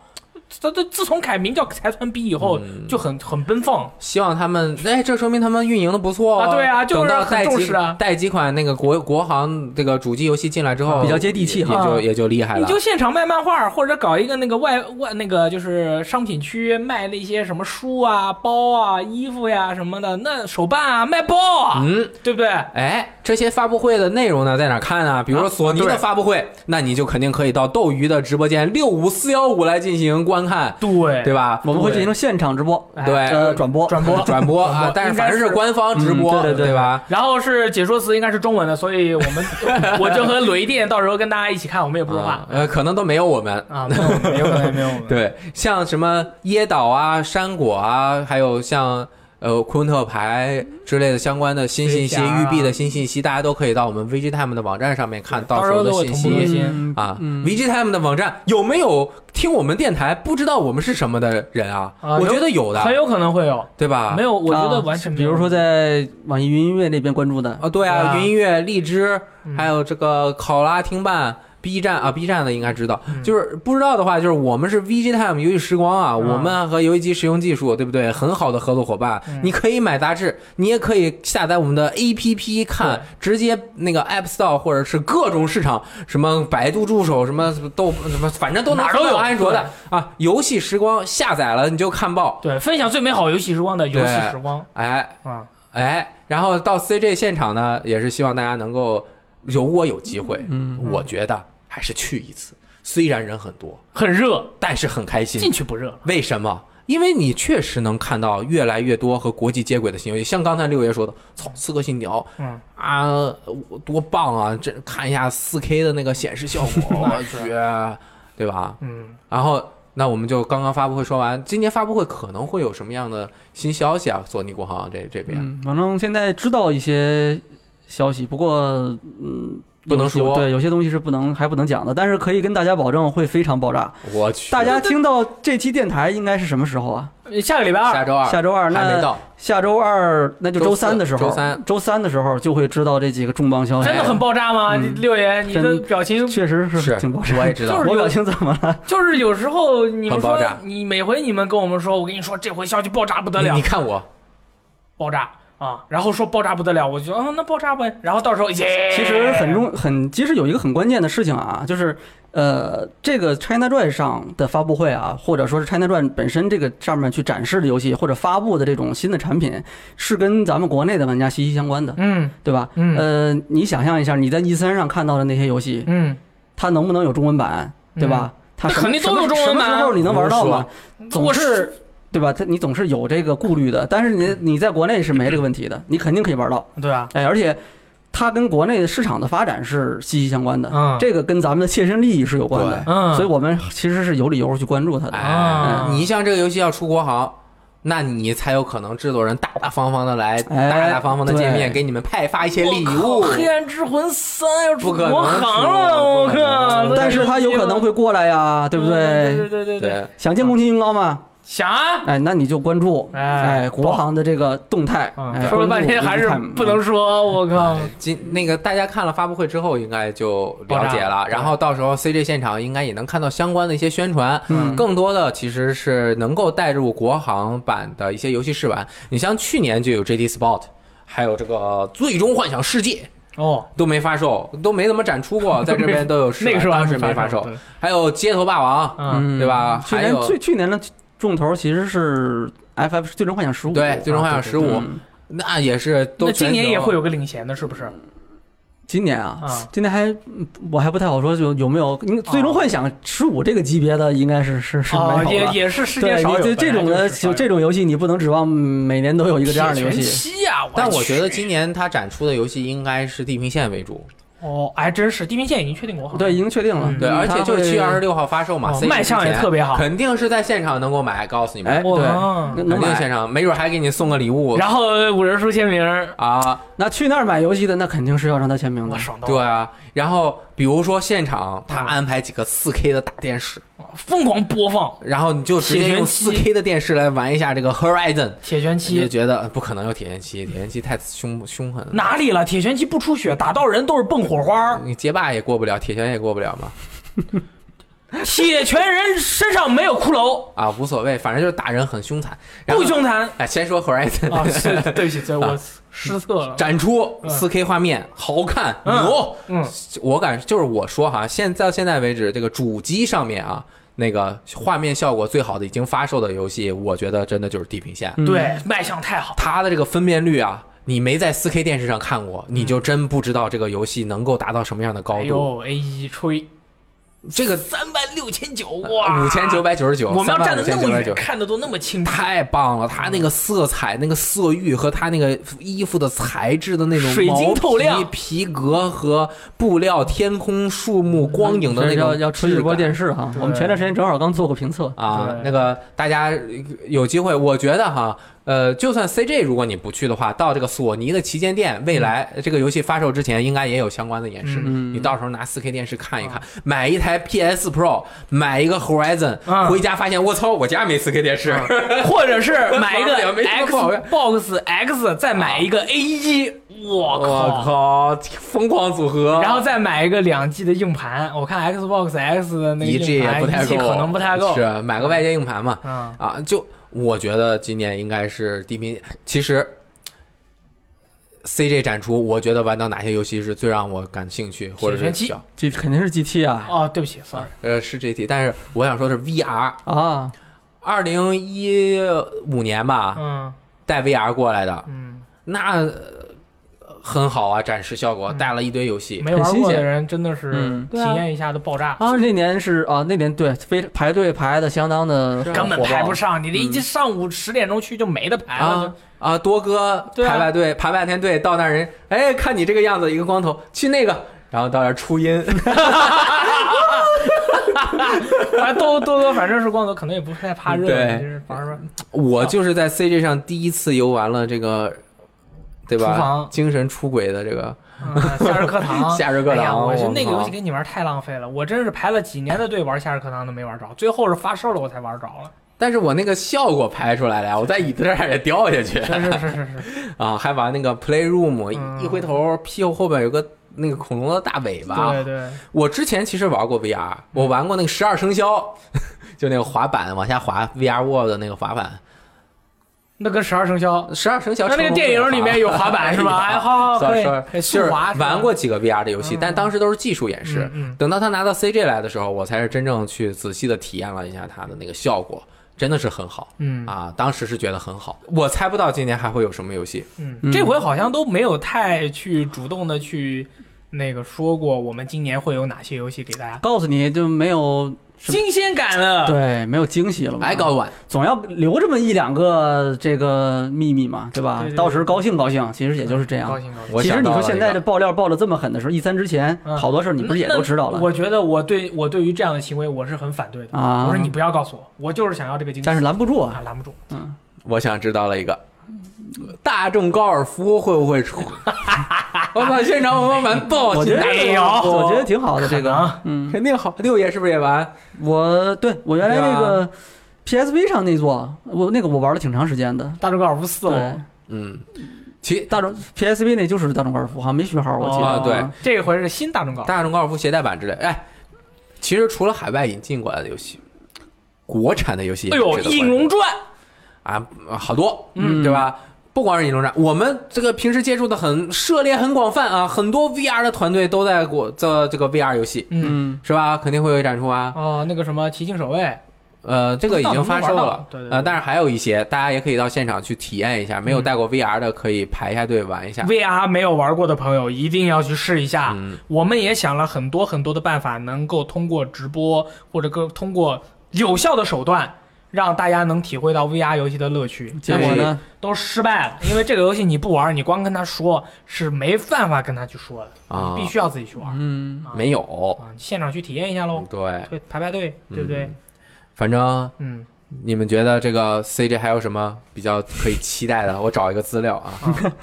[SPEAKER 4] 他他自从改名叫财团 B 以后
[SPEAKER 2] 嗯
[SPEAKER 4] 哦就很很奔放，
[SPEAKER 2] 希望他们哎，这说明他们运营的不错哦
[SPEAKER 4] 啊对啊就是
[SPEAKER 2] 等到
[SPEAKER 4] 很
[SPEAKER 2] 带
[SPEAKER 4] 重
[SPEAKER 2] 几
[SPEAKER 4] 视啊
[SPEAKER 2] 带几款那个国国行这个主机游戏进来之后，
[SPEAKER 3] 比较接地气
[SPEAKER 2] 也
[SPEAKER 3] 哈
[SPEAKER 2] 也就
[SPEAKER 4] 啊
[SPEAKER 2] 也就厉害
[SPEAKER 4] 你
[SPEAKER 2] 了。
[SPEAKER 4] 就现场卖漫画，或者搞一个那个外外那个就是商品区卖那些什么书啊、包啊、衣服呀、什么的，那手办啊卖包啊，
[SPEAKER 2] 嗯，
[SPEAKER 4] 对不对？
[SPEAKER 2] 哎，这些发布会的内容呢，在哪看啊？比如说索尼的
[SPEAKER 4] 对
[SPEAKER 2] 发布会，那你就肯定可以到斗鱼的直播间六五四幺五来进行观看，
[SPEAKER 4] 对
[SPEAKER 2] 对吧？
[SPEAKER 3] 我们会进行现场直播，
[SPEAKER 4] 哎
[SPEAKER 2] 对
[SPEAKER 3] 呃，转播，
[SPEAKER 4] 转播
[SPEAKER 2] 转播啊，但是反正是官方直播，
[SPEAKER 3] 嗯对对对
[SPEAKER 2] 吧？
[SPEAKER 4] 然后是解说词应该是中文的，所以我 们我就和雷电到时候跟大家一起看，我们也不说
[SPEAKER 2] 啊
[SPEAKER 4] 话嗯
[SPEAKER 2] 呃，可能都没有我们。
[SPEAKER 4] 啊，没有我们没有可能没有我 们。
[SPEAKER 2] 对，像什么椰岛啊、山果啊，还有像呃昆特牌之类的相关的新信息、
[SPEAKER 4] 飞侠啊
[SPEAKER 2] 育碧的新信息，大家都可以到我们 VGTime 的网站上面看到时候的
[SPEAKER 4] 到时候
[SPEAKER 2] 信
[SPEAKER 4] 都有同步
[SPEAKER 2] 息
[SPEAKER 4] 的
[SPEAKER 3] 嗯
[SPEAKER 2] 啊。
[SPEAKER 3] 嗯
[SPEAKER 2] VGTime 的网站有没有听我们电台不知道我们是什么的人啊？
[SPEAKER 4] 啊
[SPEAKER 2] 我觉得有的，
[SPEAKER 4] 很有可能会有，
[SPEAKER 2] 对吧？
[SPEAKER 4] 没有，我觉得
[SPEAKER 3] 啊
[SPEAKER 4] 完全没
[SPEAKER 3] 比
[SPEAKER 4] 有。
[SPEAKER 3] 如说在网易云音乐那边关注的，
[SPEAKER 2] 啊，对啊，
[SPEAKER 4] 对啊
[SPEAKER 2] 云音乐、荔枝，
[SPEAKER 4] 嗯
[SPEAKER 2] 还有这个考拉听办。B 站啊，B 站的应该知道，
[SPEAKER 4] 嗯
[SPEAKER 2] 就是不知道的话，就是我们是 VG Time 游戏时光啊，
[SPEAKER 4] 嗯
[SPEAKER 2] 我们和游戏机使用技术，对不对？很好的合作伙伴
[SPEAKER 4] 嗯，
[SPEAKER 2] 你可以买杂志，你也可以下载我们的 APP 看，直接那个 App Store 或者是各种市场，什么百度助手，什么豆，什么反正都能
[SPEAKER 4] 哪儿都有
[SPEAKER 2] 搜到安卓的啊。游戏时光下载了你就看报，
[SPEAKER 4] 对，分享最美好游戏时光的游戏时光
[SPEAKER 2] 哎，
[SPEAKER 4] 啊，
[SPEAKER 2] 哎，然后到 CJ 现场呢，也是希望大家能够，如果有机会，
[SPEAKER 3] 嗯，
[SPEAKER 2] 我觉得还是去一次。虽然人很多，
[SPEAKER 4] 很热，
[SPEAKER 2] 但是很开
[SPEAKER 4] 进
[SPEAKER 2] 心。
[SPEAKER 4] 去不热。
[SPEAKER 2] 为什么？因为你确实能看到越来越多和国际接轨的新游戏，像刚才六爷说的，操，《刺客信条》
[SPEAKER 4] 嗯，
[SPEAKER 2] 啊，我多棒啊！这看一下 4K 的那个显示效果，我去，对吧？
[SPEAKER 4] 嗯，
[SPEAKER 2] 然后那我们就刚刚发布会说完，今年发布会可能会有什么样的新消息啊？索尼国行这这边、
[SPEAKER 3] 嗯，反正现在知道一些消息，不过嗯，
[SPEAKER 2] 不能
[SPEAKER 3] 有
[SPEAKER 2] 说
[SPEAKER 3] 对，有些东西是不能还不能讲的，但是可以跟大家保证会非常爆炸。
[SPEAKER 2] 我去，
[SPEAKER 3] 大家听到这期电台应该是什么时候啊？
[SPEAKER 4] 下个礼拜二
[SPEAKER 2] 下周二
[SPEAKER 3] 下周二，
[SPEAKER 2] 还没
[SPEAKER 3] 那
[SPEAKER 2] 到，
[SPEAKER 3] 下周二那就
[SPEAKER 2] 周
[SPEAKER 3] 周
[SPEAKER 2] 四
[SPEAKER 3] 三的时候，
[SPEAKER 2] 周三
[SPEAKER 3] 周三的时候就会知道这几个重磅消息
[SPEAKER 4] 真，的很爆炸吗？
[SPEAKER 3] 嗯
[SPEAKER 4] 六爷，你的
[SPEAKER 3] 真
[SPEAKER 4] 表情
[SPEAKER 3] 确实
[SPEAKER 2] 是
[SPEAKER 3] 挺爆炸。
[SPEAKER 2] 我也知道
[SPEAKER 4] 就，是哎
[SPEAKER 3] 我表情怎么了？
[SPEAKER 4] 就是有时候你们
[SPEAKER 2] 很爆
[SPEAKER 4] 说
[SPEAKER 2] 炸，
[SPEAKER 4] 你每回你们跟我们说，我跟你说这回消息爆炸不得
[SPEAKER 2] 你
[SPEAKER 4] 了
[SPEAKER 2] 你，看我，
[SPEAKER 4] 爆炸啊，然后说爆炸不得了，我就啊那爆炸呗，然后到时候耶，
[SPEAKER 3] 其实很重很，其实有一个很关键的事情啊，就是呃，这个 China Drive 上的发布会啊，或者说是 China Drive 本身这个上面去展示的游戏或者发布的这种新的产品，是跟咱们国内的玩家息息相关的，
[SPEAKER 4] 嗯
[SPEAKER 3] 对吧？
[SPEAKER 4] 嗯
[SPEAKER 3] 呃，你想象一下，你在 E 3上看到的那些游戏，
[SPEAKER 4] 嗯，
[SPEAKER 3] 它能不能有中文版，对吧？它
[SPEAKER 4] 那
[SPEAKER 3] 什么
[SPEAKER 4] 肯定都有中文
[SPEAKER 3] 什
[SPEAKER 4] 版啊
[SPEAKER 3] 么时候你能玩到吗？总
[SPEAKER 4] 我
[SPEAKER 3] 是对吧？它你总是有这个顾虑的，但是
[SPEAKER 4] 嗯
[SPEAKER 3] 你你在国内是没这个问题的，你肯定可以玩到。
[SPEAKER 4] 对啊，
[SPEAKER 3] 哎，而且它跟国内的市场的发展是息息相关的，
[SPEAKER 4] 嗯
[SPEAKER 3] 这个跟咱们的切身利益是有关的，
[SPEAKER 4] 嗯，
[SPEAKER 3] 所以我们其实是有理由去关注它的。
[SPEAKER 2] 哎
[SPEAKER 4] 啊，
[SPEAKER 2] 你像这个游戏要出国行，那你才有可能制作人大大方方的来，
[SPEAKER 3] 哎
[SPEAKER 2] 大大方方的见面，
[SPEAKER 3] 对
[SPEAKER 2] 给你们派发一些礼
[SPEAKER 4] 我
[SPEAKER 2] 物
[SPEAKER 4] 靠，。黑暗之魂三要出
[SPEAKER 2] 不可能
[SPEAKER 4] 国行了，
[SPEAKER 2] 出
[SPEAKER 4] 我
[SPEAKER 2] 不可
[SPEAKER 4] 靠！
[SPEAKER 2] 能
[SPEAKER 4] 都
[SPEAKER 3] 但是它有可能会过来呀，对不
[SPEAKER 4] 嗯对
[SPEAKER 3] 对？
[SPEAKER 4] 对对对，
[SPEAKER 2] 对，
[SPEAKER 3] 想见宫崎英高吗？
[SPEAKER 4] 想啊，
[SPEAKER 3] 哎，那你就关注
[SPEAKER 4] 哎嗯
[SPEAKER 3] 哎国行的这个动态。哎
[SPEAKER 4] 啊说了半天还是不。
[SPEAKER 3] 嗯
[SPEAKER 4] 能说，我靠！
[SPEAKER 2] 今那个大家看了发布会之后，应该就了解
[SPEAKER 4] 爆炸
[SPEAKER 2] 了。
[SPEAKER 4] 了
[SPEAKER 2] 然后到时候 CJ 现场应该也能看到相关的一些宣传。
[SPEAKER 3] 嗯
[SPEAKER 2] 更多的其实是能够带入国行版的一些游戏试玩。你像去年就有 GT Sport，还有这个《最终幻想世界》。
[SPEAKER 4] 哦，
[SPEAKER 2] 都没发售，都没怎么展出过，在这边 都有试玩
[SPEAKER 4] 那个时候还
[SPEAKER 2] 当时没发
[SPEAKER 4] 发
[SPEAKER 2] 售
[SPEAKER 4] 对，
[SPEAKER 2] 还有街头霸王，
[SPEAKER 4] 嗯，
[SPEAKER 3] 嗯，
[SPEAKER 2] 对吧
[SPEAKER 3] 去
[SPEAKER 2] 还
[SPEAKER 3] 年
[SPEAKER 2] 有
[SPEAKER 3] 最去年的重头其实是 FF 最终幻想十五，
[SPEAKER 2] 对，最终幻想十五，
[SPEAKER 3] 嗯
[SPEAKER 2] 那也是都
[SPEAKER 4] 那
[SPEAKER 2] 全
[SPEAKER 4] 今年
[SPEAKER 2] 球
[SPEAKER 4] 也会有个领衔的，是不是？
[SPEAKER 3] 今年啊，
[SPEAKER 4] 啊
[SPEAKER 3] 今天还嗯我还不太好说有有没有，因为最终幻想十五这个级别的应该是是是
[SPEAKER 4] 哦，
[SPEAKER 3] 没有
[SPEAKER 4] 也
[SPEAKER 3] 了。
[SPEAKER 4] 也是世界
[SPEAKER 3] 对，
[SPEAKER 4] 少
[SPEAKER 3] 你
[SPEAKER 4] 有
[SPEAKER 3] 这
[SPEAKER 4] 本
[SPEAKER 3] 这种
[SPEAKER 4] 来
[SPEAKER 3] 的
[SPEAKER 4] 就是少
[SPEAKER 3] 就
[SPEAKER 4] 有
[SPEAKER 3] 这种游戏，你不能指望每年都有一个这样的游
[SPEAKER 4] 铁拳
[SPEAKER 3] 戏。
[SPEAKER 4] 七呀、
[SPEAKER 2] 但我
[SPEAKER 4] 啊去
[SPEAKER 2] 觉得今年它展出的游戏应该是《地平线》为主，
[SPEAKER 4] 哦，还真是地平线已经确定国行，
[SPEAKER 3] 对，已，经确定了。
[SPEAKER 4] 嗯
[SPEAKER 2] 对，而且就是七月二十
[SPEAKER 3] 六，
[SPEAKER 2] 六号发售嘛，
[SPEAKER 4] 哦
[SPEAKER 2] CJ
[SPEAKER 4] 卖相也
[SPEAKER 2] 之前
[SPEAKER 4] 特别好
[SPEAKER 2] 肯定是在现场能够买，告诉你
[SPEAKER 3] 哎，
[SPEAKER 2] 们，
[SPEAKER 4] 哇
[SPEAKER 3] 对，能
[SPEAKER 2] 肯定现
[SPEAKER 3] 买。
[SPEAKER 2] 场，没准还给你送个礼物
[SPEAKER 4] 然后五人书签名儿，
[SPEAKER 2] 啊，
[SPEAKER 3] 那去那儿买游戏的，那肯定是要让他签名的
[SPEAKER 4] 我。爽到
[SPEAKER 2] 对
[SPEAKER 4] 了，
[SPEAKER 2] 啊，然后比如说现场他
[SPEAKER 4] 嗯
[SPEAKER 2] 安排几个四 K 的大电视，
[SPEAKER 4] 疯狂播放
[SPEAKER 2] 然后你就直接用四
[SPEAKER 4] 铁拳七
[SPEAKER 2] K 的电视来玩一下这个 Horizon。
[SPEAKER 4] 铁拳
[SPEAKER 2] 你就
[SPEAKER 4] 七。
[SPEAKER 2] 觉得呃不可能有铁拳七，铁拳七太凶凶狠了。
[SPEAKER 4] 哪里了？铁拳七不出血，打到人都是蹦火花儿。
[SPEAKER 2] 你街霸也过不了，铁拳也过不了嘛。嗯
[SPEAKER 4] 铁拳人身上没有骷髅，
[SPEAKER 2] 啊，无所谓，反正就是打人很凶残。 然
[SPEAKER 4] 不
[SPEAKER 2] 后，
[SPEAKER 4] 凶残
[SPEAKER 2] 哎，先说 Horizon，、
[SPEAKER 4] 啊！是，对不起，对
[SPEAKER 2] 啊
[SPEAKER 4] 我失策 了。
[SPEAKER 2] 展出
[SPEAKER 4] 嗯
[SPEAKER 2] 4 K 画面，好看
[SPEAKER 4] 嗯
[SPEAKER 2] 牛。
[SPEAKER 4] 嗯，
[SPEAKER 2] 我感就是我说哈，现到现在为止，这个主机上面啊，那个画面效果最好的已经发售的游戏，我觉得真的就是《地平线》
[SPEAKER 3] 嗯
[SPEAKER 4] 对，卖相太好。
[SPEAKER 2] 它的这个分辨率啊。你没在4 K 电视上看过，你就真不知道这个游戏能够达到什么样的高
[SPEAKER 4] 嗯哎
[SPEAKER 2] 度。
[SPEAKER 4] 呦，A 一吹
[SPEAKER 2] 这个
[SPEAKER 4] 三万六千九哇，
[SPEAKER 2] 五千九百九十九，
[SPEAKER 4] 我们要站得那么
[SPEAKER 2] 3999
[SPEAKER 4] 远，看的都那么清楚，
[SPEAKER 2] 太棒了！它那个色彩、那个色域和它那个衣服的材质的那种
[SPEAKER 4] 水晶透亮
[SPEAKER 2] 毛皮、皮革和布料、天空、树木、光影的那
[SPEAKER 3] 所以
[SPEAKER 2] 种
[SPEAKER 3] 要要吹一波
[SPEAKER 2] 质感
[SPEAKER 3] 电视哈。
[SPEAKER 4] 对
[SPEAKER 3] 我们前段时间正好刚做过评测，
[SPEAKER 2] 啊
[SPEAKER 4] 对，
[SPEAKER 2] 那个大家呃有机会，我觉得哈，呃，就算 CJ 如果你不去的话，到这个索尼的旗舰店，未来
[SPEAKER 4] 嗯
[SPEAKER 2] 这个游戏发售之前，应该也有相关的演示。
[SPEAKER 3] 嗯
[SPEAKER 2] 你到时候拿 4K 电视看一看，买一台 PS Pro，买一个 Horizon，、
[SPEAKER 4] 嗯
[SPEAKER 2] 回家发现我操，我家没 4K 电视。
[SPEAKER 4] 或者是买一个
[SPEAKER 2] 玩不了没什么好玩
[SPEAKER 4] Xbox X，再买一个 A 一，我
[SPEAKER 2] 我
[SPEAKER 4] 靠！
[SPEAKER 2] 靠，疯狂组合！
[SPEAKER 4] 然后再买一个两 G 的硬盘，我看 Xbox X 的那个
[SPEAKER 2] 一 G
[SPEAKER 4] 硬
[SPEAKER 2] 也
[SPEAKER 4] 盘
[SPEAKER 2] 不太
[SPEAKER 4] 1 G
[SPEAKER 2] 够，啊
[SPEAKER 4] 可能不太够。
[SPEAKER 2] 是买个外接硬盘嘛？
[SPEAKER 4] 嗯，
[SPEAKER 2] 啊，就我觉得今年应该是地平，其实。CJ 展出，我觉得玩到哪些游戏是最让我感兴趣，或者
[SPEAKER 4] 铁
[SPEAKER 2] 是
[SPEAKER 4] 拳七
[SPEAKER 2] 比较
[SPEAKER 3] 这肯定是 GT 啊
[SPEAKER 4] 哦，对不起，sorry，
[SPEAKER 2] 呃是 GT，但是我想说的是 VR，
[SPEAKER 3] 啊！
[SPEAKER 2] 二零一五年吧，
[SPEAKER 4] 嗯
[SPEAKER 2] 带 VR 过来的，
[SPEAKER 4] 嗯，
[SPEAKER 2] 那呃很好啊，展示效果，
[SPEAKER 4] 嗯
[SPEAKER 2] 带了一堆游戏，
[SPEAKER 4] 没玩
[SPEAKER 3] 新
[SPEAKER 4] 过的
[SPEAKER 3] 鲜
[SPEAKER 4] 人真的是
[SPEAKER 3] 嗯
[SPEAKER 4] 体
[SPEAKER 3] 对啊
[SPEAKER 4] 验一下都爆炸，
[SPEAKER 3] 啊，那年是啊，那年对，非排队排的相当的
[SPEAKER 2] 是啊
[SPEAKER 4] 根本
[SPEAKER 3] 火爆
[SPEAKER 4] 排不上，你这一上午十点钟去就没得排了
[SPEAKER 2] 啊。啊！多哥
[SPEAKER 4] 对啊
[SPEAKER 2] 排半队，排半天队，到那儿人，哎，看你这个样子，一个光头，去那个，然后到那儿初音，
[SPEAKER 4] 反正多多多，反正是光头，可能也不太怕
[SPEAKER 2] 嗯
[SPEAKER 4] 热，
[SPEAKER 2] 对
[SPEAKER 4] 就是玩玩。
[SPEAKER 2] 我就是在 CG 上第一次游玩了这个，对
[SPEAKER 4] 厨
[SPEAKER 2] 吧
[SPEAKER 4] 房？
[SPEAKER 2] 精神出轨的这个
[SPEAKER 4] 嗯夏日课堂，
[SPEAKER 2] 夏日课堂
[SPEAKER 4] 哎呀，我是
[SPEAKER 2] 我
[SPEAKER 4] 那个游
[SPEAKER 2] 靠
[SPEAKER 4] 戏跟你玩太浪费了，我真是排了几年的队玩夏日课堂都没玩着，最后是发售了我才玩着了。
[SPEAKER 2] 但是我那个效果拍出来了呀，我在椅子上也掉下 去
[SPEAKER 4] 是是是是 是，
[SPEAKER 2] 啊，还玩那个 Playroom，
[SPEAKER 4] 嗯
[SPEAKER 2] 一一回头屁股后边有个那个恐龙的大尾巴。
[SPEAKER 3] 哦
[SPEAKER 4] 对对，
[SPEAKER 2] 我之前其实玩过 VR，我玩过那个十二生肖， 就那个滑板往下滑 VR World 的那个滑板。
[SPEAKER 4] 那跟十二生肖，
[SPEAKER 2] 十二生肖
[SPEAKER 4] 那
[SPEAKER 2] 成龙
[SPEAKER 4] 那
[SPEAKER 2] 的
[SPEAKER 4] 个
[SPEAKER 2] 滑，
[SPEAKER 4] 电影里面有 滑板是吧？哎，好好可以
[SPEAKER 2] Sorry，sorry，
[SPEAKER 4] 可以
[SPEAKER 2] 就
[SPEAKER 4] 速
[SPEAKER 2] 是
[SPEAKER 4] 滑是吧
[SPEAKER 2] 玩过几个 VR 的游戏
[SPEAKER 4] 嗯，
[SPEAKER 2] 但当时都是技术演示。
[SPEAKER 4] 嗯嗯
[SPEAKER 2] 等到他拿到 CG 来的时候，我才是真正去仔细的体验了一下它的那个效果，真的是很好
[SPEAKER 4] 嗯
[SPEAKER 2] 啊！当时是觉得很好，我猜不到今年还会有什么游戏。
[SPEAKER 4] 嗯，这回好像都没有太去主动的去那个说过我们今年会有哪些游戏给大家
[SPEAKER 3] 告诉你就没有是
[SPEAKER 4] 新鲜感了。
[SPEAKER 3] 对，没有惊喜了嘛。
[SPEAKER 4] 哎
[SPEAKER 2] I got one，
[SPEAKER 3] 总要留这么一两个这个秘密嘛，对吧？
[SPEAKER 4] 对对对
[SPEAKER 3] 到时候高兴高兴，其实也就是这
[SPEAKER 4] 高
[SPEAKER 3] 样。
[SPEAKER 4] 兴高兴。
[SPEAKER 2] 我
[SPEAKER 3] 其实
[SPEAKER 2] 想
[SPEAKER 3] 你
[SPEAKER 2] 到
[SPEAKER 3] 说
[SPEAKER 2] 了
[SPEAKER 3] 现
[SPEAKER 2] 一
[SPEAKER 3] 在
[SPEAKER 2] 个
[SPEAKER 3] 这爆料爆的这么狠的时候，一三之前
[SPEAKER 4] 嗯
[SPEAKER 3] 好多事儿你不是也都知道
[SPEAKER 4] 那
[SPEAKER 3] 了？
[SPEAKER 4] 我觉得我对我对于这样的行为我是很反对的。
[SPEAKER 3] 啊
[SPEAKER 4] 嗯我说你不要告诉我，我就是想要这个惊喜。
[SPEAKER 3] 但是拦不住啊。
[SPEAKER 4] 啊，拦不住。
[SPEAKER 3] 嗯，
[SPEAKER 2] 我想知道了一个，大众高尔夫会不会出？ 我操，现场我们玩爆，
[SPEAKER 3] 我觉得
[SPEAKER 2] 没有，
[SPEAKER 3] 我觉得挺好的这
[SPEAKER 4] 可
[SPEAKER 3] 个
[SPEAKER 4] 能。啊
[SPEAKER 3] 嗯，
[SPEAKER 2] 肯定好。六爷是不是也玩？
[SPEAKER 3] 我对我原来
[SPEAKER 4] 啊
[SPEAKER 3] 那个 PSV 上那座，我那个我玩了挺长时间的。
[SPEAKER 4] 大众高尔夫四
[SPEAKER 3] 对
[SPEAKER 4] 楼，，
[SPEAKER 2] 嗯，其
[SPEAKER 3] 大众 PSV 那就是大众高尔夫，好像没序号，我记得。
[SPEAKER 2] 哦对，
[SPEAKER 4] 这回是新大众高尔夫。
[SPEAKER 2] 啊大众高尔夫携带版之类。哎，其实除了海外引进过来的游戏，国产的游戏也
[SPEAKER 4] 哎
[SPEAKER 2] 值得
[SPEAKER 4] 呦，
[SPEAKER 2] 关
[SPEAKER 4] 《
[SPEAKER 2] 注，
[SPEAKER 4] 应龙传》
[SPEAKER 2] 啊，好多，嗯，对吧？不光是引龙战，我们这个平时接触的很涉猎很广泛啊，很多 VR 的团队都在国做这个 VR 游戏，
[SPEAKER 3] 嗯，
[SPEAKER 2] 是吧？肯定会有展出啊。
[SPEAKER 4] 哦，那个什么《骑行守卫》
[SPEAKER 2] 呃，这个已经发售了，
[SPEAKER 4] 对对对
[SPEAKER 2] 呃，但是还有一些大家也可以到现场去体验一下，没有带过 VR 的可以排一下队玩一下。
[SPEAKER 4] VR 没有玩过的朋友一定要去试一下。
[SPEAKER 2] 嗯，
[SPEAKER 4] 我们也想了很多很多的办法，能够通过直播或者更通过有效的手段，让大家能体会到 VR 游戏的乐趣。
[SPEAKER 3] 结果呢？
[SPEAKER 4] 都失败了，因为这个游戏你不玩，你光跟他说是没办法跟他去说的，
[SPEAKER 2] 啊
[SPEAKER 4] 你必须要自己去玩
[SPEAKER 3] 嗯，
[SPEAKER 4] 啊
[SPEAKER 2] 没有，嗯
[SPEAKER 4] 啊，你现场去体验一下喽，
[SPEAKER 2] 对，
[SPEAKER 4] 对，排排队，对不对？
[SPEAKER 2] 反正
[SPEAKER 4] 嗯，
[SPEAKER 2] 你们觉得这个 CJ 还有什么比较可以期待的？ 我找一个资料啊。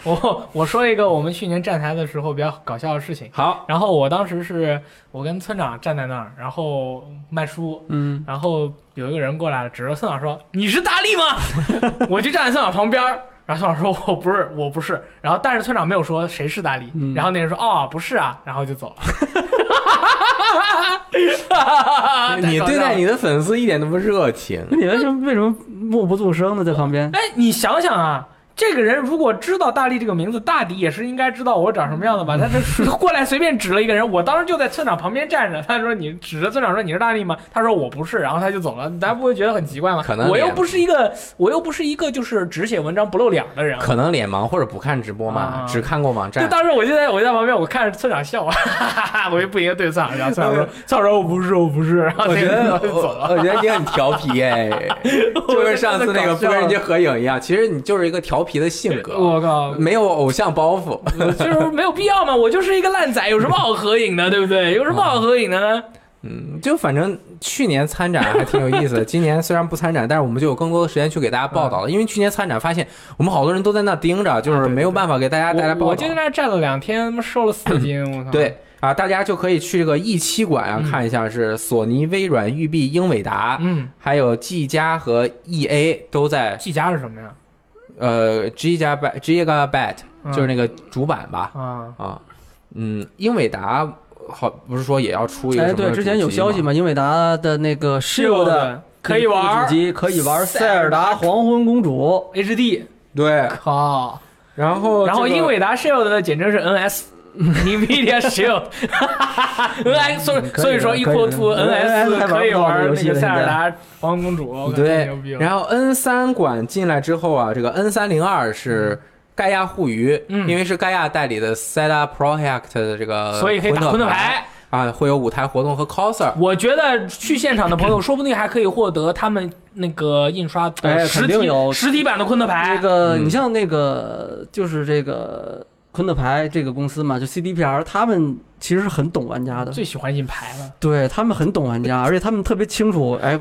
[SPEAKER 4] 我我说一个我们去年站台的时候比较搞笑的事情，
[SPEAKER 2] 好，
[SPEAKER 4] 然后我当时是我跟村长站在那儿，然后卖书，
[SPEAKER 3] 嗯，
[SPEAKER 4] 然后有一个人过来了，指着村长说：“你是大力吗？” 我就站在村长旁边儿，然后村长说：“我不是，我不是。”然后但是村长没有说谁是大力，
[SPEAKER 3] 嗯
[SPEAKER 4] 然后那人说：“哦，不是啊。”然后就走了。啊
[SPEAKER 2] 你对待你的粉丝一点都不热情。
[SPEAKER 3] 那你为什么为什么默不作声呢？在旁边
[SPEAKER 4] 哎，你想想啊，这个人如果知道大力这个名字，大抵也是应该知道我长什么样的吧？他这过来随便指了一个人，我当时就在村长旁边站着。他说：“你指着村长说你是大力吗？”他说：“我不是。”然后他就走了。咱不会觉得很奇怪吗？
[SPEAKER 2] 可能
[SPEAKER 4] 我又
[SPEAKER 2] 脸
[SPEAKER 4] 不是一个，我又不是一个就是只写文章不露脸 的人。
[SPEAKER 2] 可能脸盲或者不看直播嘛，
[SPEAKER 4] 啊
[SPEAKER 2] 只看过网
[SPEAKER 4] 就
[SPEAKER 2] 站。
[SPEAKER 4] 当时我就在我就在旁边，我看着村长笑， 哈哈哈，我就不停的对村长笑。村长说：“村长说我不是，我不是。”然后
[SPEAKER 2] 我
[SPEAKER 4] 那
[SPEAKER 2] 觉
[SPEAKER 4] 个
[SPEAKER 2] 得
[SPEAKER 4] 人就走
[SPEAKER 2] 我
[SPEAKER 4] 了。
[SPEAKER 2] 我觉得你很调皮 哎，就跟上次那个不跟人家合影一样，其实你就是一个调皮的性格，
[SPEAKER 4] 我靠！
[SPEAKER 2] 没有偶像包袱。
[SPEAKER 4] 就是没有必要嘛，我就是一个烂仔，有什么好合影的，对不对？有什么好合影的呢？
[SPEAKER 2] 嗯，就反正去年参展还挺有意思的，今年虽然不参展，但是我们就有更多的时间去给大家报道了。因为去年参展发现我们好多人都在那盯着，就是没有办法给大家带来
[SPEAKER 4] 我
[SPEAKER 2] 报
[SPEAKER 4] 我
[SPEAKER 2] 道
[SPEAKER 4] 就。在那儿站了两天，他妈瘦 了四斤，我操！，
[SPEAKER 2] 对啊，大家就可以去这个一期馆啊看一下，是索尼、微软、育碧、英伟达，
[SPEAKER 4] 嗯
[SPEAKER 2] 还有 G 加和 E A 都在
[SPEAKER 4] ，G 加是什么呀？
[SPEAKER 2] 呃 G 加 b G 加 bet
[SPEAKER 4] 嗯
[SPEAKER 2] 就是那个主板吧
[SPEAKER 4] 啊，
[SPEAKER 2] 啊，嗯，英伟达好不是说也要出一个
[SPEAKER 3] 哎，
[SPEAKER 2] 什么
[SPEAKER 3] 对，之前有消息
[SPEAKER 2] 吗？
[SPEAKER 3] 嘛，英伟达的那个 Shield
[SPEAKER 4] 可以玩儿
[SPEAKER 3] 主机可以玩《塞尔达黄昏公主
[SPEAKER 4] HD，
[SPEAKER 2] 对，
[SPEAKER 4] 靠！
[SPEAKER 2] 然后
[SPEAKER 4] 然后
[SPEAKER 2] 这个
[SPEAKER 4] 英伟达 Shield 的简称是 NS。NVIDIA Shield，NS，所以
[SPEAKER 3] 嗯可以
[SPEAKER 4] 所以说
[SPEAKER 3] 可以
[SPEAKER 4] equal to
[SPEAKER 3] 可以 NS
[SPEAKER 4] NS 可以玩那个塞尔
[SPEAKER 3] 还玩
[SPEAKER 4] 达黄公主，我感觉
[SPEAKER 2] 对
[SPEAKER 4] 牛逼，了。
[SPEAKER 2] 然后 N 三馆进来之后啊，这个 N 三零二是。盖亚互娱，
[SPEAKER 4] 嗯
[SPEAKER 2] 因为是盖亚代理的 SETA Project 的这个，
[SPEAKER 4] 所以可以打
[SPEAKER 2] 呃混
[SPEAKER 4] 混沌
[SPEAKER 2] 沌
[SPEAKER 4] 牌。
[SPEAKER 2] 啊，会有舞台活动和 coser，
[SPEAKER 4] 我觉得去现场的朋友，说不定还可以获得他们那个印刷的
[SPEAKER 3] 哎
[SPEAKER 4] 实体
[SPEAKER 3] 肯定有
[SPEAKER 4] 哎实体版的昆特》。
[SPEAKER 3] 那
[SPEAKER 4] 牌。
[SPEAKER 3] 个，
[SPEAKER 2] 嗯
[SPEAKER 3] 你像那个，就是这个昆特牌这个公司嘛，就 CDPR，他们其实是很懂玩家的，
[SPEAKER 4] 最喜欢印牌了。
[SPEAKER 3] 对他们很懂玩家，而且他们特别清楚，哎，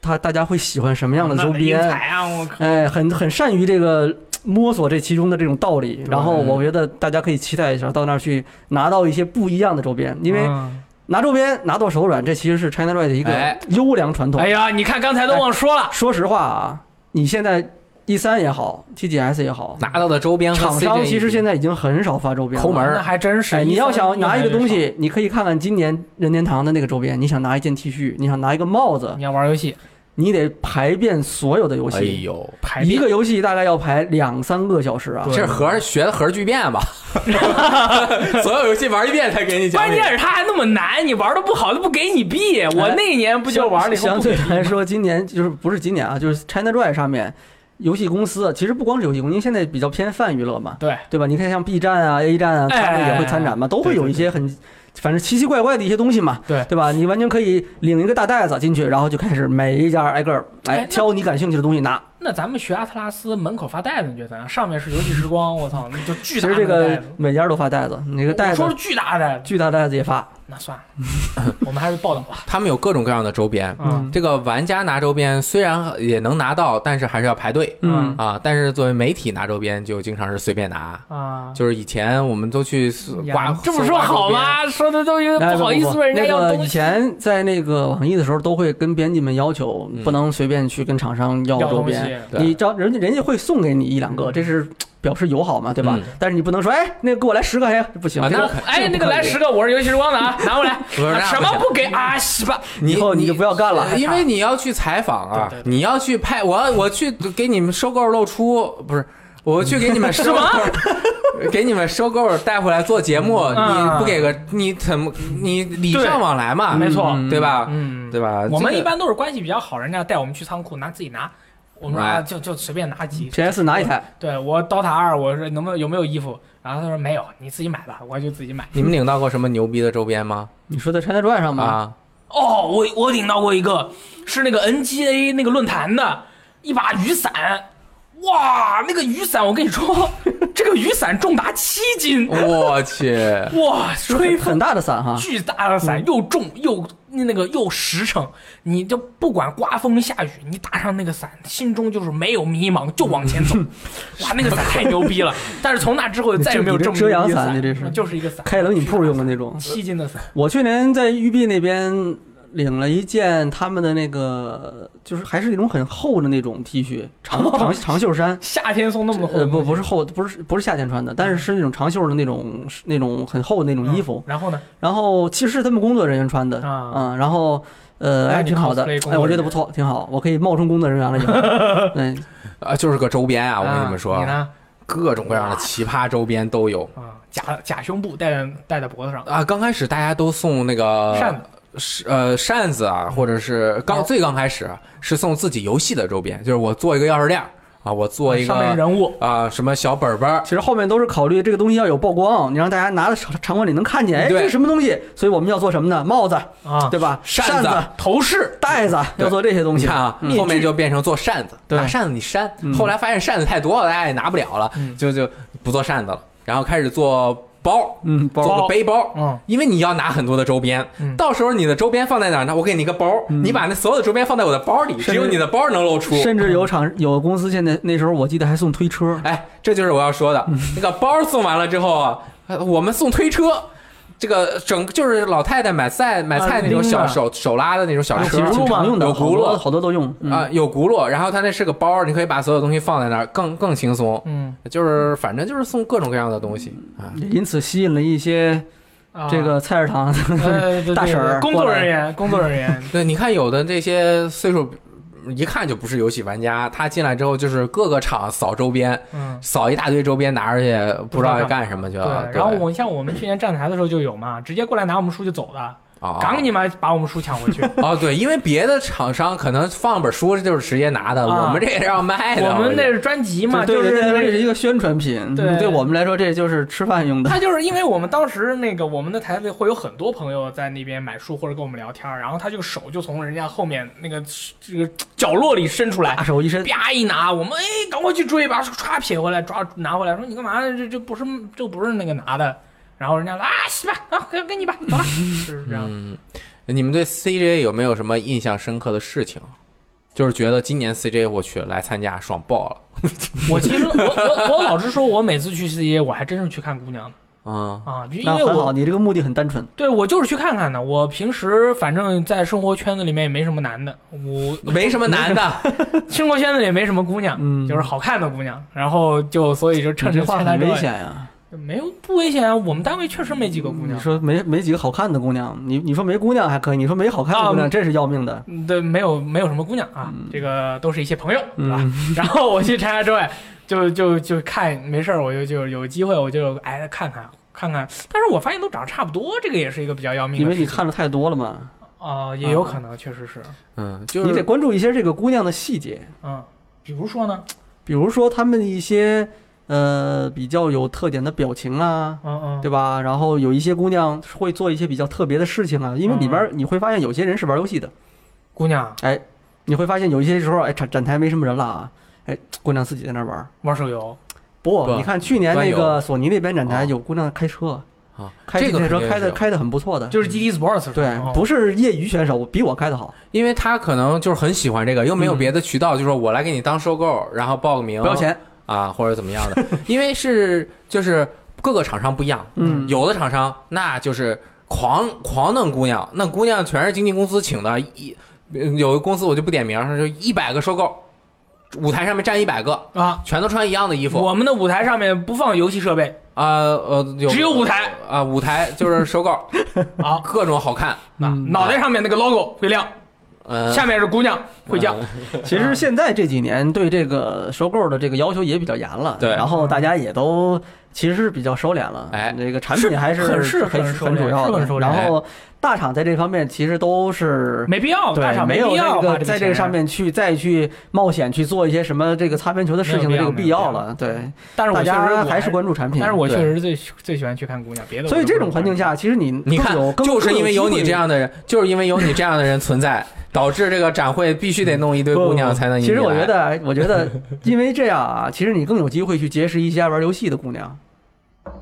[SPEAKER 3] 他大家会喜欢什么样的周边，
[SPEAKER 4] 那印牌啊，我靠！
[SPEAKER 3] 哎，很很善于这个摸索这其中的这种道理。然
[SPEAKER 2] 嗯
[SPEAKER 3] 后我觉得大家可以期待一下，到那儿去拿到一些不一样的周边，因为
[SPEAKER 4] 嗯
[SPEAKER 3] 拿周边拿到手软，这其实是 China Red 的一
[SPEAKER 2] 哎
[SPEAKER 3] 个优良传统。
[SPEAKER 4] 哎呀，你看刚才都忘说了，
[SPEAKER 3] 说实话啊，你现在 E 三也好，TGS 也好，
[SPEAKER 2] 拿到的周边和
[SPEAKER 3] 厂商其实
[SPEAKER 2] CJ
[SPEAKER 3] 现在已经很少发周边了。
[SPEAKER 2] 抠门儿
[SPEAKER 4] 那还真是。
[SPEAKER 3] 哎，你要想拿一个东
[SPEAKER 4] 13，
[SPEAKER 3] 西，你可以看看今年任天堂的那个周边。你想拿一件 T 恤，你想拿一个帽子，
[SPEAKER 4] 你要玩游戏，
[SPEAKER 3] 你得排遍所有的游
[SPEAKER 2] 哎
[SPEAKER 3] 戏。
[SPEAKER 2] 呦，
[SPEAKER 4] 排
[SPEAKER 3] 一个游戏大概要排两三个小时啊！
[SPEAKER 4] 对
[SPEAKER 2] 这核学的核聚变 吧，所有游戏玩一遍才给你奖
[SPEAKER 4] 关
[SPEAKER 2] 品
[SPEAKER 4] 键。是它还那么难，你玩的不好，它不给你币。我哎那年不就玩了以后
[SPEAKER 3] 相
[SPEAKER 4] 不
[SPEAKER 3] 对
[SPEAKER 4] 给币
[SPEAKER 3] 来说，今年就是不是今年啊，就是 China Drive 上面游戏公司，其实不光是游戏公司，因为现在比较偏泛娱乐嘛，
[SPEAKER 4] 对，哎
[SPEAKER 3] 对吧？你看像 B 站啊、A 站啊，他们也会参展嘛，都会有一些很，反正奇奇怪怪的一些东西嘛，
[SPEAKER 4] 对
[SPEAKER 3] 对吧？你完全可以领一个大袋子进去，然后就开始每一家挨个儿哎
[SPEAKER 4] 哎那
[SPEAKER 3] 挑你感兴趣的东西拿。
[SPEAKER 4] 那咱们学阿特拉斯门口发袋子，你觉得怎样？上面是游戏时光，我操，那就
[SPEAKER 3] 其
[SPEAKER 4] 巨大
[SPEAKER 3] 实
[SPEAKER 4] 的
[SPEAKER 3] 这
[SPEAKER 4] 袋
[SPEAKER 3] 个
[SPEAKER 4] 子。
[SPEAKER 3] 每家都发袋子，那个
[SPEAKER 4] 我
[SPEAKER 3] 袋子
[SPEAKER 4] 说是巨大的袋子，
[SPEAKER 3] 巨大袋子也发，
[SPEAKER 4] 那算了，我们还是报道吧。
[SPEAKER 2] 他们有各种各样的周边，
[SPEAKER 4] 嗯，
[SPEAKER 2] 这个玩家拿周边虽然也能拿到，但是还是要排队
[SPEAKER 4] 嗯
[SPEAKER 2] 啊。但是作为媒体拿周边就经常是随便拿，
[SPEAKER 4] 啊，
[SPEAKER 2] 就是以前我们都去
[SPEAKER 4] 呀
[SPEAKER 2] 挖，
[SPEAKER 4] 这么说好？吗？说的都有点
[SPEAKER 3] 哎
[SPEAKER 4] 不好意思问人家要
[SPEAKER 3] 那个
[SPEAKER 4] 东
[SPEAKER 3] 以
[SPEAKER 4] 西。
[SPEAKER 3] 前在那个网易的时候，都会跟编辑们要求
[SPEAKER 2] 嗯，
[SPEAKER 3] 不能随便去跟厂商要
[SPEAKER 4] 要
[SPEAKER 3] 周
[SPEAKER 4] 东西
[SPEAKER 3] 边。
[SPEAKER 2] 对
[SPEAKER 3] 你招人家人家会送给你一两个，这是表示友好嘛，对吧
[SPEAKER 2] 嗯？
[SPEAKER 3] 但是你不能说，哎，那个给我来十个，哎，不行
[SPEAKER 2] 啊，
[SPEAKER 3] 这
[SPEAKER 2] 那
[SPEAKER 3] 个
[SPEAKER 2] 可
[SPEAKER 4] 哎，那个来十个，我是游戏时光的啊，拿过来。
[SPEAKER 2] 不是那
[SPEAKER 4] 啊 什么
[SPEAKER 2] 不行
[SPEAKER 4] 不给啊？西吧，
[SPEAKER 2] 你哎
[SPEAKER 3] 以后你就不要干了
[SPEAKER 2] 因为你要去采访啊，
[SPEAKER 4] 对对
[SPEAKER 2] 你要去拍我，我去给你们收购露出，不是，我去给你们 收购， 给你们收购带回来做节目，
[SPEAKER 4] 嗯
[SPEAKER 2] 你不给个你怎么你礼尚往来嘛，
[SPEAKER 4] 没错
[SPEAKER 2] 对吧？
[SPEAKER 4] 嗯，
[SPEAKER 2] 对吧？
[SPEAKER 4] 我们
[SPEAKER 2] 这个
[SPEAKER 4] 一般都是关系比较好，人家带我们去仓库拿自己拿，我们说啊就就随便拿几。
[SPEAKER 3] PS 拿一台，
[SPEAKER 4] 对我 DOTA 二，我说能不能有没有衣服？然后他说没有，你自己买吧，我就自己买。
[SPEAKER 2] 你们领到过什么牛逼的周边吗？
[SPEAKER 3] 你说在 China Drive
[SPEAKER 4] 嗯
[SPEAKER 3] 上吗？
[SPEAKER 2] 啊，
[SPEAKER 4] 哦，我我领到过一个，是那个 NGA 那个论坛的一把雨伞，哇，那个雨伞我跟 你说，这个雨伞重达七斤，
[SPEAKER 2] 我去，
[SPEAKER 4] 哇，吹
[SPEAKER 3] 很
[SPEAKER 4] 风
[SPEAKER 3] 大的伞哈，
[SPEAKER 4] 巨大的伞，又重又那个又实诚，你就不管刮风下雨，你打上那个伞，心中就是没有迷茫，就往 前走。哇，那个伞太牛逼了！但是从那之后再也没有
[SPEAKER 3] 你这
[SPEAKER 4] 这
[SPEAKER 3] 你
[SPEAKER 4] 么
[SPEAKER 3] 这遮阳伞
[SPEAKER 4] 伞，
[SPEAKER 3] 你这是
[SPEAKER 4] 就是一个伞，
[SPEAKER 3] 开冷饮铺用的那种。
[SPEAKER 4] 七斤的伞，
[SPEAKER 3] 我去年在育碧那边领了一件他们的那个，就是还是那种很厚的那种 T 恤，长长长袖衫。
[SPEAKER 4] 夏天送那么厚
[SPEAKER 3] 呃，，不，不是厚，不是不是夏天穿的，但
[SPEAKER 2] 嗯
[SPEAKER 3] 是是那种长袖的那种，是那种很厚的那种衣服。
[SPEAKER 4] 然后呢？
[SPEAKER 3] 然后其实是他们工作人员穿的，
[SPEAKER 4] 啊
[SPEAKER 3] 嗯，然后呃，
[SPEAKER 4] 那
[SPEAKER 3] 哎，
[SPEAKER 4] 你
[SPEAKER 3] 挺好的
[SPEAKER 4] cosplay 工，作
[SPEAKER 3] 哎，我觉
[SPEAKER 4] 人
[SPEAKER 3] 得
[SPEAKER 4] 员
[SPEAKER 3] 不错，挺好，我可以冒充工作人员了以后。 嗯，
[SPEAKER 2] 啊，就是个周边啊，我跟你
[SPEAKER 4] 啊
[SPEAKER 2] 们说
[SPEAKER 4] 你，呢？
[SPEAKER 2] 各种各样的奇葩周边都有
[SPEAKER 4] 啊，假假胸部戴在戴在脖子上，
[SPEAKER 2] 啊。刚开始大家都送那个
[SPEAKER 4] 扇子嗯哦
[SPEAKER 2] 是呃扇子啊，或者是刚最刚开始是送自己游戏的周边，就是我做一个钥匙链儿啊，我做一个
[SPEAKER 4] 上面是
[SPEAKER 2] 啊、
[SPEAKER 4] 人物，
[SPEAKER 2] 什么小本本儿，
[SPEAKER 3] 其实后面都是考虑这个东西要有曝光，你让大家拿到场场馆里能看见，哎，
[SPEAKER 2] 对
[SPEAKER 3] 这是什么东西？所以我们要做什么呢？帽子，
[SPEAKER 4] 啊
[SPEAKER 3] 对吧？
[SPEAKER 2] 扇
[SPEAKER 3] 扇
[SPEAKER 2] 子
[SPEAKER 4] 头饰，
[SPEAKER 3] 袋子，
[SPEAKER 2] 对
[SPEAKER 3] 要做这些东
[SPEAKER 2] 你
[SPEAKER 3] 西
[SPEAKER 2] 看。啊，
[SPEAKER 4] 嗯
[SPEAKER 2] 后面就变成做扇子，
[SPEAKER 3] 对
[SPEAKER 2] 拿扇子你扇，后来发现扇子太多了，大家也拿不了了，
[SPEAKER 4] 嗯
[SPEAKER 2] 就就不做扇子了，然后开始做包，
[SPEAKER 3] 嗯，包
[SPEAKER 2] 做个背包，
[SPEAKER 4] 嗯，
[SPEAKER 2] 因为你要拿很多的周边，
[SPEAKER 4] 嗯
[SPEAKER 2] 到时候你的周边放在哪儿呢？我给你一个包，你把那所有的周边放在我的包里，
[SPEAKER 3] 甚至
[SPEAKER 2] 只有你的包能露出。
[SPEAKER 3] 甚至有厂有公司现在那时候我记得还送推车，
[SPEAKER 2] 哎，这就是我要说的。那个包送完了之后啊，呃我们送推车，这个整就是老太太买菜买菜那种
[SPEAKER 4] 拎
[SPEAKER 2] 小
[SPEAKER 4] 着
[SPEAKER 2] 手手拉的那种小
[SPEAKER 3] 哎
[SPEAKER 2] 车
[SPEAKER 3] 其实挺常用的，
[SPEAKER 2] 啊有
[SPEAKER 3] 好
[SPEAKER 2] 轱
[SPEAKER 3] 多
[SPEAKER 2] 辘
[SPEAKER 3] 好多都用。嗯
[SPEAKER 2] 啊，有轱辘，然后它那是个包，你可以把所有东西放在那儿，更更轻松。
[SPEAKER 4] 嗯，
[SPEAKER 2] 就是反正就是送各种各样的东西啊。
[SPEAKER 3] 也因此吸引了一些
[SPEAKER 4] 啊
[SPEAKER 3] 这个菜市场
[SPEAKER 4] 呃对对
[SPEAKER 3] 大婶儿
[SPEAKER 4] 对工作
[SPEAKER 3] 过来
[SPEAKER 4] 人员，工作人 员，
[SPEAKER 2] 对，你看有的这些岁数。一看就不是游戏玩家，他进来之后就是各个厂扫周边，
[SPEAKER 4] 嗯。
[SPEAKER 2] 扫一大堆周边拿出去，不知道要干什么去了。
[SPEAKER 4] 对，然后我像我们去年站台的时候就有嘛，直接过来拿我们书就走的，
[SPEAKER 2] 啊，
[SPEAKER 4] 赶紧把把我们书抢回去。
[SPEAKER 2] 哦，对，因为别的厂商可能放本书就是直接拿的，
[SPEAKER 4] 啊
[SPEAKER 2] 我 们这也是要卖的。
[SPEAKER 4] 我们
[SPEAKER 2] 觉
[SPEAKER 4] 那
[SPEAKER 2] 得
[SPEAKER 4] 是专辑 嘛，
[SPEAKER 3] 对
[SPEAKER 4] 就
[SPEAKER 3] 对对，这
[SPEAKER 4] 是
[SPEAKER 3] 是一个宣传品，
[SPEAKER 4] 对
[SPEAKER 3] 对我们来说这就是吃饭用的。
[SPEAKER 4] 他就是因为我们当时那个我们的台子会有很多朋友在那边买书或者跟我们聊天儿，然后他就手就从人家后面那个这个角落里伸出来
[SPEAKER 3] 大，手一伸，
[SPEAKER 4] 啪一拿，我们哎赶快去追，把书歘撇回来，抓拿回来，说你干嘛？这这不是这不是那个拿的。然后人家说啊，洗吧，啊，给给你吧， 走了，就是这样。
[SPEAKER 2] 嗯，你们对 CJ 有没有什么印象深刻的事情？就是觉得今年 CJ 我去来参加爽爆了，
[SPEAKER 4] 我其实我我我老实说，我每次去 CJ 我还真是去看姑娘的
[SPEAKER 2] 嗯
[SPEAKER 4] 啊，因
[SPEAKER 3] 那
[SPEAKER 4] 为
[SPEAKER 3] 很好，
[SPEAKER 4] 我
[SPEAKER 3] 你这个目的很单纯。
[SPEAKER 4] 对我就是去看看的。我平时反正在生活圈子里面也没什么男的，我
[SPEAKER 2] 没什么难的，
[SPEAKER 4] 生活圈子里也没什么姑娘，
[SPEAKER 3] 嗯
[SPEAKER 4] 就是好看的姑娘，然后就所以就 趁着
[SPEAKER 3] 这话
[SPEAKER 4] 趁她
[SPEAKER 3] 很
[SPEAKER 4] 热
[SPEAKER 3] 危，险呀！
[SPEAKER 4] 没有不危险啊。我们单位确实没几个姑
[SPEAKER 3] 你
[SPEAKER 4] 娘，
[SPEAKER 3] 说没没几个好看的姑娘，你你说没姑娘还可以，你说没好看的姑娘，
[SPEAKER 4] 嗯
[SPEAKER 3] 这是要命的。
[SPEAKER 4] 嗯对，没有没有什么姑娘啊，这个都是一些朋友，对吧？
[SPEAKER 3] 嗯
[SPEAKER 4] 然后我去长沙之外，就就就看没事儿，我就就有机会我就哎看看看看，但是我发现都长得差不多，这个也是一个比较要命的
[SPEAKER 3] 因
[SPEAKER 4] 事
[SPEAKER 3] 为
[SPEAKER 4] 情。
[SPEAKER 3] 你看的太多了嘛，
[SPEAKER 4] 啊、也有可能确实是，
[SPEAKER 2] 嗯，就
[SPEAKER 3] 你得
[SPEAKER 2] 是
[SPEAKER 3] 关注一些这个姑娘的细节，
[SPEAKER 4] 嗯，比如说呢，
[SPEAKER 3] 比如说她们一些呃比较有特点的表情啊，
[SPEAKER 4] 嗯嗯，
[SPEAKER 3] 对吧？然后有一些姑娘会做一些比较特别的事情啊，因为里边
[SPEAKER 4] 嗯
[SPEAKER 3] 你会发现有些人是玩游戏的，
[SPEAKER 4] 姑娘
[SPEAKER 3] 哎，你会发现有一些时候，哎，展展台没什么人了啊，哎，姑娘自己在那玩。
[SPEAKER 4] 玩手游，
[SPEAKER 3] 不，
[SPEAKER 2] 对
[SPEAKER 3] 你看去年
[SPEAKER 2] 端
[SPEAKER 3] 那
[SPEAKER 2] 游
[SPEAKER 3] 个索尼那边展台
[SPEAKER 2] 哦
[SPEAKER 3] 有姑娘开车，
[SPEAKER 2] 啊，
[SPEAKER 3] 开
[SPEAKER 2] 这
[SPEAKER 3] 自
[SPEAKER 2] 个
[SPEAKER 3] 行车
[SPEAKER 2] 肯定
[SPEAKER 3] 开的
[SPEAKER 2] 是
[SPEAKER 3] 开的很不错的，
[SPEAKER 4] 就是 GT Sports
[SPEAKER 3] 对
[SPEAKER 4] 是吧，嗯
[SPEAKER 3] 不是业余选手，比我开的好，
[SPEAKER 2] 因为他可能就是很喜欢这个，又没有别的渠道，就说我来给你当收购，然后报个名，
[SPEAKER 3] 不要钱。
[SPEAKER 2] 啊，或者怎么样的，因为是就是各个厂商不一样，
[SPEAKER 3] 嗯
[SPEAKER 2] 有的厂商那就是狂狂弄姑娘，那姑娘全是经纪公司请的，一呃有个公司我就不点名儿，就一百个收购，舞台上面站一百个，
[SPEAKER 4] 哦啊。
[SPEAKER 2] 全都穿一样的衣服，
[SPEAKER 4] 我们的舞台上面不放游戏设备，
[SPEAKER 2] 啊呃，有
[SPEAKER 4] 只有舞台
[SPEAKER 2] 啊、舞台就是收 购，
[SPEAKER 4] 好
[SPEAKER 2] 各种好看，
[SPEAKER 4] 啊，
[SPEAKER 3] 嗯
[SPEAKER 4] 脑袋上面那个 logo 会亮，
[SPEAKER 2] 嗯、
[SPEAKER 4] 下面是姑娘会
[SPEAKER 3] 嗯
[SPEAKER 4] 叫，
[SPEAKER 3] 其实现在这几年对这个收购的这个要求也比较严了，
[SPEAKER 2] 对
[SPEAKER 3] 然后大家也都其实是比较收敛了，
[SPEAKER 2] 哎
[SPEAKER 3] 这个产品还
[SPEAKER 4] 是很是
[SPEAKER 3] 很
[SPEAKER 4] 很收敛
[SPEAKER 3] 主要
[SPEAKER 4] 是
[SPEAKER 3] 的
[SPEAKER 4] 很收，敛
[SPEAKER 3] 然后大厂在这方面其实都是。
[SPEAKER 4] 没必要，哦大
[SPEAKER 3] 对，
[SPEAKER 4] 厂
[SPEAKER 3] 没有
[SPEAKER 4] 必要
[SPEAKER 3] 这
[SPEAKER 4] 花
[SPEAKER 3] 个
[SPEAKER 4] 个
[SPEAKER 3] 在这个
[SPEAKER 4] 钱
[SPEAKER 3] 上。面去再去冒险去做一些什么这个擦边球的事情
[SPEAKER 4] 没
[SPEAKER 3] 的这
[SPEAKER 4] 有
[SPEAKER 3] 个
[SPEAKER 4] 必
[SPEAKER 3] 必
[SPEAKER 4] 要
[SPEAKER 3] 要
[SPEAKER 4] 没有
[SPEAKER 3] 了。对，
[SPEAKER 4] 但是我
[SPEAKER 3] 大
[SPEAKER 4] 确实
[SPEAKER 3] 家
[SPEAKER 4] 我
[SPEAKER 3] 还是关注产品。
[SPEAKER 4] 但是我确
[SPEAKER 2] 嗯对
[SPEAKER 4] 实最最喜欢去看姑娘，别的我
[SPEAKER 3] 所以
[SPEAKER 4] 都不
[SPEAKER 3] 这种
[SPEAKER 4] 是
[SPEAKER 3] 环境下，其实你
[SPEAKER 2] 你看
[SPEAKER 3] 更有，更
[SPEAKER 2] 就是因为有你这，样的人，就是因为有你这样的人存在，导致这个展会必须得弄一堆
[SPEAKER 3] 更有
[SPEAKER 2] 姑
[SPEAKER 3] 机会
[SPEAKER 2] 娘才能引
[SPEAKER 3] 其实
[SPEAKER 2] 你
[SPEAKER 3] 我
[SPEAKER 2] 来
[SPEAKER 3] 觉得，我觉得因为这样啊，其实你更有机会去结识一些爱玩游戏的姑娘，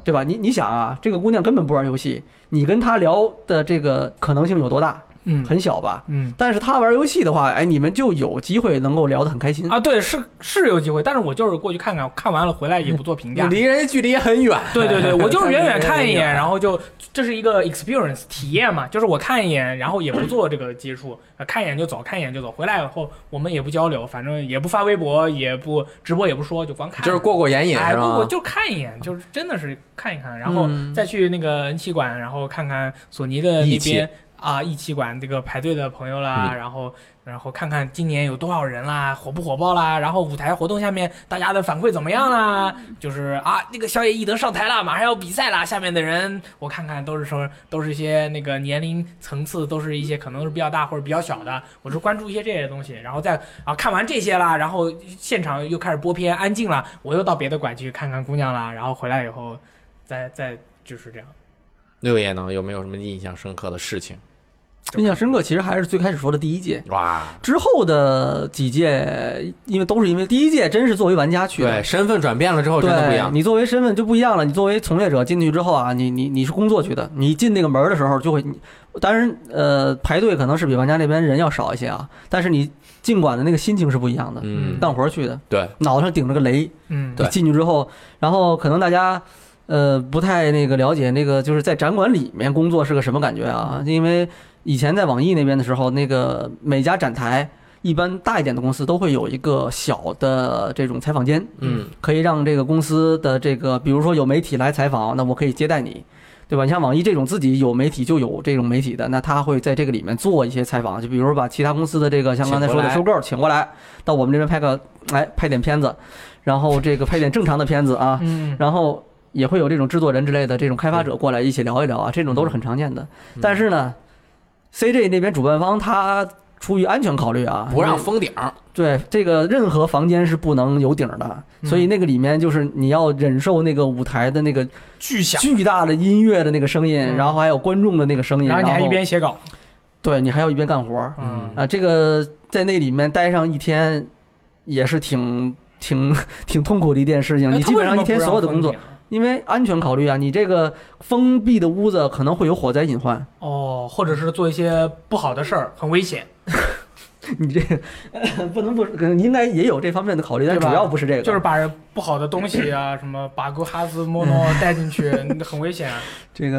[SPEAKER 3] 对吧？你你想啊，这个姑娘根本不玩游戏，你跟她聊的这个可能性有多大？
[SPEAKER 4] 嗯
[SPEAKER 3] 很小吧。
[SPEAKER 4] 嗯
[SPEAKER 3] 但是她玩游戏的话，哎，你们就有机会能够聊得很开心。
[SPEAKER 4] 啊，对，是是有机会，但是我就是过去看看，看完了回来也不做评价
[SPEAKER 2] 你。离人家距离很远。
[SPEAKER 4] 对对对，我就是 远远看一
[SPEAKER 2] 看一
[SPEAKER 4] 眼，
[SPEAKER 2] 眼
[SPEAKER 4] 然后就这是一个 experience 体验嘛，就是我看一眼，然后也不做这个接触，呃看一眼就走，看一眼就走，回来以后我们也不交流，反正也不发微博，也不直播，也不说，就光 看，
[SPEAKER 2] 就是过过眼瘾
[SPEAKER 4] 哎，
[SPEAKER 2] 是
[SPEAKER 4] 不，我
[SPEAKER 2] 吧？
[SPEAKER 4] 就看一眼，就是真的是看一看，然后
[SPEAKER 2] 嗯
[SPEAKER 4] 再去那个 N 七馆，然后看看索尼的呃那
[SPEAKER 2] 一期
[SPEAKER 4] 边啊，一期馆这个排队的朋友啦，然后然后看看今年有多少人啦，火不火爆啦，然后舞台活动下面大家的反馈怎么样啦？就是啊，那个小野义德上台啦，马上要比赛啦，下面的人我看看都是说都是一些那个年龄层次都是一些可能是比较大或者比较小的，我是关注一些这些东西，然后再啊看完这些啦，然后现场又开始播片，安静了，我又到别的馆去看看姑娘啦，然后回来以后再再就是这样。
[SPEAKER 2] 六爷呢，有没有什么印象深刻的事情？
[SPEAKER 3] 印象深刻，其实还是最开始说的第一届。
[SPEAKER 2] 哇，
[SPEAKER 3] 之后的几届，因为都是因为第一届真是作为玩家去的，
[SPEAKER 2] 对，身份转变了之后真
[SPEAKER 3] 对，
[SPEAKER 2] 的不一样。
[SPEAKER 3] 你作为身份就不一样了，你作为从业者进去之后啊，你你你是工作去的，你进那个门儿的时候就会，你当然呃排队可能是比玩家那边人要少一些啊，但是你尽管的那个心情是不一样的，
[SPEAKER 2] 嗯，
[SPEAKER 3] 干活去的，
[SPEAKER 2] 对，
[SPEAKER 3] 脑袋上顶着个雷，
[SPEAKER 4] 嗯，
[SPEAKER 2] 对
[SPEAKER 3] 你进去之后，然后可能大家。呃，不太那个了解那个，就是在展馆里面工作是个什么感觉啊？因为以前在网易那边的时候，那个每家展台一般大一点的公司都会有一个小的这种采访间，
[SPEAKER 2] 嗯，
[SPEAKER 3] 可以让这个公司的这个，比如说有媒体来采访，那我可以接待你，对吧？你像网易这种自己有媒体就有这种媒体的，那他会在这个里面做一些采访，就比如说把其他公司的这个像刚才说的收购请过来，到我们这边拍个，哎，拍点片子，然后这个拍点正常的片子啊，
[SPEAKER 4] 嗯，
[SPEAKER 3] 然后也会有这种制作人之类的这种开发者过来一起聊一聊啊，这种都是很常见的。但是呢， CJ 那边主办方他出于安全考虑啊，
[SPEAKER 2] 不让
[SPEAKER 3] 因为
[SPEAKER 2] 封顶儿，
[SPEAKER 3] 对这个任何房间是不能有顶儿的，
[SPEAKER 4] 嗯
[SPEAKER 3] 所以那个里面就是你要忍受那个舞台的那个
[SPEAKER 4] 巨响，
[SPEAKER 3] 巨大的音乐的那个声音，
[SPEAKER 4] 嗯
[SPEAKER 3] 然后还有观众的那个声音，嗯
[SPEAKER 4] 然
[SPEAKER 3] 然
[SPEAKER 4] 后你还一边写稿，
[SPEAKER 3] 对你还要一边干活儿
[SPEAKER 4] 嗯，
[SPEAKER 3] 啊。这个在那里面待上一天，也是挺挺 挺痛苦的一件事情。
[SPEAKER 4] 那
[SPEAKER 3] 你
[SPEAKER 4] 他
[SPEAKER 3] 基本上
[SPEAKER 4] 嗯为什么
[SPEAKER 3] 一天
[SPEAKER 4] 不让
[SPEAKER 3] 所有的工作
[SPEAKER 4] 封，啊顶
[SPEAKER 3] 因为安全考虑啊，你这个封闭的屋子可能会有火灾隐患。
[SPEAKER 4] 哦，或者是做一些不好的事儿，很危险。
[SPEAKER 3] 你这个 不能不应该也有这方面的考虑，但
[SPEAKER 4] 对吧
[SPEAKER 3] 主要不是这个，
[SPEAKER 4] 就是把人不好的东西啊， 什么把个哈兹莫
[SPEAKER 3] 嗯
[SPEAKER 4] 诺带进去，很危险啊。
[SPEAKER 3] 这
[SPEAKER 4] 很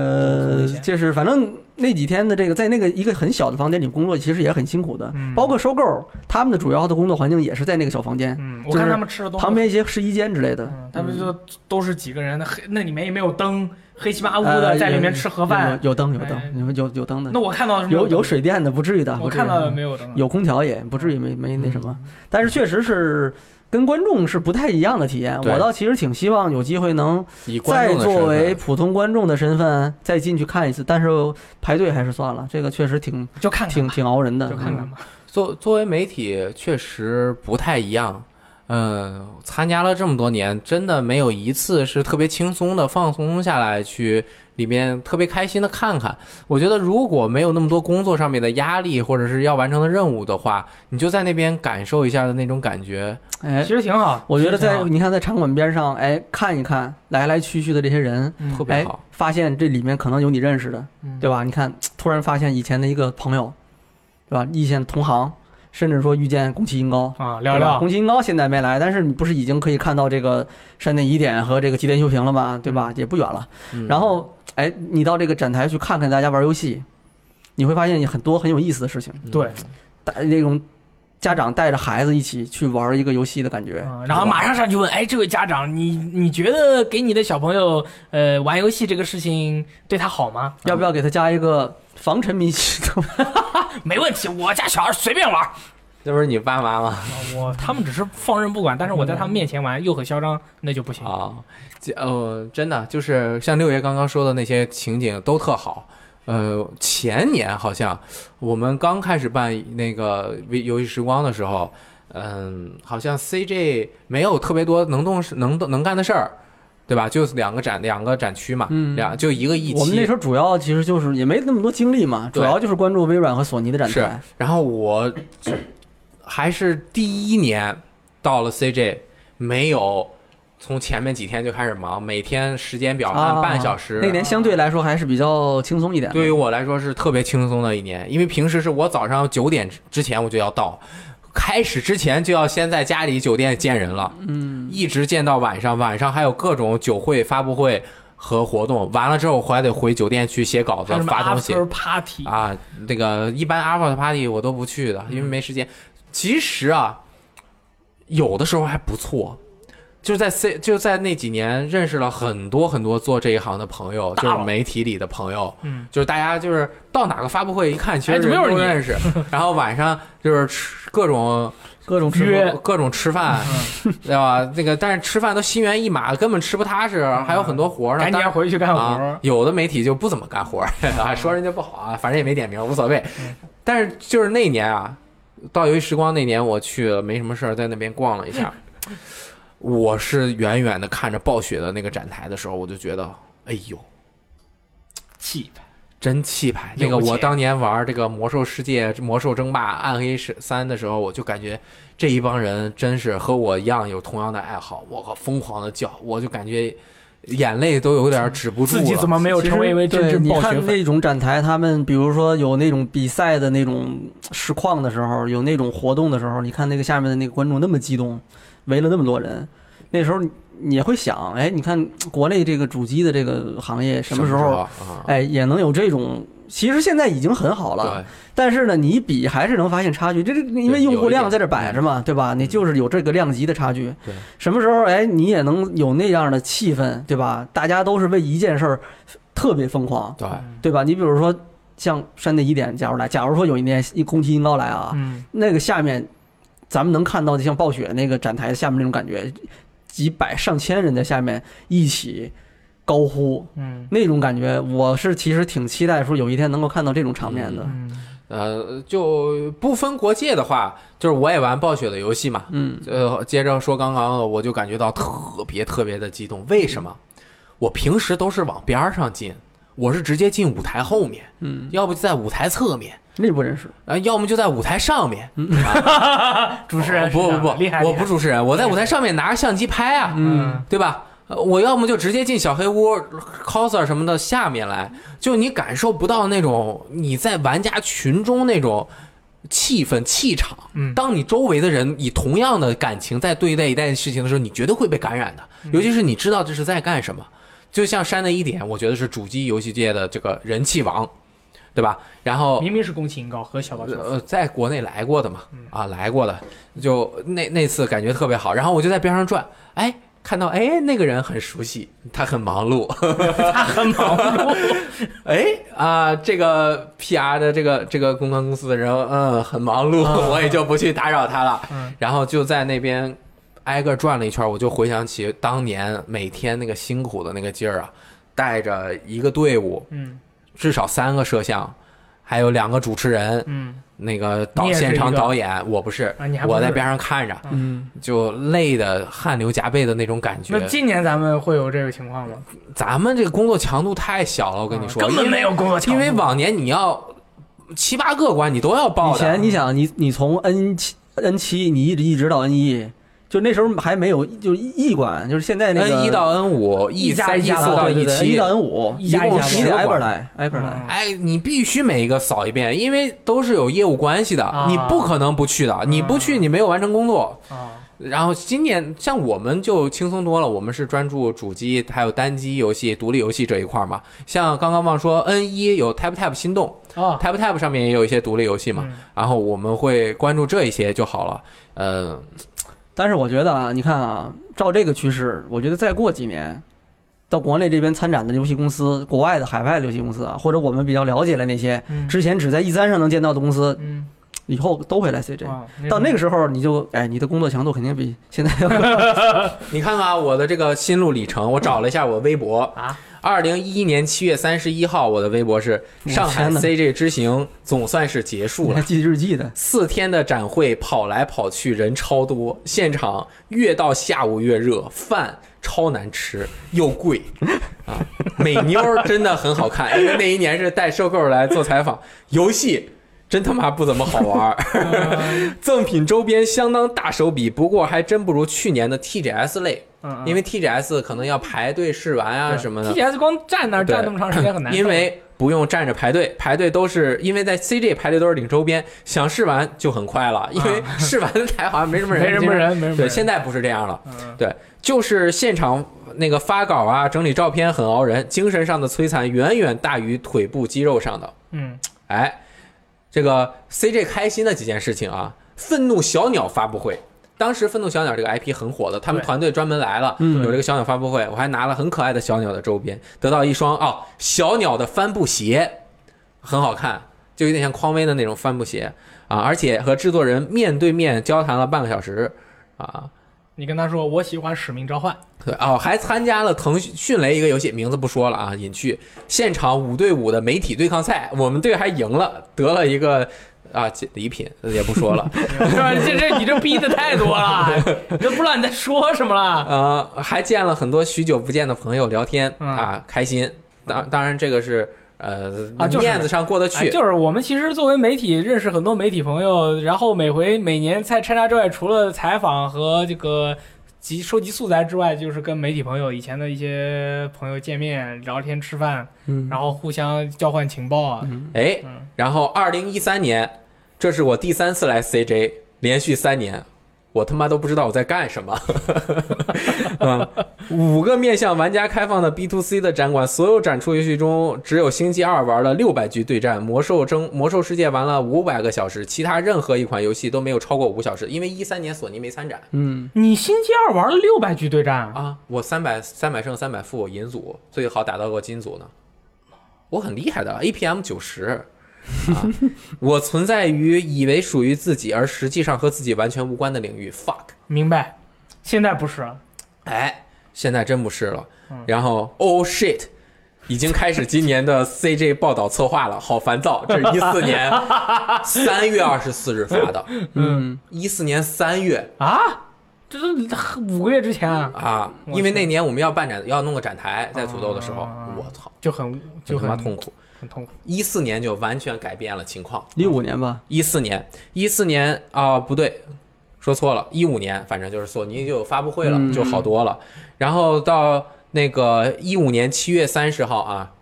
[SPEAKER 4] 危
[SPEAKER 3] 个
[SPEAKER 4] 险
[SPEAKER 3] 就是反正那几天的这个在那个一个很小的房间里工作，其实也很辛苦的。
[SPEAKER 4] 嗯
[SPEAKER 3] 包括收购，他们的主要的工作环境也是在那个小房间，
[SPEAKER 4] 嗯，
[SPEAKER 3] 就
[SPEAKER 4] 我
[SPEAKER 3] 是
[SPEAKER 4] 看他们吃的东西，
[SPEAKER 3] 旁边一些试衣间之类的。
[SPEAKER 4] 嗯，他们就都是几个人，那黑那里面也没有灯，黑漆麻乌
[SPEAKER 3] 呃
[SPEAKER 4] 的，在里
[SPEAKER 3] 有
[SPEAKER 4] 面吃盒饭。
[SPEAKER 3] 有有灯有
[SPEAKER 4] 哎
[SPEAKER 3] 灯，有有有灯的，
[SPEAKER 4] 那我看到的是没
[SPEAKER 3] 有有
[SPEAKER 4] 灯，
[SPEAKER 3] 水电的，不至于的。
[SPEAKER 4] 我
[SPEAKER 3] 不至于
[SPEAKER 4] 看到的
[SPEAKER 3] 嗯
[SPEAKER 4] 没有灯。
[SPEAKER 3] 有空调也不至于没没那什么，但是确实是。跟观众是不太一样的体验，
[SPEAKER 2] 对
[SPEAKER 3] 我倒其实挺希望有机会能
[SPEAKER 2] 以观
[SPEAKER 3] 再
[SPEAKER 2] 众的身
[SPEAKER 3] 作为
[SPEAKER 2] 份，
[SPEAKER 3] 普通观众的身份再进去看一次，但是排队还是算了，这个确实挺
[SPEAKER 4] 就看看
[SPEAKER 3] 挺嗯
[SPEAKER 4] 吧，
[SPEAKER 3] 挺熬人的。
[SPEAKER 4] 就看看吧。
[SPEAKER 2] 作作为媒体确实不太一样。嗯，参加了这么多年，真的没有一次是特别轻松的放松下来去里面特别开心的看看。我觉得如果没有那么多工作上面的压力或者是要完成的任务的话，你就在那边感受一下的那种感觉，
[SPEAKER 3] 嗯哎
[SPEAKER 4] 其，实挺好，
[SPEAKER 3] 我觉得
[SPEAKER 4] 其实
[SPEAKER 3] 在
[SPEAKER 4] 挺好
[SPEAKER 3] 你看在场馆边上，哎，看一看来来去去的这些人，
[SPEAKER 4] 嗯
[SPEAKER 2] 特别
[SPEAKER 3] 哎
[SPEAKER 2] 好。，
[SPEAKER 3] 发现这里面可能有你认识的，
[SPEAKER 4] 嗯
[SPEAKER 3] 对吧？你看，突然发现以前的一个朋友，对吧？遇见同行，甚至说遇见宫崎英高。
[SPEAKER 4] 啊，聊
[SPEAKER 3] 对吧
[SPEAKER 4] 聊
[SPEAKER 3] 宫崎英高现在没来，但是你不是已经可以看到这个山内一点和这个吉田修平了吗？对吧？也不远了。
[SPEAKER 2] 嗯
[SPEAKER 3] 然后，哎，你到这个展台去看看大家玩游戏，你会发现很多很有意思的事情。
[SPEAKER 4] 对，
[SPEAKER 3] 带那种家长带着孩子一起去玩一个游戏的感觉，
[SPEAKER 4] 嗯然后马上上去问，哎，这位家长，你你觉得给你的小朋友呃玩游戏这个事情对他好吗？
[SPEAKER 3] 要不要给他加一个防沉迷系统？
[SPEAKER 4] 没问题，我家小孩随便玩。
[SPEAKER 2] 那不是你爸妈吗？
[SPEAKER 4] 我他们只是放任不管，但是我在他们面前玩又很嚣张，那就不行。
[SPEAKER 2] 啊，这呃，真的就是像六爷刚刚说的那些情景都特好。呃，前年好像我们刚开始办那个微游戏时光的时候，嗯，好像 CJ 没有特别多能动事能能干的事儿，对吧？就两个展两个展区嘛，
[SPEAKER 3] 嗯
[SPEAKER 2] 两就一个一期。
[SPEAKER 3] 我们那时候主要其实就是也没那么多精力嘛，
[SPEAKER 2] 对
[SPEAKER 3] 主要就是关注微软和索尼的展
[SPEAKER 2] 是
[SPEAKER 3] 台。，
[SPEAKER 2] 然后我还是第一年到了 CJ，没有从前面几天就开始忙，每天时间表按
[SPEAKER 3] 啊
[SPEAKER 2] 半小时。
[SPEAKER 3] 那年相对来说还是比较轻松一点的。
[SPEAKER 2] 对于我来说是特别轻松的一年，因为平时是我早上九点之前我就要到，开始之前就要先在家里酒店见人了，嗯，一直见到晚上，晚上还有各种酒会、发布会和活动，完了之后我还得回酒店去写稿
[SPEAKER 4] 还
[SPEAKER 2] 子
[SPEAKER 4] 有、什么
[SPEAKER 2] 发东西
[SPEAKER 4] after party
[SPEAKER 2] 啊。那个一般 after party 我都不去的，因为没时间。其实啊，有的时候还不错。就在 C 就在那几年认识了很多很多做这一行的朋友，就
[SPEAKER 4] 大
[SPEAKER 2] 是
[SPEAKER 4] 佬
[SPEAKER 2] 媒体里的朋友，
[SPEAKER 4] 嗯，
[SPEAKER 2] 就是大家就是到哪个发布会一看，其实
[SPEAKER 4] 哎怎么
[SPEAKER 2] 人
[SPEAKER 4] 又是
[SPEAKER 2] 都
[SPEAKER 4] 你
[SPEAKER 2] 认 识。然后晚上就是吃各种
[SPEAKER 3] 各种吃
[SPEAKER 4] 约嗯
[SPEAKER 2] 各种吃饭，对吧？那个但是吃饭都心猿意马，根本吃不踏实，还有很多活儿呢。
[SPEAKER 4] 嗯赶紧
[SPEAKER 2] 当
[SPEAKER 4] 回去干活
[SPEAKER 2] 啊
[SPEAKER 4] 儿，。
[SPEAKER 2] 有的媒体就不怎么干活儿， 啊，说人家不好啊，反正也没点名，无所谓。
[SPEAKER 4] 嗯
[SPEAKER 2] 但是就是那年啊，到游戏时光那年，我去了没什么事儿，在那边逛了一 下。我是远远的看着暴雪的那个展台的时候，我就觉得，哎呦，
[SPEAKER 4] 气
[SPEAKER 2] 真气派！
[SPEAKER 4] 有
[SPEAKER 2] 那个我
[SPEAKER 4] 钱
[SPEAKER 2] 当年玩这个《魔兽世界》《魔兽争霸》《暗黑十三》的时候，我就感觉这一帮人真是和我一样有同样的爱好，我靠，疯狂的叫，我就感觉眼泪都有点止不住
[SPEAKER 4] 自己怎
[SPEAKER 2] 了。
[SPEAKER 4] 么没有
[SPEAKER 3] 其实
[SPEAKER 4] 成为一位真
[SPEAKER 3] 对
[SPEAKER 4] 正
[SPEAKER 3] 你
[SPEAKER 4] 暴雪
[SPEAKER 3] 看
[SPEAKER 4] 粉？
[SPEAKER 3] 那种展台，他们比如说有那种比赛的那种实况的时候，有那种活动的时候，你看那个下面的那个观众那么激动，围了那么多人，那时候你你也会想，哎，你看国内这个主机的这个行业什么时候，
[SPEAKER 2] 啊？
[SPEAKER 3] 哎，也能有这种。其实现在已经很好了，
[SPEAKER 2] 对，
[SPEAKER 3] 但是呢，你一比还是能发现差距，这这因为用户量在这
[SPEAKER 4] 嗯
[SPEAKER 3] 摆着嘛，对吧？你就是有这个量级的差距。
[SPEAKER 2] 对，
[SPEAKER 3] 什么时候哎，你也能有那样的气氛，对吧？大家都是为一件事儿特别疯狂，
[SPEAKER 2] 对，
[SPEAKER 3] 对吧？你比如说像山内一点，假如来，假如说有一年一宫崎英高来啊，
[SPEAKER 4] 嗯，
[SPEAKER 3] 那个下面咱们能看到的像暴雪那个展台下面那种感觉，几百上千人在下面一起高呼，
[SPEAKER 4] 嗯
[SPEAKER 3] 那种感觉，我是其实挺期待说有一天能够看到这种场面的。
[SPEAKER 4] 嗯
[SPEAKER 2] 呃，就不分国界的话，就是我也玩暴雪的游戏嘛。
[SPEAKER 3] 嗯
[SPEAKER 2] 呃，接着说刚刚的，我就感觉到特别特别的激动。为什么？我平时都是往边儿上进，我是直接进舞台后面，
[SPEAKER 3] 嗯，
[SPEAKER 2] 要不就在舞台侧面，
[SPEAKER 3] 那不认识。
[SPEAKER 2] 啊，要么就在舞台上 面。
[SPEAKER 4] 主持人
[SPEAKER 2] 哦不不不，
[SPEAKER 4] 厉害，
[SPEAKER 2] 我不主持人，我在舞台上面拿着相机拍啊，
[SPEAKER 4] 嗯
[SPEAKER 2] 对吧？呃我要么就直接进小黑屋 coser 什么的下面来，就你感受不到那种你在玩家群中那种气氛气场。
[SPEAKER 4] 嗯
[SPEAKER 2] 当你周围的人以同样的感情在对待一件事情的时候，你绝对会被感染的，
[SPEAKER 4] 嗯
[SPEAKER 2] 尤其是你知道这是在干什么。就像山的一点，我觉得是主机游戏界的这个人气王，对吧？然后
[SPEAKER 4] 明明是嗯宫崎英高和小岛秀夫，
[SPEAKER 2] 呃，在国内来过的嘛，啊，来过的，就那那次感觉特别好，然后我就在边上转，哎，看到哎那个人很熟悉，他很忙碌，
[SPEAKER 4] 他很忙碌，
[SPEAKER 2] 哎啊、这个 PR 的这个这个公关公司的人，嗯，很忙碌，我也就不去打扰他了，
[SPEAKER 4] 嗯
[SPEAKER 2] 然后就在那边挨个转了一圈，我就回想起当年每天那个辛苦的那个劲儿啊，带着一个队伍，
[SPEAKER 4] 嗯
[SPEAKER 2] 至少三个摄像，还有两个主持人，
[SPEAKER 4] 嗯
[SPEAKER 2] 那个导
[SPEAKER 4] 你也是
[SPEAKER 2] 现
[SPEAKER 4] 一
[SPEAKER 2] 场
[SPEAKER 4] 个
[SPEAKER 2] 导演，我不是
[SPEAKER 4] 啊，你还不
[SPEAKER 2] 我在
[SPEAKER 4] 是
[SPEAKER 2] 边上看着，
[SPEAKER 3] 嗯，
[SPEAKER 2] 就累的汗流浃背的那种感觉
[SPEAKER 4] 那。今年咱们会有这个情况吗？
[SPEAKER 2] 咱们这个工作强度太小了，我跟你说，
[SPEAKER 4] 啊根本
[SPEAKER 2] 因为
[SPEAKER 4] 没有工作强
[SPEAKER 2] 因
[SPEAKER 4] 度
[SPEAKER 2] 为往年你要七八个关，你都要报
[SPEAKER 3] 以
[SPEAKER 2] 的。
[SPEAKER 3] 前你想你你从 N 七 N 七你一直一直到 N 一，就那时候还没有就是一馆，就是现在那个
[SPEAKER 2] N 一到 N 五，E
[SPEAKER 4] 一加
[SPEAKER 2] 三、
[SPEAKER 4] 一
[SPEAKER 2] E
[SPEAKER 4] 加
[SPEAKER 2] 四到
[SPEAKER 4] 对
[SPEAKER 2] E
[SPEAKER 3] 一
[SPEAKER 2] 七
[SPEAKER 3] 到，N 五，
[SPEAKER 4] 一加一
[SPEAKER 2] 共
[SPEAKER 4] 加
[SPEAKER 2] 十
[SPEAKER 3] 你得
[SPEAKER 2] 个
[SPEAKER 3] 挨
[SPEAKER 2] 管
[SPEAKER 3] 本来挨本来。
[SPEAKER 4] 嗯
[SPEAKER 2] 哎，你必须每一个扫一遍，因为都是有业务关系的，
[SPEAKER 4] 啊
[SPEAKER 2] 你不可能不去的。你不去，你没有完成工作。
[SPEAKER 4] 啊，
[SPEAKER 2] 然后今年像我们就轻松多了，我们是专注主机还有单机游戏、独立游戏这一块儿嘛。像刚刚忘说 N 一有 Tap Tap 心动
[SPEAKER 4] 哦，
[SPEAKER 2] ，Tap Tap 上面也有一些独立游戏嘛，
[SPEAKER 4] 嗯
[SPEAKER 2] 然后我们会关注这一些就好了。嗯，
[SPEAKER 3] 但是我觉得啊，你看啊，照这个趋势，我觉得再过几年，到国内这边参展的游戏公司，国外的海外的游戏公司啊，或者我们比较了解的那些
[SPEAKER 4] 嗯
[SPEAKER 3] 之前只在 E 三上能见到的公司，
[SPEAKER 4] 嗯，
[SPEAKER 3] 以后都会来 CJ。
[SPEAKER 4] 哇
[SPEAKER 3] 到那
[SPEAKER 4] 个
[SPEAKER 3] 个时候，你就哎，你的工作强度肯定比现在 要高。
[SPEAKER 2] 你看看啊我的这个心路里程，我找了一下我微博
[SPEAKER 4] 啊，
[SPEAKER 2] 二零一一年七月三十一号，我的微博是
[SPEAKER 3] 我
[SPEAKER 2] 上海
[SPEAKER 3] 天哪
[SPEAKER 2] CJ 之行总算是结束
[SPEAKER 3] 你
[SPEAKER 2] 了
[SPEAKER 3] 还。记日记的，
[SPEAKER 2] 四天的展会跑来跑去，人超多，现场越到下午越热，饭超难吃又贵啊！美妞儿真的很好看，因为那一年是带收购来做采访，游戏。真他妈不怎么好玩
[SPEAKER 4] 嗯
[SPEAKER 2] 儿，赠品周边相当大手笔，不过还真不如去年的 TGS 类，
[SPEAKER 4] 嗯，
[SPEAKER 2] 因为 TGS 可能要排队试玩啊什么的。
[SPEAKER 4] TGS 光站那儿
[SPEAKER 2] 对
[SPEAKER 4] 站那么长时间很难受，啊
[SPEAKER 2] 因为不用站着排队，排队都是因为在 CJ 排队都是领周边，想试完就很快了，因为试完 的台好像没什么人，
[SPEAKER 4] 啊没什么。人，没什么人。
[SPEAKER 2] 对，现在不是这样了，
[SPEAKER 4] 嗯
[SPEAKER 2] 对，就是现场那个发稿啊，整理照片很熬人，精神上的摧残远远大于腿部肌肉上的。
[SPEAKER 4] 嗯，
[SPEAKER 2] 哎，这个 CJ 开心的几件事情啊，愤怒小鸟发布会。当时愤怒小鸟这个 IP 很火的，他们
[SPEAKER 4] 对
[SPEAKER 2] 团队专门来了，
[SPEAKER 3] 嗯
[SPEAKER 2] 有这个小鸟发布会，我还拿了很可爱的小鸟的周边，得到一双哦小鸟的帆布鞋，很好看，就有点像匡威的那种帆布鞋啊，而且和制作人面对面交谈了半个小时啊，
[SPEAKER 4] 你跟他说我喜欢使命召唤，
[SPEAKER 2] 对哦，还参加了腾讯雷一个游戏，名字不说了啊，隐去现场五对五的媒体对抗赛，我们队还赢了，得了一个啊礼品，也不说 了。
[SPEAKER 4] 是吧？这这你这逼的太多了， 你都不知道你在说什么了。
[SPEAKER 2] 呃，还见了很多许久不见的朋友聊天、
[SPEAKER 4] 嗯
[SPEAKER 2] 啊，开心。当当然这个是呃、
[SPEAKER 4] 啊就是
[SPEAKER 2] 面子上过得
[SPEAKER 4] 哎
[SPEAKER 2] 去，
[SPEAKER 4] 就是我们其实作为媒体，认识很多媒体朋友，然后每回每年在 China Joy 除了采访和这个集收集素材之外，就是跟媒体朋友以前的一些朋友见面、聊天、吃饭，
[SPEAKER 3] 嗯
[SPEAKER 4] 然后互相交换情报啊。
[SPEAKER 2] 哎
[SPEAKER 4] 嗯，
[SPEAKER 2] 然后二零一三年，这是我第三次来 CJ，连续三年，我他妈都不知道我在干什么。 嗯，五个面向玩家开放的 B to C 的展馆，所有展出游戏中，只有星期二玩了六百局对战，魔兽争魔兽世界玩了五百个小时，其他任何一款游戏都没有超过五小时，因为一三年索尼没参展
[SPEAKER 3] 嗯，
[SPEAKER 4] 你星期二玩了六百局对战啊？
[SPEAKER 2] 啊。我三百三百胜三百负，我银组最好打到过金组呢，我很厉害的，APM 九十。啊，我存在于以为属于自己，而实际上和自己完全无关的领域。fuck，
[SPEAKER 4] 明白，现在不是，
[SPEAKER 2] 哎，现在真不是了
[SPEAKER 4] 嗯。
[SPEAKER 2] 然后 oh shit，已经开始今年的 CJ 报道策划了，好烦躁。这是一四年三月二十四日发的，
[SPEAKER 3] 嗯，
[SPEAKER 2] 一四年三月
[SPEAKER 4] 啊，这是五个月之前啊，
[SPEAKER 2] 啊，
[SPEAKER 4] 我
[SPEAKER 2] 因为
[SPEAKER 4] 去
[SPEAKER 2] 那年我们要办展，要弄个展台，在土豆的时候
[SPEAKER 4] 啊，
[SPEAKER 2] 我操，
[SPEAKER 4] 就很就
[SPEAKER 2] 他
[SPEAKER 4] 很
[SPEAKER 2] 妈痛苦。
[SPEAKER 4] 很痛苦。
[SPEAKER 2] 一四年就完全改变了情况。
[SPEAKER 3] 一五年吧，
[SPEAKER 2] 一四年，一四年啊、不对，说错了，一五年，反正就是索尼就有发布会了，
[SPEAKER 3] 嗯
[SPEAKER 2] 就好多了。然后到那个一五年七月三十号啊，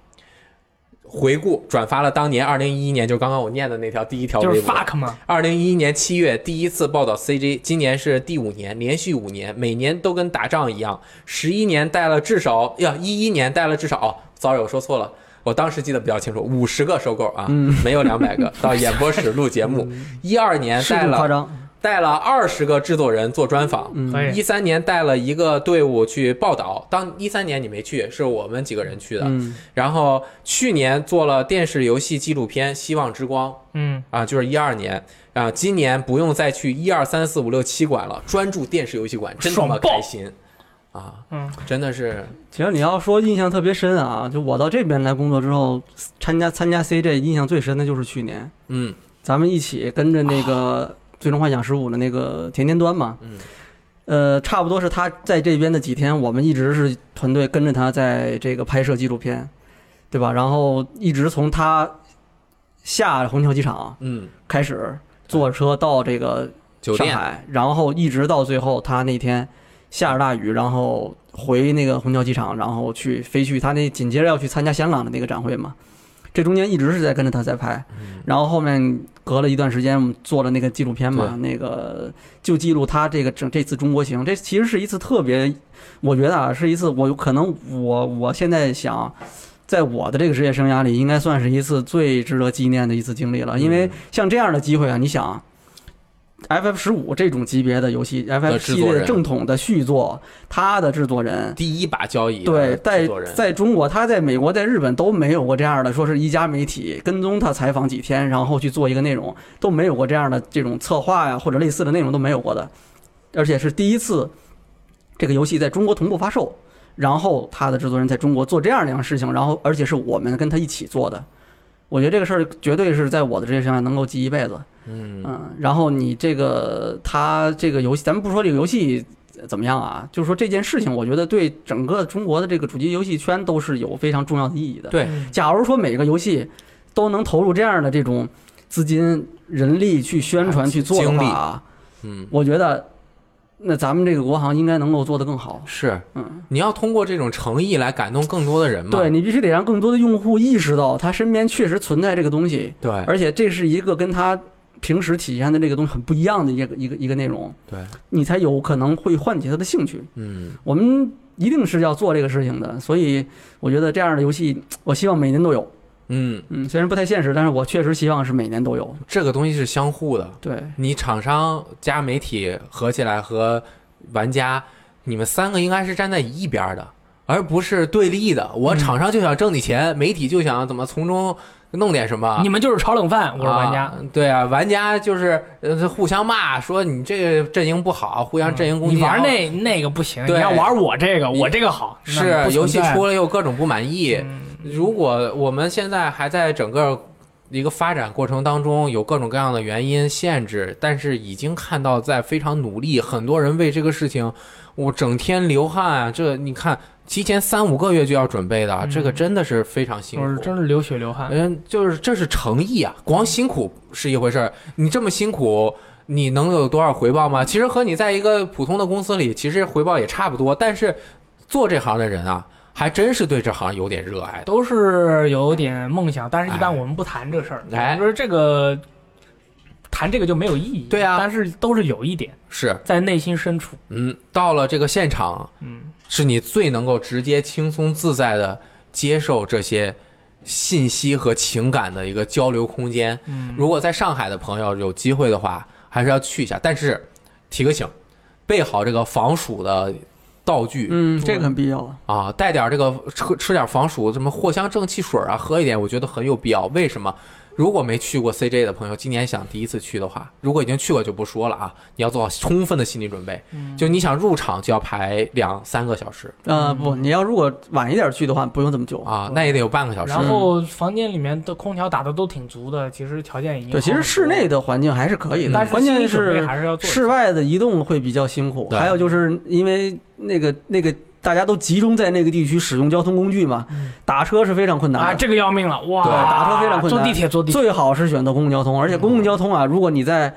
[SPEAKER 2] 回顾转发了当年二零一一年，就刚刚我念的那条第一条微博。
[SPEAKER 4] 就是 fuck 嘛，
[SPEAKER 2] 二零一一年七月第一次报道 CG，今年是第五年，连续五年，每年都跟打仗一样，十一年带了至少呀，一一年带了至少哦，sorry，我说错了。我当时记得比较清楚，五十个收购啊，
[SPEAKER 3] 嗯
[SPEAKER 2] 没有两百 个。到演播室录节目，一二年
[SPEAKER 3] 适
[SPEAKER 2] 带
[SPEAKER 3] 度夸
[SPEAKER 2] 了
[SPEAKER 3] 张，
[SPEAKER 2] 带了二十个制作人做专访，
[SPEAKER 3] 嗯
[SPEAKER 4] 可以
[SPEAKER 2] 一三年带了一个队伍去报道。当一三年你没去，是我们几个人去的。
[SPEAKER 3] 嗯，
[SPEAKER 2] 然后去年做了电视游戏纪录片《希望之光》，
[SPEAKER 4] 嗯，
[SPEAKER 2] 啊，就是一二年啊，今年不用再去一二三四五六七馆了，专注电视游戏馆，真他
[SPEAKER 4] 爽
[SPEAKER 2] 妈
[SPEAKER 4] 爆
[SPEAKER 2] 开心啊！
[SPEAKER 4] 嗯，
[SPEAKER 2] 真的是
[SPEAKER 3] 其实你要说印象特别深啊，就我到这边来工作之后，参加参加 CJ 印象最深的就是去年，
[SPEAKER 2] 嗯
[SPEAKER 3] 咱们一起跟着那个《最终幻想十五》的那个田田端嘛，
[SPEAKER 2] 嗯，
[SPEAKER 3] 呃，差不多是他在这边的几天，我们一直是团队跟着他在这个拍摄纪录片，对吧？然后一直从他下虹桥机场
[SPEAKER 2] 嗯，
[SPEAKER 3] 开始坐车到这个
[SPEAKER 2] 酒
[SPEAKER 3] 上
[SPEAKER 2] 店
[SPEAKER 3] 海，然后一直到最后，他那天下着大雨，然后回那个虹桥机场，然后去飞去他那紧接着要去参加香港的那个展会嘛。这中间一直是在跟着他在拍，
[SPEAKER 2] 嗯
[SPEAKER 3] 然后后面隔了一段时间，我们做了那个纪录片嘛，那个就记录他这个整这次中国行，这其实是一次特别，我觉得啊，是一次我有可能我我现在想，在我的这个职业生涯里，应该算是一次最值得纪念的一次经历了。因为
[SPEAKER 2] 嗯
[SPEAKER 3] 像这样的机会啊，你想，FF 十五这种级别的游戏，FF
[SPEAKER 2] 制
[SPEAKER 3] 系
[SPEAKER 2] 作人
[SPEAKER 3] 列正统的续作，它的制作人。
[SPEAKER 2] 第一把交椅
[SPEAKER 3] 对
[SPEAKER 2] 的，
[SPEAKER 3] 在
[SPEAKER 2] 制作人，
[SPEAKER 3] 在中国，他在美国、在日本都没有过这样的，说是一家媒体跟踪他采访几天，然后去做一个内容，都没有过这样的这种策划呀或者类似的内容都没有过的，而且是第一次这个游戏在中国同步发售，然后他的制作人在中国做这样两样事情，然后而且是我们跟他一起做的，我觉得这个事儿绝对是在我的职业生涯能够记一辈子。
[SPEAKER 2] 嗯
[SPEAKER 3] 嗯，然后你这个他这个游戏，咱们不说这个游戏怎么样啊，就是说这件事情，我觉得对整个中国的这个主机游戏圈都是有非常重要的意义的。
[SPEAKER 2] 对
[SPEAKER 4] 嗯
[SPEAKER 3] 假如说每个游戏都能投入这样的这种资金、人力去宣传、
[SPEAKER 2] 啊
[SPEAKER 3] 去做的
[SPEAKER 2] 精力
[SPEAKER 3] 话，
[SPEAKER 2] 嗯
[SPEAKER 3] 我觉得那咱们这个国行应该能够做得更好。
[SPEAKER 2] 是，
[SPEAKER 3] 嗯，
[SPEAKER 2] 你要通过这种诚意来感动更多的人嘛？
[SPEAKER 3] 对你必须得让更多的用户意识到他身边确实存在这个东西，
[SPEAKER 2] 对
[SPEAKER 3] 而且这是一个跟他平时体现的这个东西很不一样的一个一个一个内容。
[SPEAKER 2] 对，
[SPEAKER 3] 你才有可能会唤起他的兴趣。
[SPEAKER 2] 嗯
[SPEAKER 3] 我们一定是要做这个事情的，所以我觉得这样的游戏，我希望每年都有。
[SPEAKER 2] 嗯，
[SPEAKER 3] 嗯，虽然不太现实，但是我确实希望是每年都有。
[SPEAKER 2] 这个东西是相互的，
[SPEAKER 3] 对，
[SPEAKER 2] 你厂商加媒体合起来和玩家，你们三个应该是站在一边儿的，而不是对立的。
[SPEAKER 4] 嗯
[SPEAKER 2] 我厂商就想挣你钱，媒体就想怎么从中弄点什么。
[SPEAKER 4] 你们就是炒冷饭，我是玩家
[SPEAKER 2] 啊。，对啊，玩家就是呃互相骂，说你这个阵营不好，互相阵营攻击。
[SPEAKER 4] 嗯你玩
[SPEAKER 2] 然后
[SPEAKER 4] 那那个不行，你
[SPEAKER 2] 对
[SPEAKER 4] 要玩我这个，
[SPEAKER 2] 你
[SPEAKER 4] 我这个好。那
[SPEAKER 2] 是
[SPEAKER 4] 不存在
[SPEAKER 2] 游戏出了又各种不满意，
[SPEAKER 4] 嗯
[SPEAKER 2] 如果我们现在还在整个一个发展过程当中，有各种各样的原因限制，但是已经看到在非常努力，很多人为这个事情，我整天流汗啊，这你看提前三五个月就要准备的，
[SPEAKER 4] 嗯
[SPEAKER 2] 这个真的是非常辛
[SPEAKER 4] 我是
[SPEAKER 2] 苦。
[SPEAKER 4] 真是流血流汗。
[SPEAKER 2] 嗯，就是这是诚意啊，光辛苦是一回事儿，你这么辛苦，你能有多少回报吗？其实和你在一个普通的公司里，其实回报也差不多，但是做这行的人啊，还真是对这行有点热爱的。
[SPEAKER 4] 都是有点梦想，但是一般
[SPEAKER 2] 哎
[SPEAKER 4] 我们不谈这事儿。
[SPEAKER 2] 哎
[SPEAKER 4] 我说这个谈这个就没有意义。
[SPEAKER 2] 对啊
[SPEAKER 4] 但是都是有一点
[SPEAKER 2] 是，
[SPEAKER 4] 在内心深处，
[SPEAKER 2] 嗯，到了这个现场，
[SPEAKER 4] 嗯，
[SPEAKER 2] 是你最能够直接、轻松、自在的接受这些信息和情感的一个交流空间。
[SPEAKER 4] 嗯
[SPEAKER 2] 如果在上海的朋友有机会的话，还是要去一下。但是提个醒，备好这个防暑的道具。
[SPEAKER 3] 嗯，这个很必要啊。
[SPEAKER 2] 啊，带点这个吃吃点防暑，什么藿香正气水啊，喝一点，我觉得很有必要。为什么？如果没去过 CJ 的朋友，今年想第一次去的话，如果已经去过就不说了啊，你要做好充分的心理准备。
[SPEAKER 4] 嗯
[SPEAKER 2] 就你想入场就要排两三个小时
[SPEAKER 3] 呃，不，你要如果晚一点去的话，不用这么久。
[SPEAKER 2] 啊，那也得有半个小时。
[SPEAKER 4] 哦然后房间里面的空调打的都挺足的，其实条件已经
[SPEAKER 3] 对，其实室内的环境还是可以的
[SPEAKER 4] 但，是
[SPEAKER 3] 关
[SPEAKER 4] 心
[SPEAKER 3] 键
[SPEAKER 4] 理准备
[SPEAKER 3] 是
[SPEAKER 4] 还是要做一下。
[SPEAKER 3] 室外的移动会比较辛苦，
[SPEAKER 2] 对
[SPEAKER 3] 还有就是因为那个那个大家都集中在那个地区使用交通工具嘛，
[SPEAKER 4] 嗯
[SPEAKER 3] 打车是非常困难的。
[SPEAKER 4] 啊，这个要命了哇！
[SPEAKER 2] 对
[SPEAKER 3] 打车非常困难
[SPEAKER 4] 坐地铁，坐地铁。嗯
[SPEAKER 3] 最好是选择公共交通，而且公共交通啊，如果你在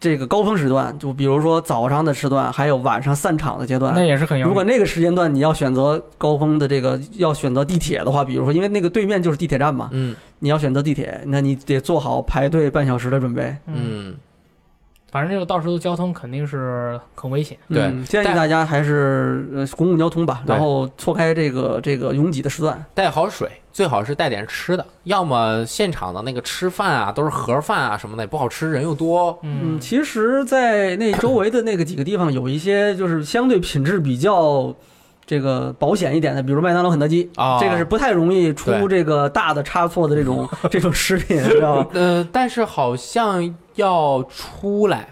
[SPEAKER 3] 这个高峰时段，就比如说早上的时段，还有晚上散场的阶
[SPEAKER 4] 那
[SPEAKER 3] 段。
[SPEAKER 4] 也是很要
[SPEAKER 3] 如
[SPEAKER 4] 命
[SPEAKER 3] 果那个时间段你要选择高峰的这个，要选择地铁的话，比如说，因为那个对面就是地铁站嘛，
[SPEAKER 2] 嗯
[SPEAKER 3] 你要选择地铁，那你得做好排队半小时的准备。
[SPEAKER 4] 嗯，
[SPEAKER 2] 嗯，
[SPEAKER 4] 反正这个到时候交通肯定是很危险。
[SPEAKER 2] 对
[SPEAKER 3] 嗯建议
[SPEAKER 2] 但
[SPEAKER 3] 大家还是呃公共交通吧，
[SPEAKER 2] 对
[SPEAKER 3] 然后错开这个这个拥挤的时段。
[SPEAKER 2] 带好水，最好是带点吃的，要么现场的那个吃饭啊，都是盒饭啊什么的，也不好吃，人又多。
[SPEAKER 4] 嗯
[SPEAKER 3] 嗯，，其实，在那周围的那个几个地方，有一些就是相对品质比较这个保险一点的，比如麦当劳、肯德基，
[SPEAKER 4] 哦
[SPEAKER 2] 啊
[SPEAKER 3] 这个是不太容易出
[SPEAKER 2] 对
[SPEAKER 3] 这个大的差错的这种这种食品，知道吧？
[SPEAKER 2] 呃，但是好像要出来，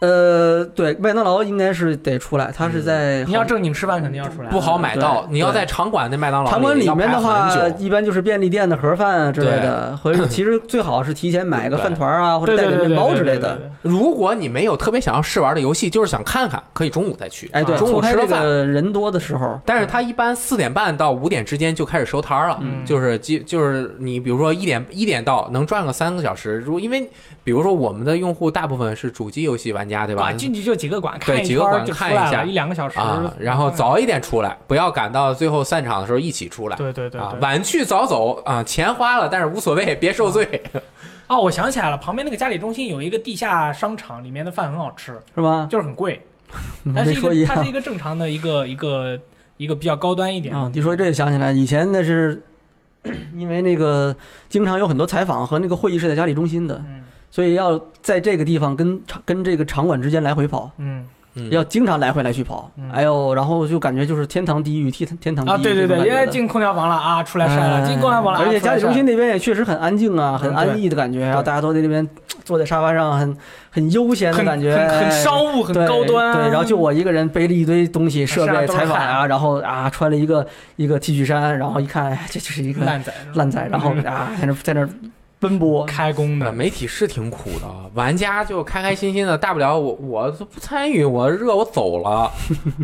[SPEAKER 3] 呃，对，麦当劳应该是得出来，它是在
[SPEAKER 4] 你要正经吃饭肯定要出来。
[SPEAKER 2] 不好买到。
[SPEAKER 3] 对
[SPEAKER 2] 你要在场馆那麦当劳，
[SPEAKER 3] 场馆里面的
[SPEAKER 2] 要
[SPEAKER 3] 话
[SPEAKER 2] 排，很久
[SPEAKER 3] 一般就是便利店的盒饭啊之类的，或者其实最好是提前买个饭团啊，或者
[SPEAKER 4] 对
[SPEAKER 3] 带
[SPEAKER 4] 对
[SPEAKER 3] 点
[SPEAKER 4] 对
[SPEAKER 3] 面
[SPEAKER 4] 对
[SPEAKER 3] 包
[SPEAKER 4] 对
[SPEAKER 3] 之
[SPEAKER 4] 对
[SPEAKER 3] 类
[SPEAKER 4] 对
[SPEAKER 3] 的。
[SPEAKER 4] 对
[SPEAKER 2] 如果你没有特别想要试玩的游戏，就是想看看，可以中午再去。
[SPEAKER 3] 哎，对，
[SPEAKER 2] 中
[SPEAKER 3] 错
[SPEAKER 2] 午
[SPEAKER 3] 开
[SPEAKER 2] 吃
[SPEAKER 3] 这
[SPEAKER 2] 了饭。
[SPEAKER 3] 个人多的时候，
[SPEAKER 2] 但是它一般四点半到五点之间就开始收摊儿了，
[SPEAKER 4] 嗯
[SPEAKER 2] 就是基就是你比如说一点一点到能赚个三个小时，如因为比如说我们的用户大部分是主机游戏玩家，对吧？
[SPEAKER 4] 馆进去就几个馆，
[SPEAKER 2] 对
[SPEAKER 4] 看一
[SPEAKER 2] 几个
[SPEAKER 4] 圈儿
[SPEAKER 2] 馆
[SPEAKER 4] 就出
[SPEAKER 2] 看
[SPEAKER 4] 来
[SPEAKER 2] 一下
[SPEAKER 4] 了一两个小时
[SPEAKER 2] 啊，然后。早一点出来，不要赶到最后散场的时候一起出来。
[SPEAKER 4] 对对对
[SPEAKER 2] 啊，
[SPEAKER 4] 对。
[SPEAKER 2] 晚去早走啊，钱花了，但是无所谓，别受罪。
[SPEAKER 4] 哦，我想起来了，旁边那个家里中心有一个地下商场，里面的饭很好吃，
[SPEAKER 3] 是吧？
[SPEAKER 4] 就是很贵，
[SPEAKER 3] 你
[SPEAKER 4] 但是
[SPEAKER 3] 没
[SPEAKER 4] 一
[SPEAKER 3] 说一
[SPEAKER 4] 个嗯它是
[SPEAKER 3] 样
[SPEAKER 4] 一个正常的一个一个一个比较高端一点的
[SPEAKER 3] 啊！你说这也想起来，以前那是因为那个经常有很多采访和那个会议是在家里中心的，
[SPEAKER 4] 嗯
[SPEAKER 3] 所以要在这个地方跟场跟这个场馆之间来回跑，
[SPEAKER 4] 嗯
[SPEAKER 2] 嗯
[SPEAKER 3] 要经常来回来去跑
[SPEAKER 4] 嗯。
[SPEAKER 3] 哎呦，然后就感觉就是天堂地狱，天天堂地狱
[SPEAKER 4] 啊，对对
[SPEAKER 3] 这
[SPEAKER 4] 对，
[SPEAKER 3] 种
[SPEAKER 4] 因为
[SPEAKER 3] 感觉的
[SPEAKER 4] 进空调房了啊，出来晒了，
[SPEAKER 3] 哎
[SPEAKER 4] 进空调房了，啊
[SPEAKER 3] 而且家里中心，那边也确实很安静啊，
[SPEAKER 4] 嗯
[SPEAKER 3] 很安逸的感觉，然后大家都在那边坐在沙发上，很很悠闲
[SPEAKER 4] 出来晒
[SPEAKER 3] 的感
[SPEAKER 4] 很
[SPEAKER 3] 觉，哎
[SPEAKER 4] 很很商务，很
[SPEAKER 3] 对
[SPEAKER 4] 高端，
[SPEAKER 3] 对，然后就我一个人背了一堆东西、设
[SPEAKER 4] 身上
[SPEAKER 3] 备、
[SPEAKER 4] 都是
[SPEAKER 3] 采访
[SPEAKER 4] 汗
[SPEAKER 3] 啊，然后啊穿了一个一个 T 恤衫，然后一看，哎，这就是一个
[SPEAKER 4] 烂仔
[SPEAKER 3] 烂仔，然后啊在那在那奔波。
[SPEAKER 4] 开工
[SPEAKER 2] 那
[SPEAKER 4] 的，
[SPEAKER 2] 呃媒体是挺苦的，玩家就开开心心的，大不了我我就不参与，我热我走 了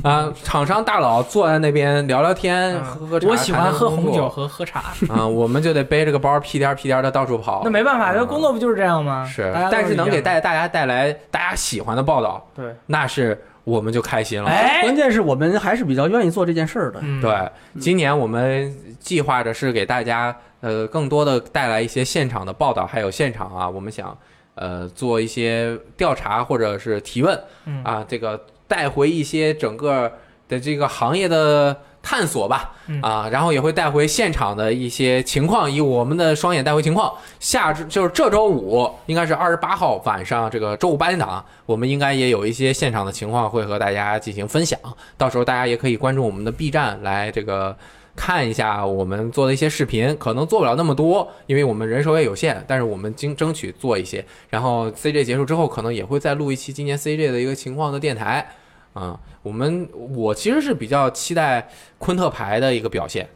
[SPEAKER 2] 啊。厂商大佬坐在那边聊聊天，
[SPEAKER 4] 嗯
[SPEAKER 2] 喝喝茶，
[SPEAKER 4] 我喜
[SPEAKER 2] 看
[SPEAKER 4] 欢
[SPEAKER 2] 看
[SPEAKER 4] 喝
[SPEAKER 2] 工
[SPEAKER 4] 红酒
[SPEAKER 2] 作
[SPEAKER 4] 和喝茶，
[SPEAKER 2] 啊，我们就得背着个包屁颠儿屁颠的到处跑。
[SPEAKER 4] 那没办法，
[SPEAKER 2] 嗯
[SPEAKER 4] 这工作不就是这样吗？
[SPEAKER 2] 是
[SPEAKER 4] 大家，都
[SPEAKER 2] 但是能给
[SPEAKER 4] 一样的
[SPEAKER 2] 带大家带来大家喜欢的报道，
[SPEAKER 4] 对，
[SPEAKER 2] 那是我们就开心了。
[SPEAKER 4] 哎，
[SPEAKER 3] 啊关键是我们还是比较愿意做这件事儿的。
[SPEAKER 4] 嗯，
[SPEAKER 2] 对，今年我们计划着是给大家呃更多的带来一些现场的报道，还有现场啊，我们想呃做一些调查或者是提问
[SPEAKER 4] 嗯
[SPEAKER 2] 啊，这个带回一些整个的这个行业的探索吧
[SPEAKER 4] 嗯
[SPEAKER 2] 啊，然后也会带回现场的一些情况，以我们的双眼带回情况。下周就是这周五，应该是二十八号晚上，这个周五八点档，我们应该也有一些现场的情况会和大家进行分享。到时候大家也可以关注我们的 B 站来这个看一下我们做的一些视频，可能做不了那么多，因为我们人手也有限，但是我们经争取做一些。然后 CJ 结束之后，可能也会再录一期今年 CJ 的一个情况的电台。啊、我们我其实是比较期待昆特牌的一个表现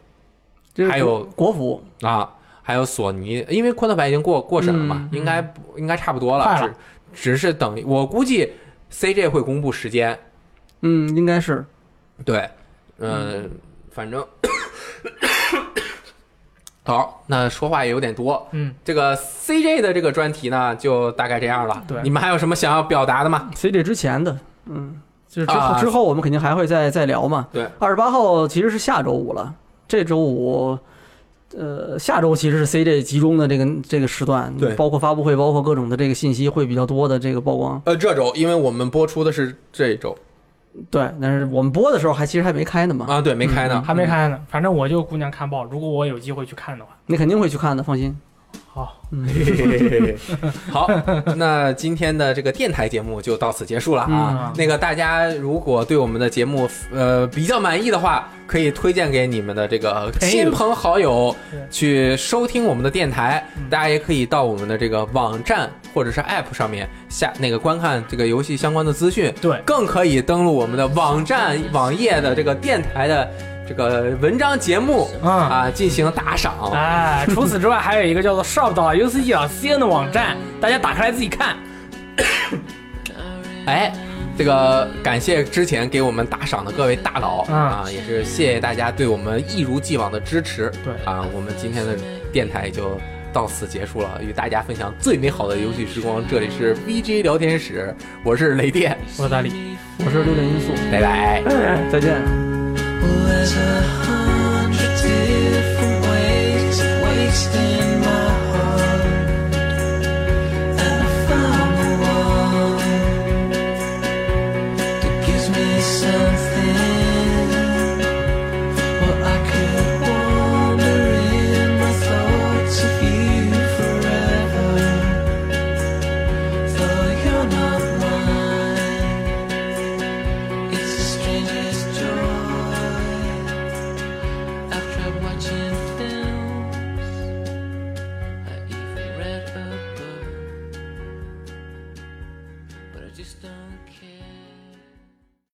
[SPEAKER 3] 这是
[SPEAKER 2] 还有
[SPEAKER 3] 国服，
[SPEAKER 2] 啊，还有索尼，因为昆特牌已经过过审了嘛，
[SPEAKER 4] 嗯
[SPEAKER 2] 应该不应该差不多了，
[SPEAKER 4] 快了
[SPEAKER 2] 只只是等我估计 CJ 会公布时间，
[SPEAKER 3] 嗯，应该是
[SPEAKER 2] 对，嗯，反正 好，那说话也有点多。
[SPEAKER 4] 嗯，
[SPEAKER 2] 这个 CJ 的这个专题呢，就大概这样了。
[SPEAKER 4] 对
[SPEAKER 2] 你们还有什么想要表达的吗？
[SPEAKER 3] CJ 之前的，嗯，就是之后
[SPEAKER 2] 啊
[SPEAKER 3] 之后我们肯定还会再再聊嘛。
[SPEAKER 2] 对，
[SPEAKER 3] 二十八号其实是下周五了，这周五。呃，下周其实是 CJ 集中的这个这个时段，
[SPEAKER 2] 对
[SPEAKER 3] 包括发布会，包括各种的这个信息会比较多的这个曝光。
[SPEAKER 2] 呃，这周，因为我们播出的是这周
[SPEAKER 3] 对，但是我们播的时候还其实还没开呢嘛，
[SPEAKER 2] 啊，对，没
[SPEAKER 4] 嗯
[SPEAKER 2] 开呢。
[SPEAKER 4] 还没开呢，反正我就姑娘看报，如果我有机会去看的话，
[SPEAKER 3] 你肯定会去看的，放心。
[SPEAKER 4] 好，
[SPEAKER 2] 好，那今天的这个电台节目就到此结束了啊。
[SPEAKER 4] 嗯
[SPEAKER 2] 那个大家如果对我们的节目呃比较满意的话，可以推荐给你们的这个
[SPEAKER 4] 友
[SPEAKER 2] 亲朋好友
[SPEAKER 4] 对
[SPEAKER 2] 去收听我们的电台
[SPEAKER 4] 嗯。
[SPEAKER 2] 大家也可以到我们的这个网站或者是 App 上面下那个观看这个游戏相关的资讯，
[SPEAKER 4] 对
[SPEAKER 2] 更可以登录我们的网站网页的这个电台的这个文章节目
[SPEAKER 4] 嗯。
[SPEAKER 2] 啊进行打赏。
[SPEAKER 4] 哎，除此之外，还有一个叫做 shop 到 ucg 到 cn 的网站，大家打开来自己看。
[SPEAKER 2] 哎，这个感谢之前给我们打赏的各位大佬、
[SPEAKER 4] 嗯
[SPEAKER 2] 啊，也是谢谢大家对我们一如既往的支持。
[SPEAKER 4] 对
[SPEAKER 2] 啊，我们今天的电台也就到此结束了，与大家分享最美好的游戏时光。这里是 VG 聊天室，我 是雷电，
[SPEAKER 4] 我在里。
[SPEAKER 3] 我是六点因素，
[SPEAKER 2] 拜拜。
[SPEAKER 3] 再见。
[SPEAKER 5] There's a hundred different ways of wasting my heart, and I found the one that gives me something. Well, I could wander in my thoughts of you forever, though you're not mine. It's the strangest